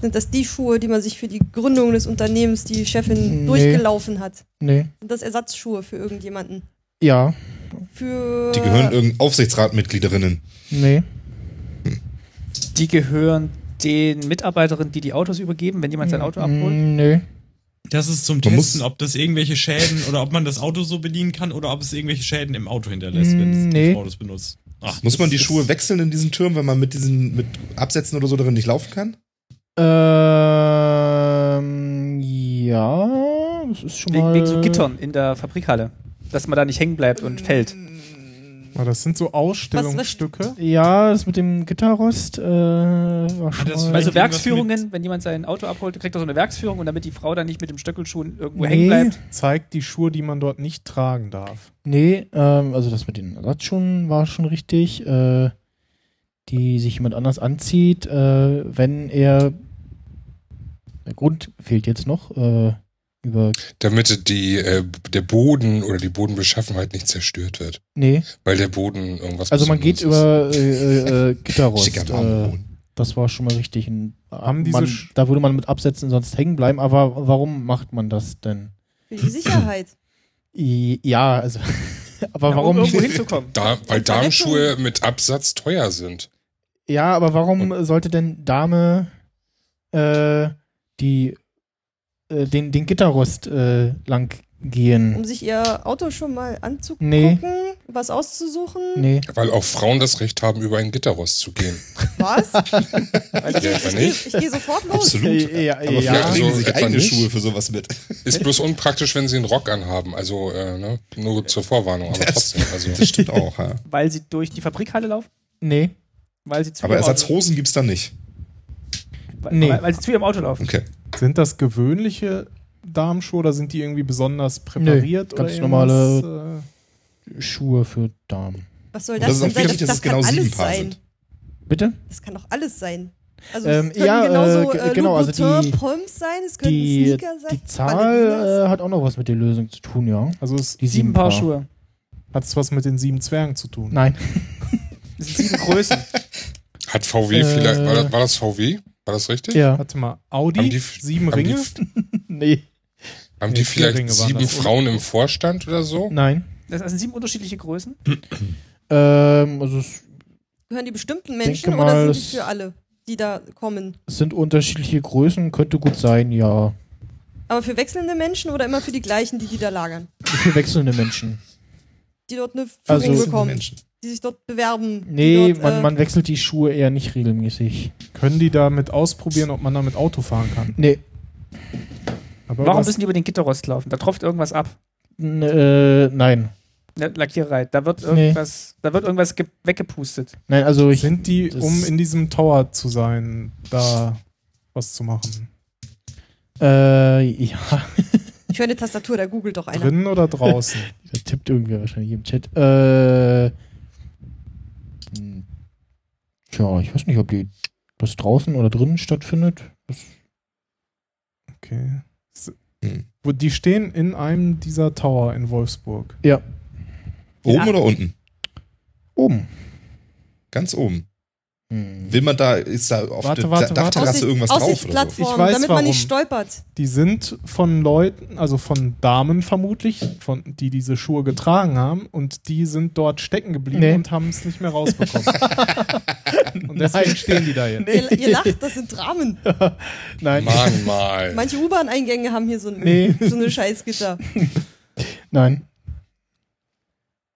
Sind das die Schuhe, die man sich für die Gründung des Unternehmens, die Chefin Nee. durchgelaufen hat? Nee. Sind das Ersatzschuhe für irgendjemanden? Ja. Für. Ah. Die gehören irgendeinen Aufsichtsratmitgliederinnen. Nee. Die gehören den Mitarbeiterinnen, die die Autos übergeben, wenn jemand sein Auto abholt. Mm, Nee. Das ist zum Man muss- Testen, ob das irgendwelche Schäden oder ob man das Auto so bedienen kann oder ob es irgendwelche Schäden im Auto hinterlässt, wenn es Mm, die nee. Frau das benutzt. Ach, Muss man die das ist- Schuhe wechseln in diesen Türmen, wenn man mit diesen mit Absätzen oder so darin nicht laufen kann? Ähm, ja, das ist schon Wegen, mal... Mm. wegen so Gittern in der Fabrikhalle. Dass man da nicht hängen bleibt und fällt. Ah, das sind so Ausstellungsstücke. Ja, das mit dem Gitterrost äh, war schon mal... das weiß Also Irgendwas Werksführungen, wenn jemand sein Auto abholt, kriegt er so eine Werksführung und damit die Frau dann nicht mit dem Stöckelschuhen irgendwo Nee. hängen bleibt. Zeigt die Schuhe, die man dort nicht tragen darf. nee, ähm, also das mit den Ersatzschuhen war schon richtig. Äh, die sich jemand anders anzieht, äh, wenn er... Der Grund fehlt jetzt noch. Äh, über... Damit die, äh, der Boden oder die Bodenbeschaffenheit halt nicht zerstört wird. Nee, Weil der Boden irgendwas. also man geht Besonderes über äh, äh, äh, Gitterrost. Schicker äh, Rahmen. Das war schon mal richtig. Ein, Haben diese man, Sch- da würde man mit absetzen, sonst hängen bleiben. Aber warum macht man das denn? Für die Sicherheit. I, ja, also. aber Ja, Um warum? irgendwo hinzukommen. ist. Da, weil Darmschuhe mit Absatz teuer sind. Ja, aber warum sollte denn Dame äh, die äh, den den Gitterrost äh, lang Um gehen? sich ihr Auto schon mal anzugucken, Nee. was auszusuchen. Nee. Weil auch Frauen das Recht haben, über ein Gitterrost zu gehen. Was? Ja, etwa nicht. Also Ich gehe sofort los. Absolut. Äh, ja, Aber ja. vielleicht kriegen Also sie sich etwa eigene nicht. Schuhe für sowas mit. Ist bloß unpraktisch, wenn sie einen Rock anhaben. Also äh, ne? nur zur Vorwarnung, aber Das- trotzdem. Also Das stimmt auch, ja. Weil sie durch die Fabrikhalle laufen? Nee. Weil sie zu Aber ihrem Ersatzhosen gibt's da nicht. Auto, weil, Nee. weil, weil sie zu ihrem Auto laufen. Okay. Sind das gewöhnliche Darmschuhe oder sind die irgendwie besonders präpariert? ganz oder normale- irgendwas? Äh, Schuhe für Damen. Was soll Und das, das ist denn auch sein? wichtig, dass es genau kann sieben alles Paar sein. sind. Bitte? Das kann doch alles sein. Also Ähm, es können ja, äh, genauso ge- äh, genau, also die- Louboutin Pumps sein, es können Die, Sneaker sein. die Zahl Ballerinas. äh, hat auch noch was mit der Lösung zu tun, ja. Also es, Die Sieben Paar Schuhe. hat es was mit den sieben Zwergen zu tun? Nein. Das sind sieben Größen. hat VW Äh. vielleicht. War das, war das VW? War das richtig? Ja. Warte mal, Haben Audi, die- sieben Haben die, Ringe? Nee. haben Nee, vier die vielleicht Ringe waren sieben das. Frauen im Vorstand oder so? Nein. Das sind sieben unterschiedliche Größen. Ähm, also es Gehören die bestimmten Menschen denke mal, oder sind das- die für alle? die da kommen. Es sind unterschiedliche Größen, könnte gut sein, ja. Aber für wechselnde Menschen oder immer für die gleichen, die die da lagern? Für wechselnde Menschen. Die dort eine Führung Also- bekommen, Menschen. die sich dort bewerben. die Nee, dort, man, äh, man wechselt die Schuhe eher nicht regelmäßig. Können die damit ausprobieren, ob man damit Auto fahren kann? Nee, Aber Warum was- müssen die über den Gitterrost laufen? Da tropft irgendwas ab. n- äh, nein. Ne, Lackiererei. Da wird Nee. irgendwas, da wird irgendwas ge- weggepustet. Nein, also ich, sind die, das- um in diesem Tower zu sein, da was zu machen? äh, ja, Ich höre eine Tastatur, da googelt doch einer. Drinnen oder draußen? da tippt irgendwer wahrscheinlich im Chat. Äh, hm. tja, ich weiß nicht, ob die das draußen oder drinnen stattfindet. Das, Okay. S- Hm. Wo- Die stehen in einem dieser Tower in Wolfsburg. ja, Oben Ja. oder unten? oben. Ganz oben. Hm. Will man da, ist da auf Warte, der warte, Ta- Dachterrasse Aussicht- irgendwas drauf oder so? Aussichtsplattform, Ich weiß, damit man warum. nicht stolpert. Die sind von Leuten, also von Damen vermutlich, von, die diese Schuhe getragen haben und die sind dort stecken geblieben Nee. und haben es nicht mehr rausbekommen. und deswegen stehen die da jetzt. Ihr, ihr lacht, das sind Dramen. Nein, Mann, mal. Manche U-Bahn-Eingänge haben hier so, ein, Nee. so eine Scheißgitter. nein.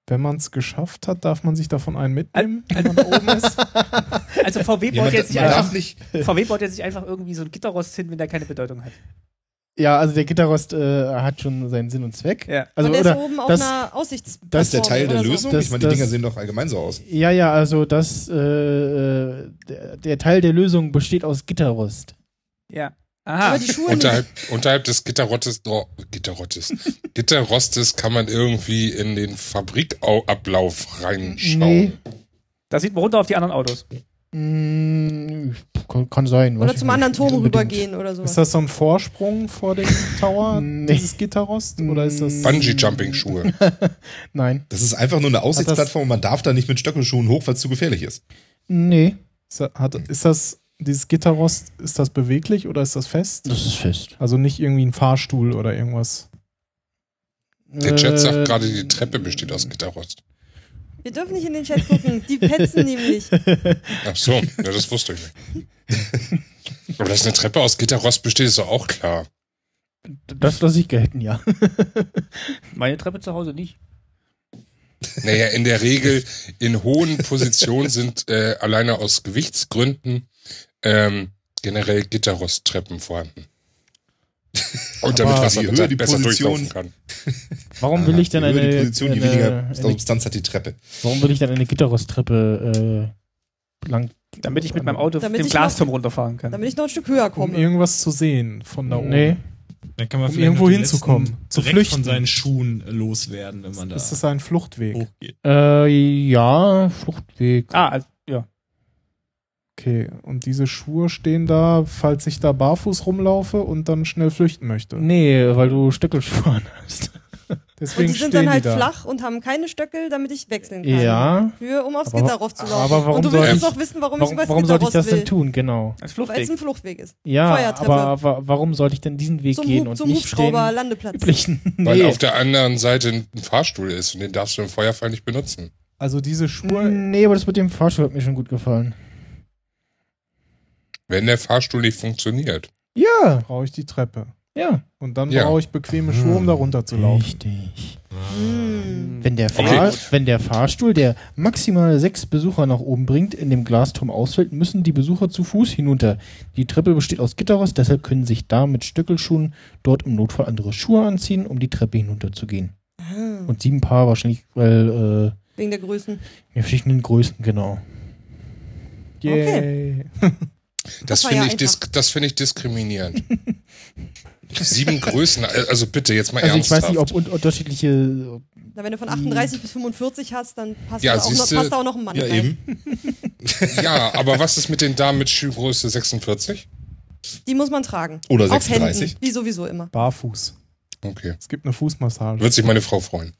Wenn man es geschafft hat, darf man sich davon einen mitnehmen, wenn man da oben ist. Also VW Ja, man, baut jetzt man nicht einfach, darf nicht. VW baut jetzt nicht einfach irgendwie so ein Gitterrost hin, wenn der keine Bedeutung hat. Ja, also der Gitterrost äh, hat schon seinen Sinn und Zweck. Ja. Also und der oder ist oben auf das- einer Das Aussichtsplattform. ist der Teil der oder so. Lösung. Das- ich meine, die das- Dinger sehen doch allgemein so aus. ja, ja, also das äh, äh, der, der Teil der Lösung besteht aus Gitterrost. Ja. Aber Aha. die Schuhe nicht. Unterhalb, unterhalb des Gitterrottes, oh, Gitterrottes, Gitterrostes kann man irgendwie in den Fabrikablauf reinschauen. Da sieht man runter auf die anderen Autos. Mm, kann, kann sein. weiß Oder ich zum nicht. anderen Turm Unbedingt. rübergehen oder Ist sowas. das so ein Vorsprung vor dem Tower, Nee. Mm, dieses Gitterrost? Oder ist das. Bungee-Jumping-Schuhe. Nein. Das ist einfach nur eine Aussichtsplattform und man darf da nicht mit Stöckelschuhen hoch, weil es zu gefährlich ist. Nee. Ist das, hat, ist das dieses Gitterrost, ist das beweglich oder ist das fest? Das ist fest. Also nicht irgendwie ein Fahrstuhl oder irgendwas. Der Chat Äh, sagt gerade, die Treppe besteht aus Gitterrost. Wir dürfen nicht in den Chat gucken. Die petzen nämlich. Ach so, ja, das wusste ich nicht. Aber dass eine Treppe aus Gitterrost besteht, ist doch auch klar. Das lasse ich gelten, ja. Meine Treppe zu Hause nicht. Naja, in der Regel in hohen Positionen sind äh, alleine aus Gewichtsgründen ähm, generell Gitterrosttreppen vorhanden. Und damit Aber Wasser je besser, höher die besser Position- durchlaufen kann. Warum will ich denn je höher eine, die Position, je eine, weniger eine Substanz hat die Treppe. Warum will ich denn eine Gitterrosttreppe äh, lang Damit ich mit meinem Auto Damit auf dem ich Glasturm runterfahren kann. Damit ich noch ein Stück höher Um komme. irgendwas zu sehen von da oben. Nee. Dann kann man Um vielleicht irgendwo noch den hinzukommen, letzten zu Dreck flüchten. von seinen Schuhen loswerden, wenn man da Ist das ein Fluchtweg? Oh. hochgeht. Äh, ja, Fluchtweg. ah, also, ja. Okay, und diese Schuhe stehen da, falls ich da barfuß rumlaufe und dann schnell flüchten möchte. Nee, weil du Stöckelschuhe an hast. Deswegen Und die sind stehen dann halt die da. flach und haben keine Stöckel, damit ich wechseln kann. Ja. Für, um aufs Aber- Gitterrost zu laufen. aber warum und du soll willst ich- doch wissen, warum, ich Warum, übers warum sollte ich Gitterrost das denn will. tun? Genau. Als Weil es Fluchtweg. ein Fluchtweg ist. Ja, Feuertreppe. aber wa warum sollte ich denn diesen Weg Zum, gehen Hub- und zum nicht den Hubschrauber-Landeplatz. üblichen? Weil Nee. auf der anderen Seite ein Fahrstuhl ist und den darfst du im Feuerfall nicht benutzen. Also diese Schuhe, nee, aber das mit dem Fahrstuhl hat mir schon gut gefallen. Wenn der Fahrstuhl nicht funktioniert. Ja, brauche ich die Treppe. ja. Und dann Ja. brauche ich bequeme Schuhe, um da runterzulaufen. Richtig. Hm. Wenn der, Okay. Fahr wenn der Fahrstuhl, der maximal sechs Besucher nach oben bringt, in dem Glasturm ausfällt, müssen die Besucher zu Fuß hinunter. Die Treppe besteht aus Gitterrost, deshalb können sich da mit Stöckelschuhen dort im Notfall andere Schuhe anziehen, um die Treppe hinunterzugehen. Und sieben Paar wahrscheinlich, weil Wegen der Größen. äh, in verschiedenen Größen, genau. Yay. Das war finde ja ich, dis das finde ich diskriminierend. Sieben Größen, also bitte, jetzt mal Also ich ernsthaft. weiß nicht, ob un unterschiedliche äh, Na, wenn du von Hm. 38 bis 45 hast, dann passt, Ja, da, auch noch, siehste, passt da auch noch ein Mann Ja, rein. eben. ja, aber was ist mit den Damen mit Schuhgröße 46? Die muss man tragen. Oder Auf 36. Händen, wie sowieso immer. Barfuß. Okay. Es gibt eine Fußmassage. Wird sich meine Frau freuen.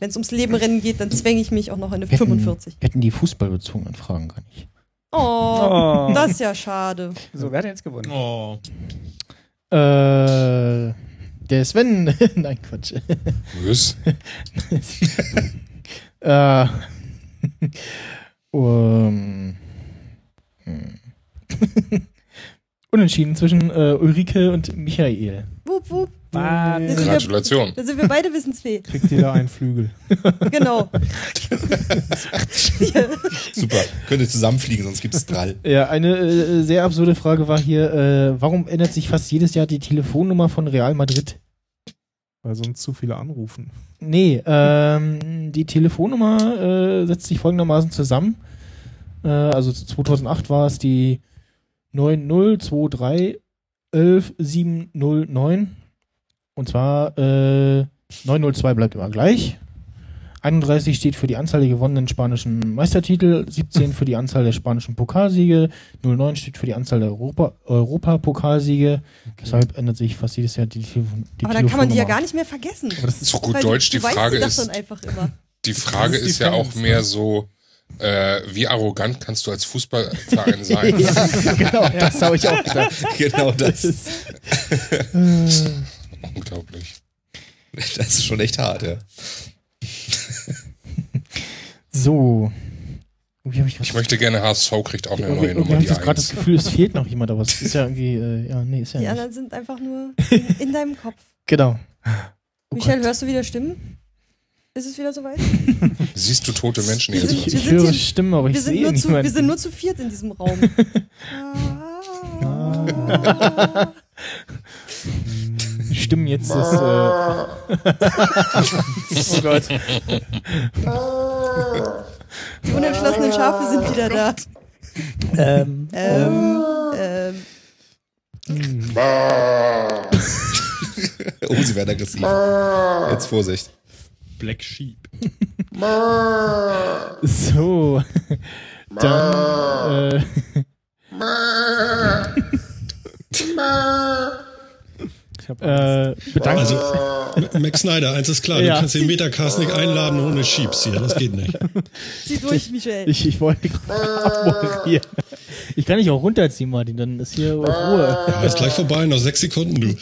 Wenn es ums Leben rennen geht, dann zwänge ich mich auch noch in eine 45. hätten die fußballbezogenen Fragen gar nicht. Oh, Oh. das ist ja schade. So, wer hat denn jetzt gewonnen? Oh, Äh, der Sven. Nein, Quatsch. Was? äh, um, Ähm, hm. Unentschieden zwischen äh, Ulrike und Michael. Wupp, wupp. Wahnsinn. sind wir- Gratulation. Da sind wir beide Wissensfee. Kriegt jeder einen Flügel. Genau. Super. Könnt ihr zusammenfliegen, sonst gibt es Drall. Ja, eine äh, sehr absurde Frage war hier, äh, warum ändert sich fast jedes Jahr die Telefonnummer von Real Madrid? Weil sonst zu viele anrufen. Nee, ähm, die Telefonnummer äh, setzt sich folgendermaßen zusammen. Äh, also 2008 war es die 902311709. Und zwar äh, 902 bleibt immer gleich. 31 steht für die Anzahl der gewonnenen spanischen Meistertitel, 17 für die Anzahl der spanischen Pokalsiege, 09 steht für die Anzahl der Europa- Europa-Pokalsiege. Deshalb ändert sich fast jedes Jahr die, Telefon die Aber dann kann man die ja Telefonnummer. gar nicht mehr vergessen. Aber das ist Zu gut Weil Deutsch, die du weißt Frage das ist, dann einfach immer. die Frage Das ist die ist ja Fans, auch mehr ne? so, äh, wie arrogant kannst du als Fußballverein sein? genau, das habe ich auch gedacht. genau das. Unglaublich. Das ist schon echt hart, ja. So. Irgendwie habe ich Ich gerade möchte gerne HSV kriegt auch eine irgendwie, neue irgendwie Nummer, hab ich die das gerade das eins. Gefühl, es fehlt noch jemand, aber es ist ja irgendwie, äh, ja, nee, ist ja Die nicht. anderen sind einfach nur in, in deinem Kopf. Genau. Michael, hörst du wieder Stimmen? Ist es wieder soweit? Siehst du tote Menschen Wir jetzt? sind- Also Ich, ich wir höre hier- Stimmen, aber ich Wir sind, sehe nur zu, niemanden. wir sind nur zu viert in diesem Raum. Ah. Stimmen jetzt ist, äh, oh Gott. Die unentschlossenen Schafe sind wieder da. Ähm, Ähm, ähm, Oh, sie werden aggressiv. Jetzt Vorsicht. Black Sheep. So. Dann, äh, äh, bedanke Also, Max Snyder, eins ist klar, Ja. du kannst den Metacast nicht einladen ohne Sheeps hier, das geht nicht. zieh durch, Michael. ich, ich wollte gerade abmoderieren. Ich kann dich auch runterziehen, Martin, dann ist hier Ruhe. Ja, ist gleich vorbei, noch sechs Sekunden, du.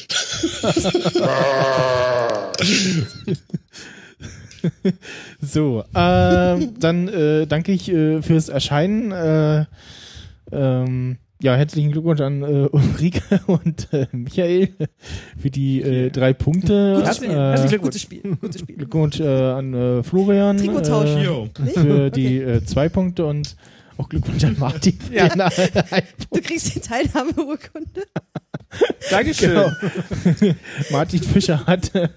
So, ähm, dann äh, danke ich äh, fürs Erscheinen. Äh, ähm, ja, herzlichen Glückwunsch an äh, Ulrike und äh, Michael für die äh, drei Punkte. Gutes Spiel. Äh, Herzlichen Gutes Spiel. Gutes Spiel. Glückwunsch äh, an äh, Florian Trikottausch. äh, Jo. Nicht? für die äh, zwei Punkte und auch Glückwunsch an Martin für Ja. den einen Du kriegst die Teilnahmeurkunde. Dankeschön. Genau. Martin Fischer hat äh,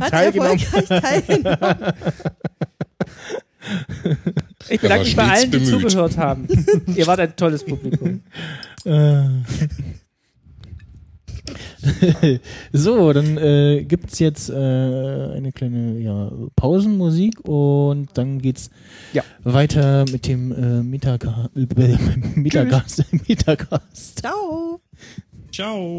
Hat teilgenommen. erfolgreich teilgenommen. Ich bedanke Aber mich bei stets allen, die bemüht. zugehört haben. Ihr wart ein tolles Publikum. Äh. so, dann äh, gibt es jetzt äh, eine kleine ja, Pausenmusik und dann geht's Ja. weiter mit dem äh, Metagast. Äh, Metagast. Metagast. Ciao. Ciao.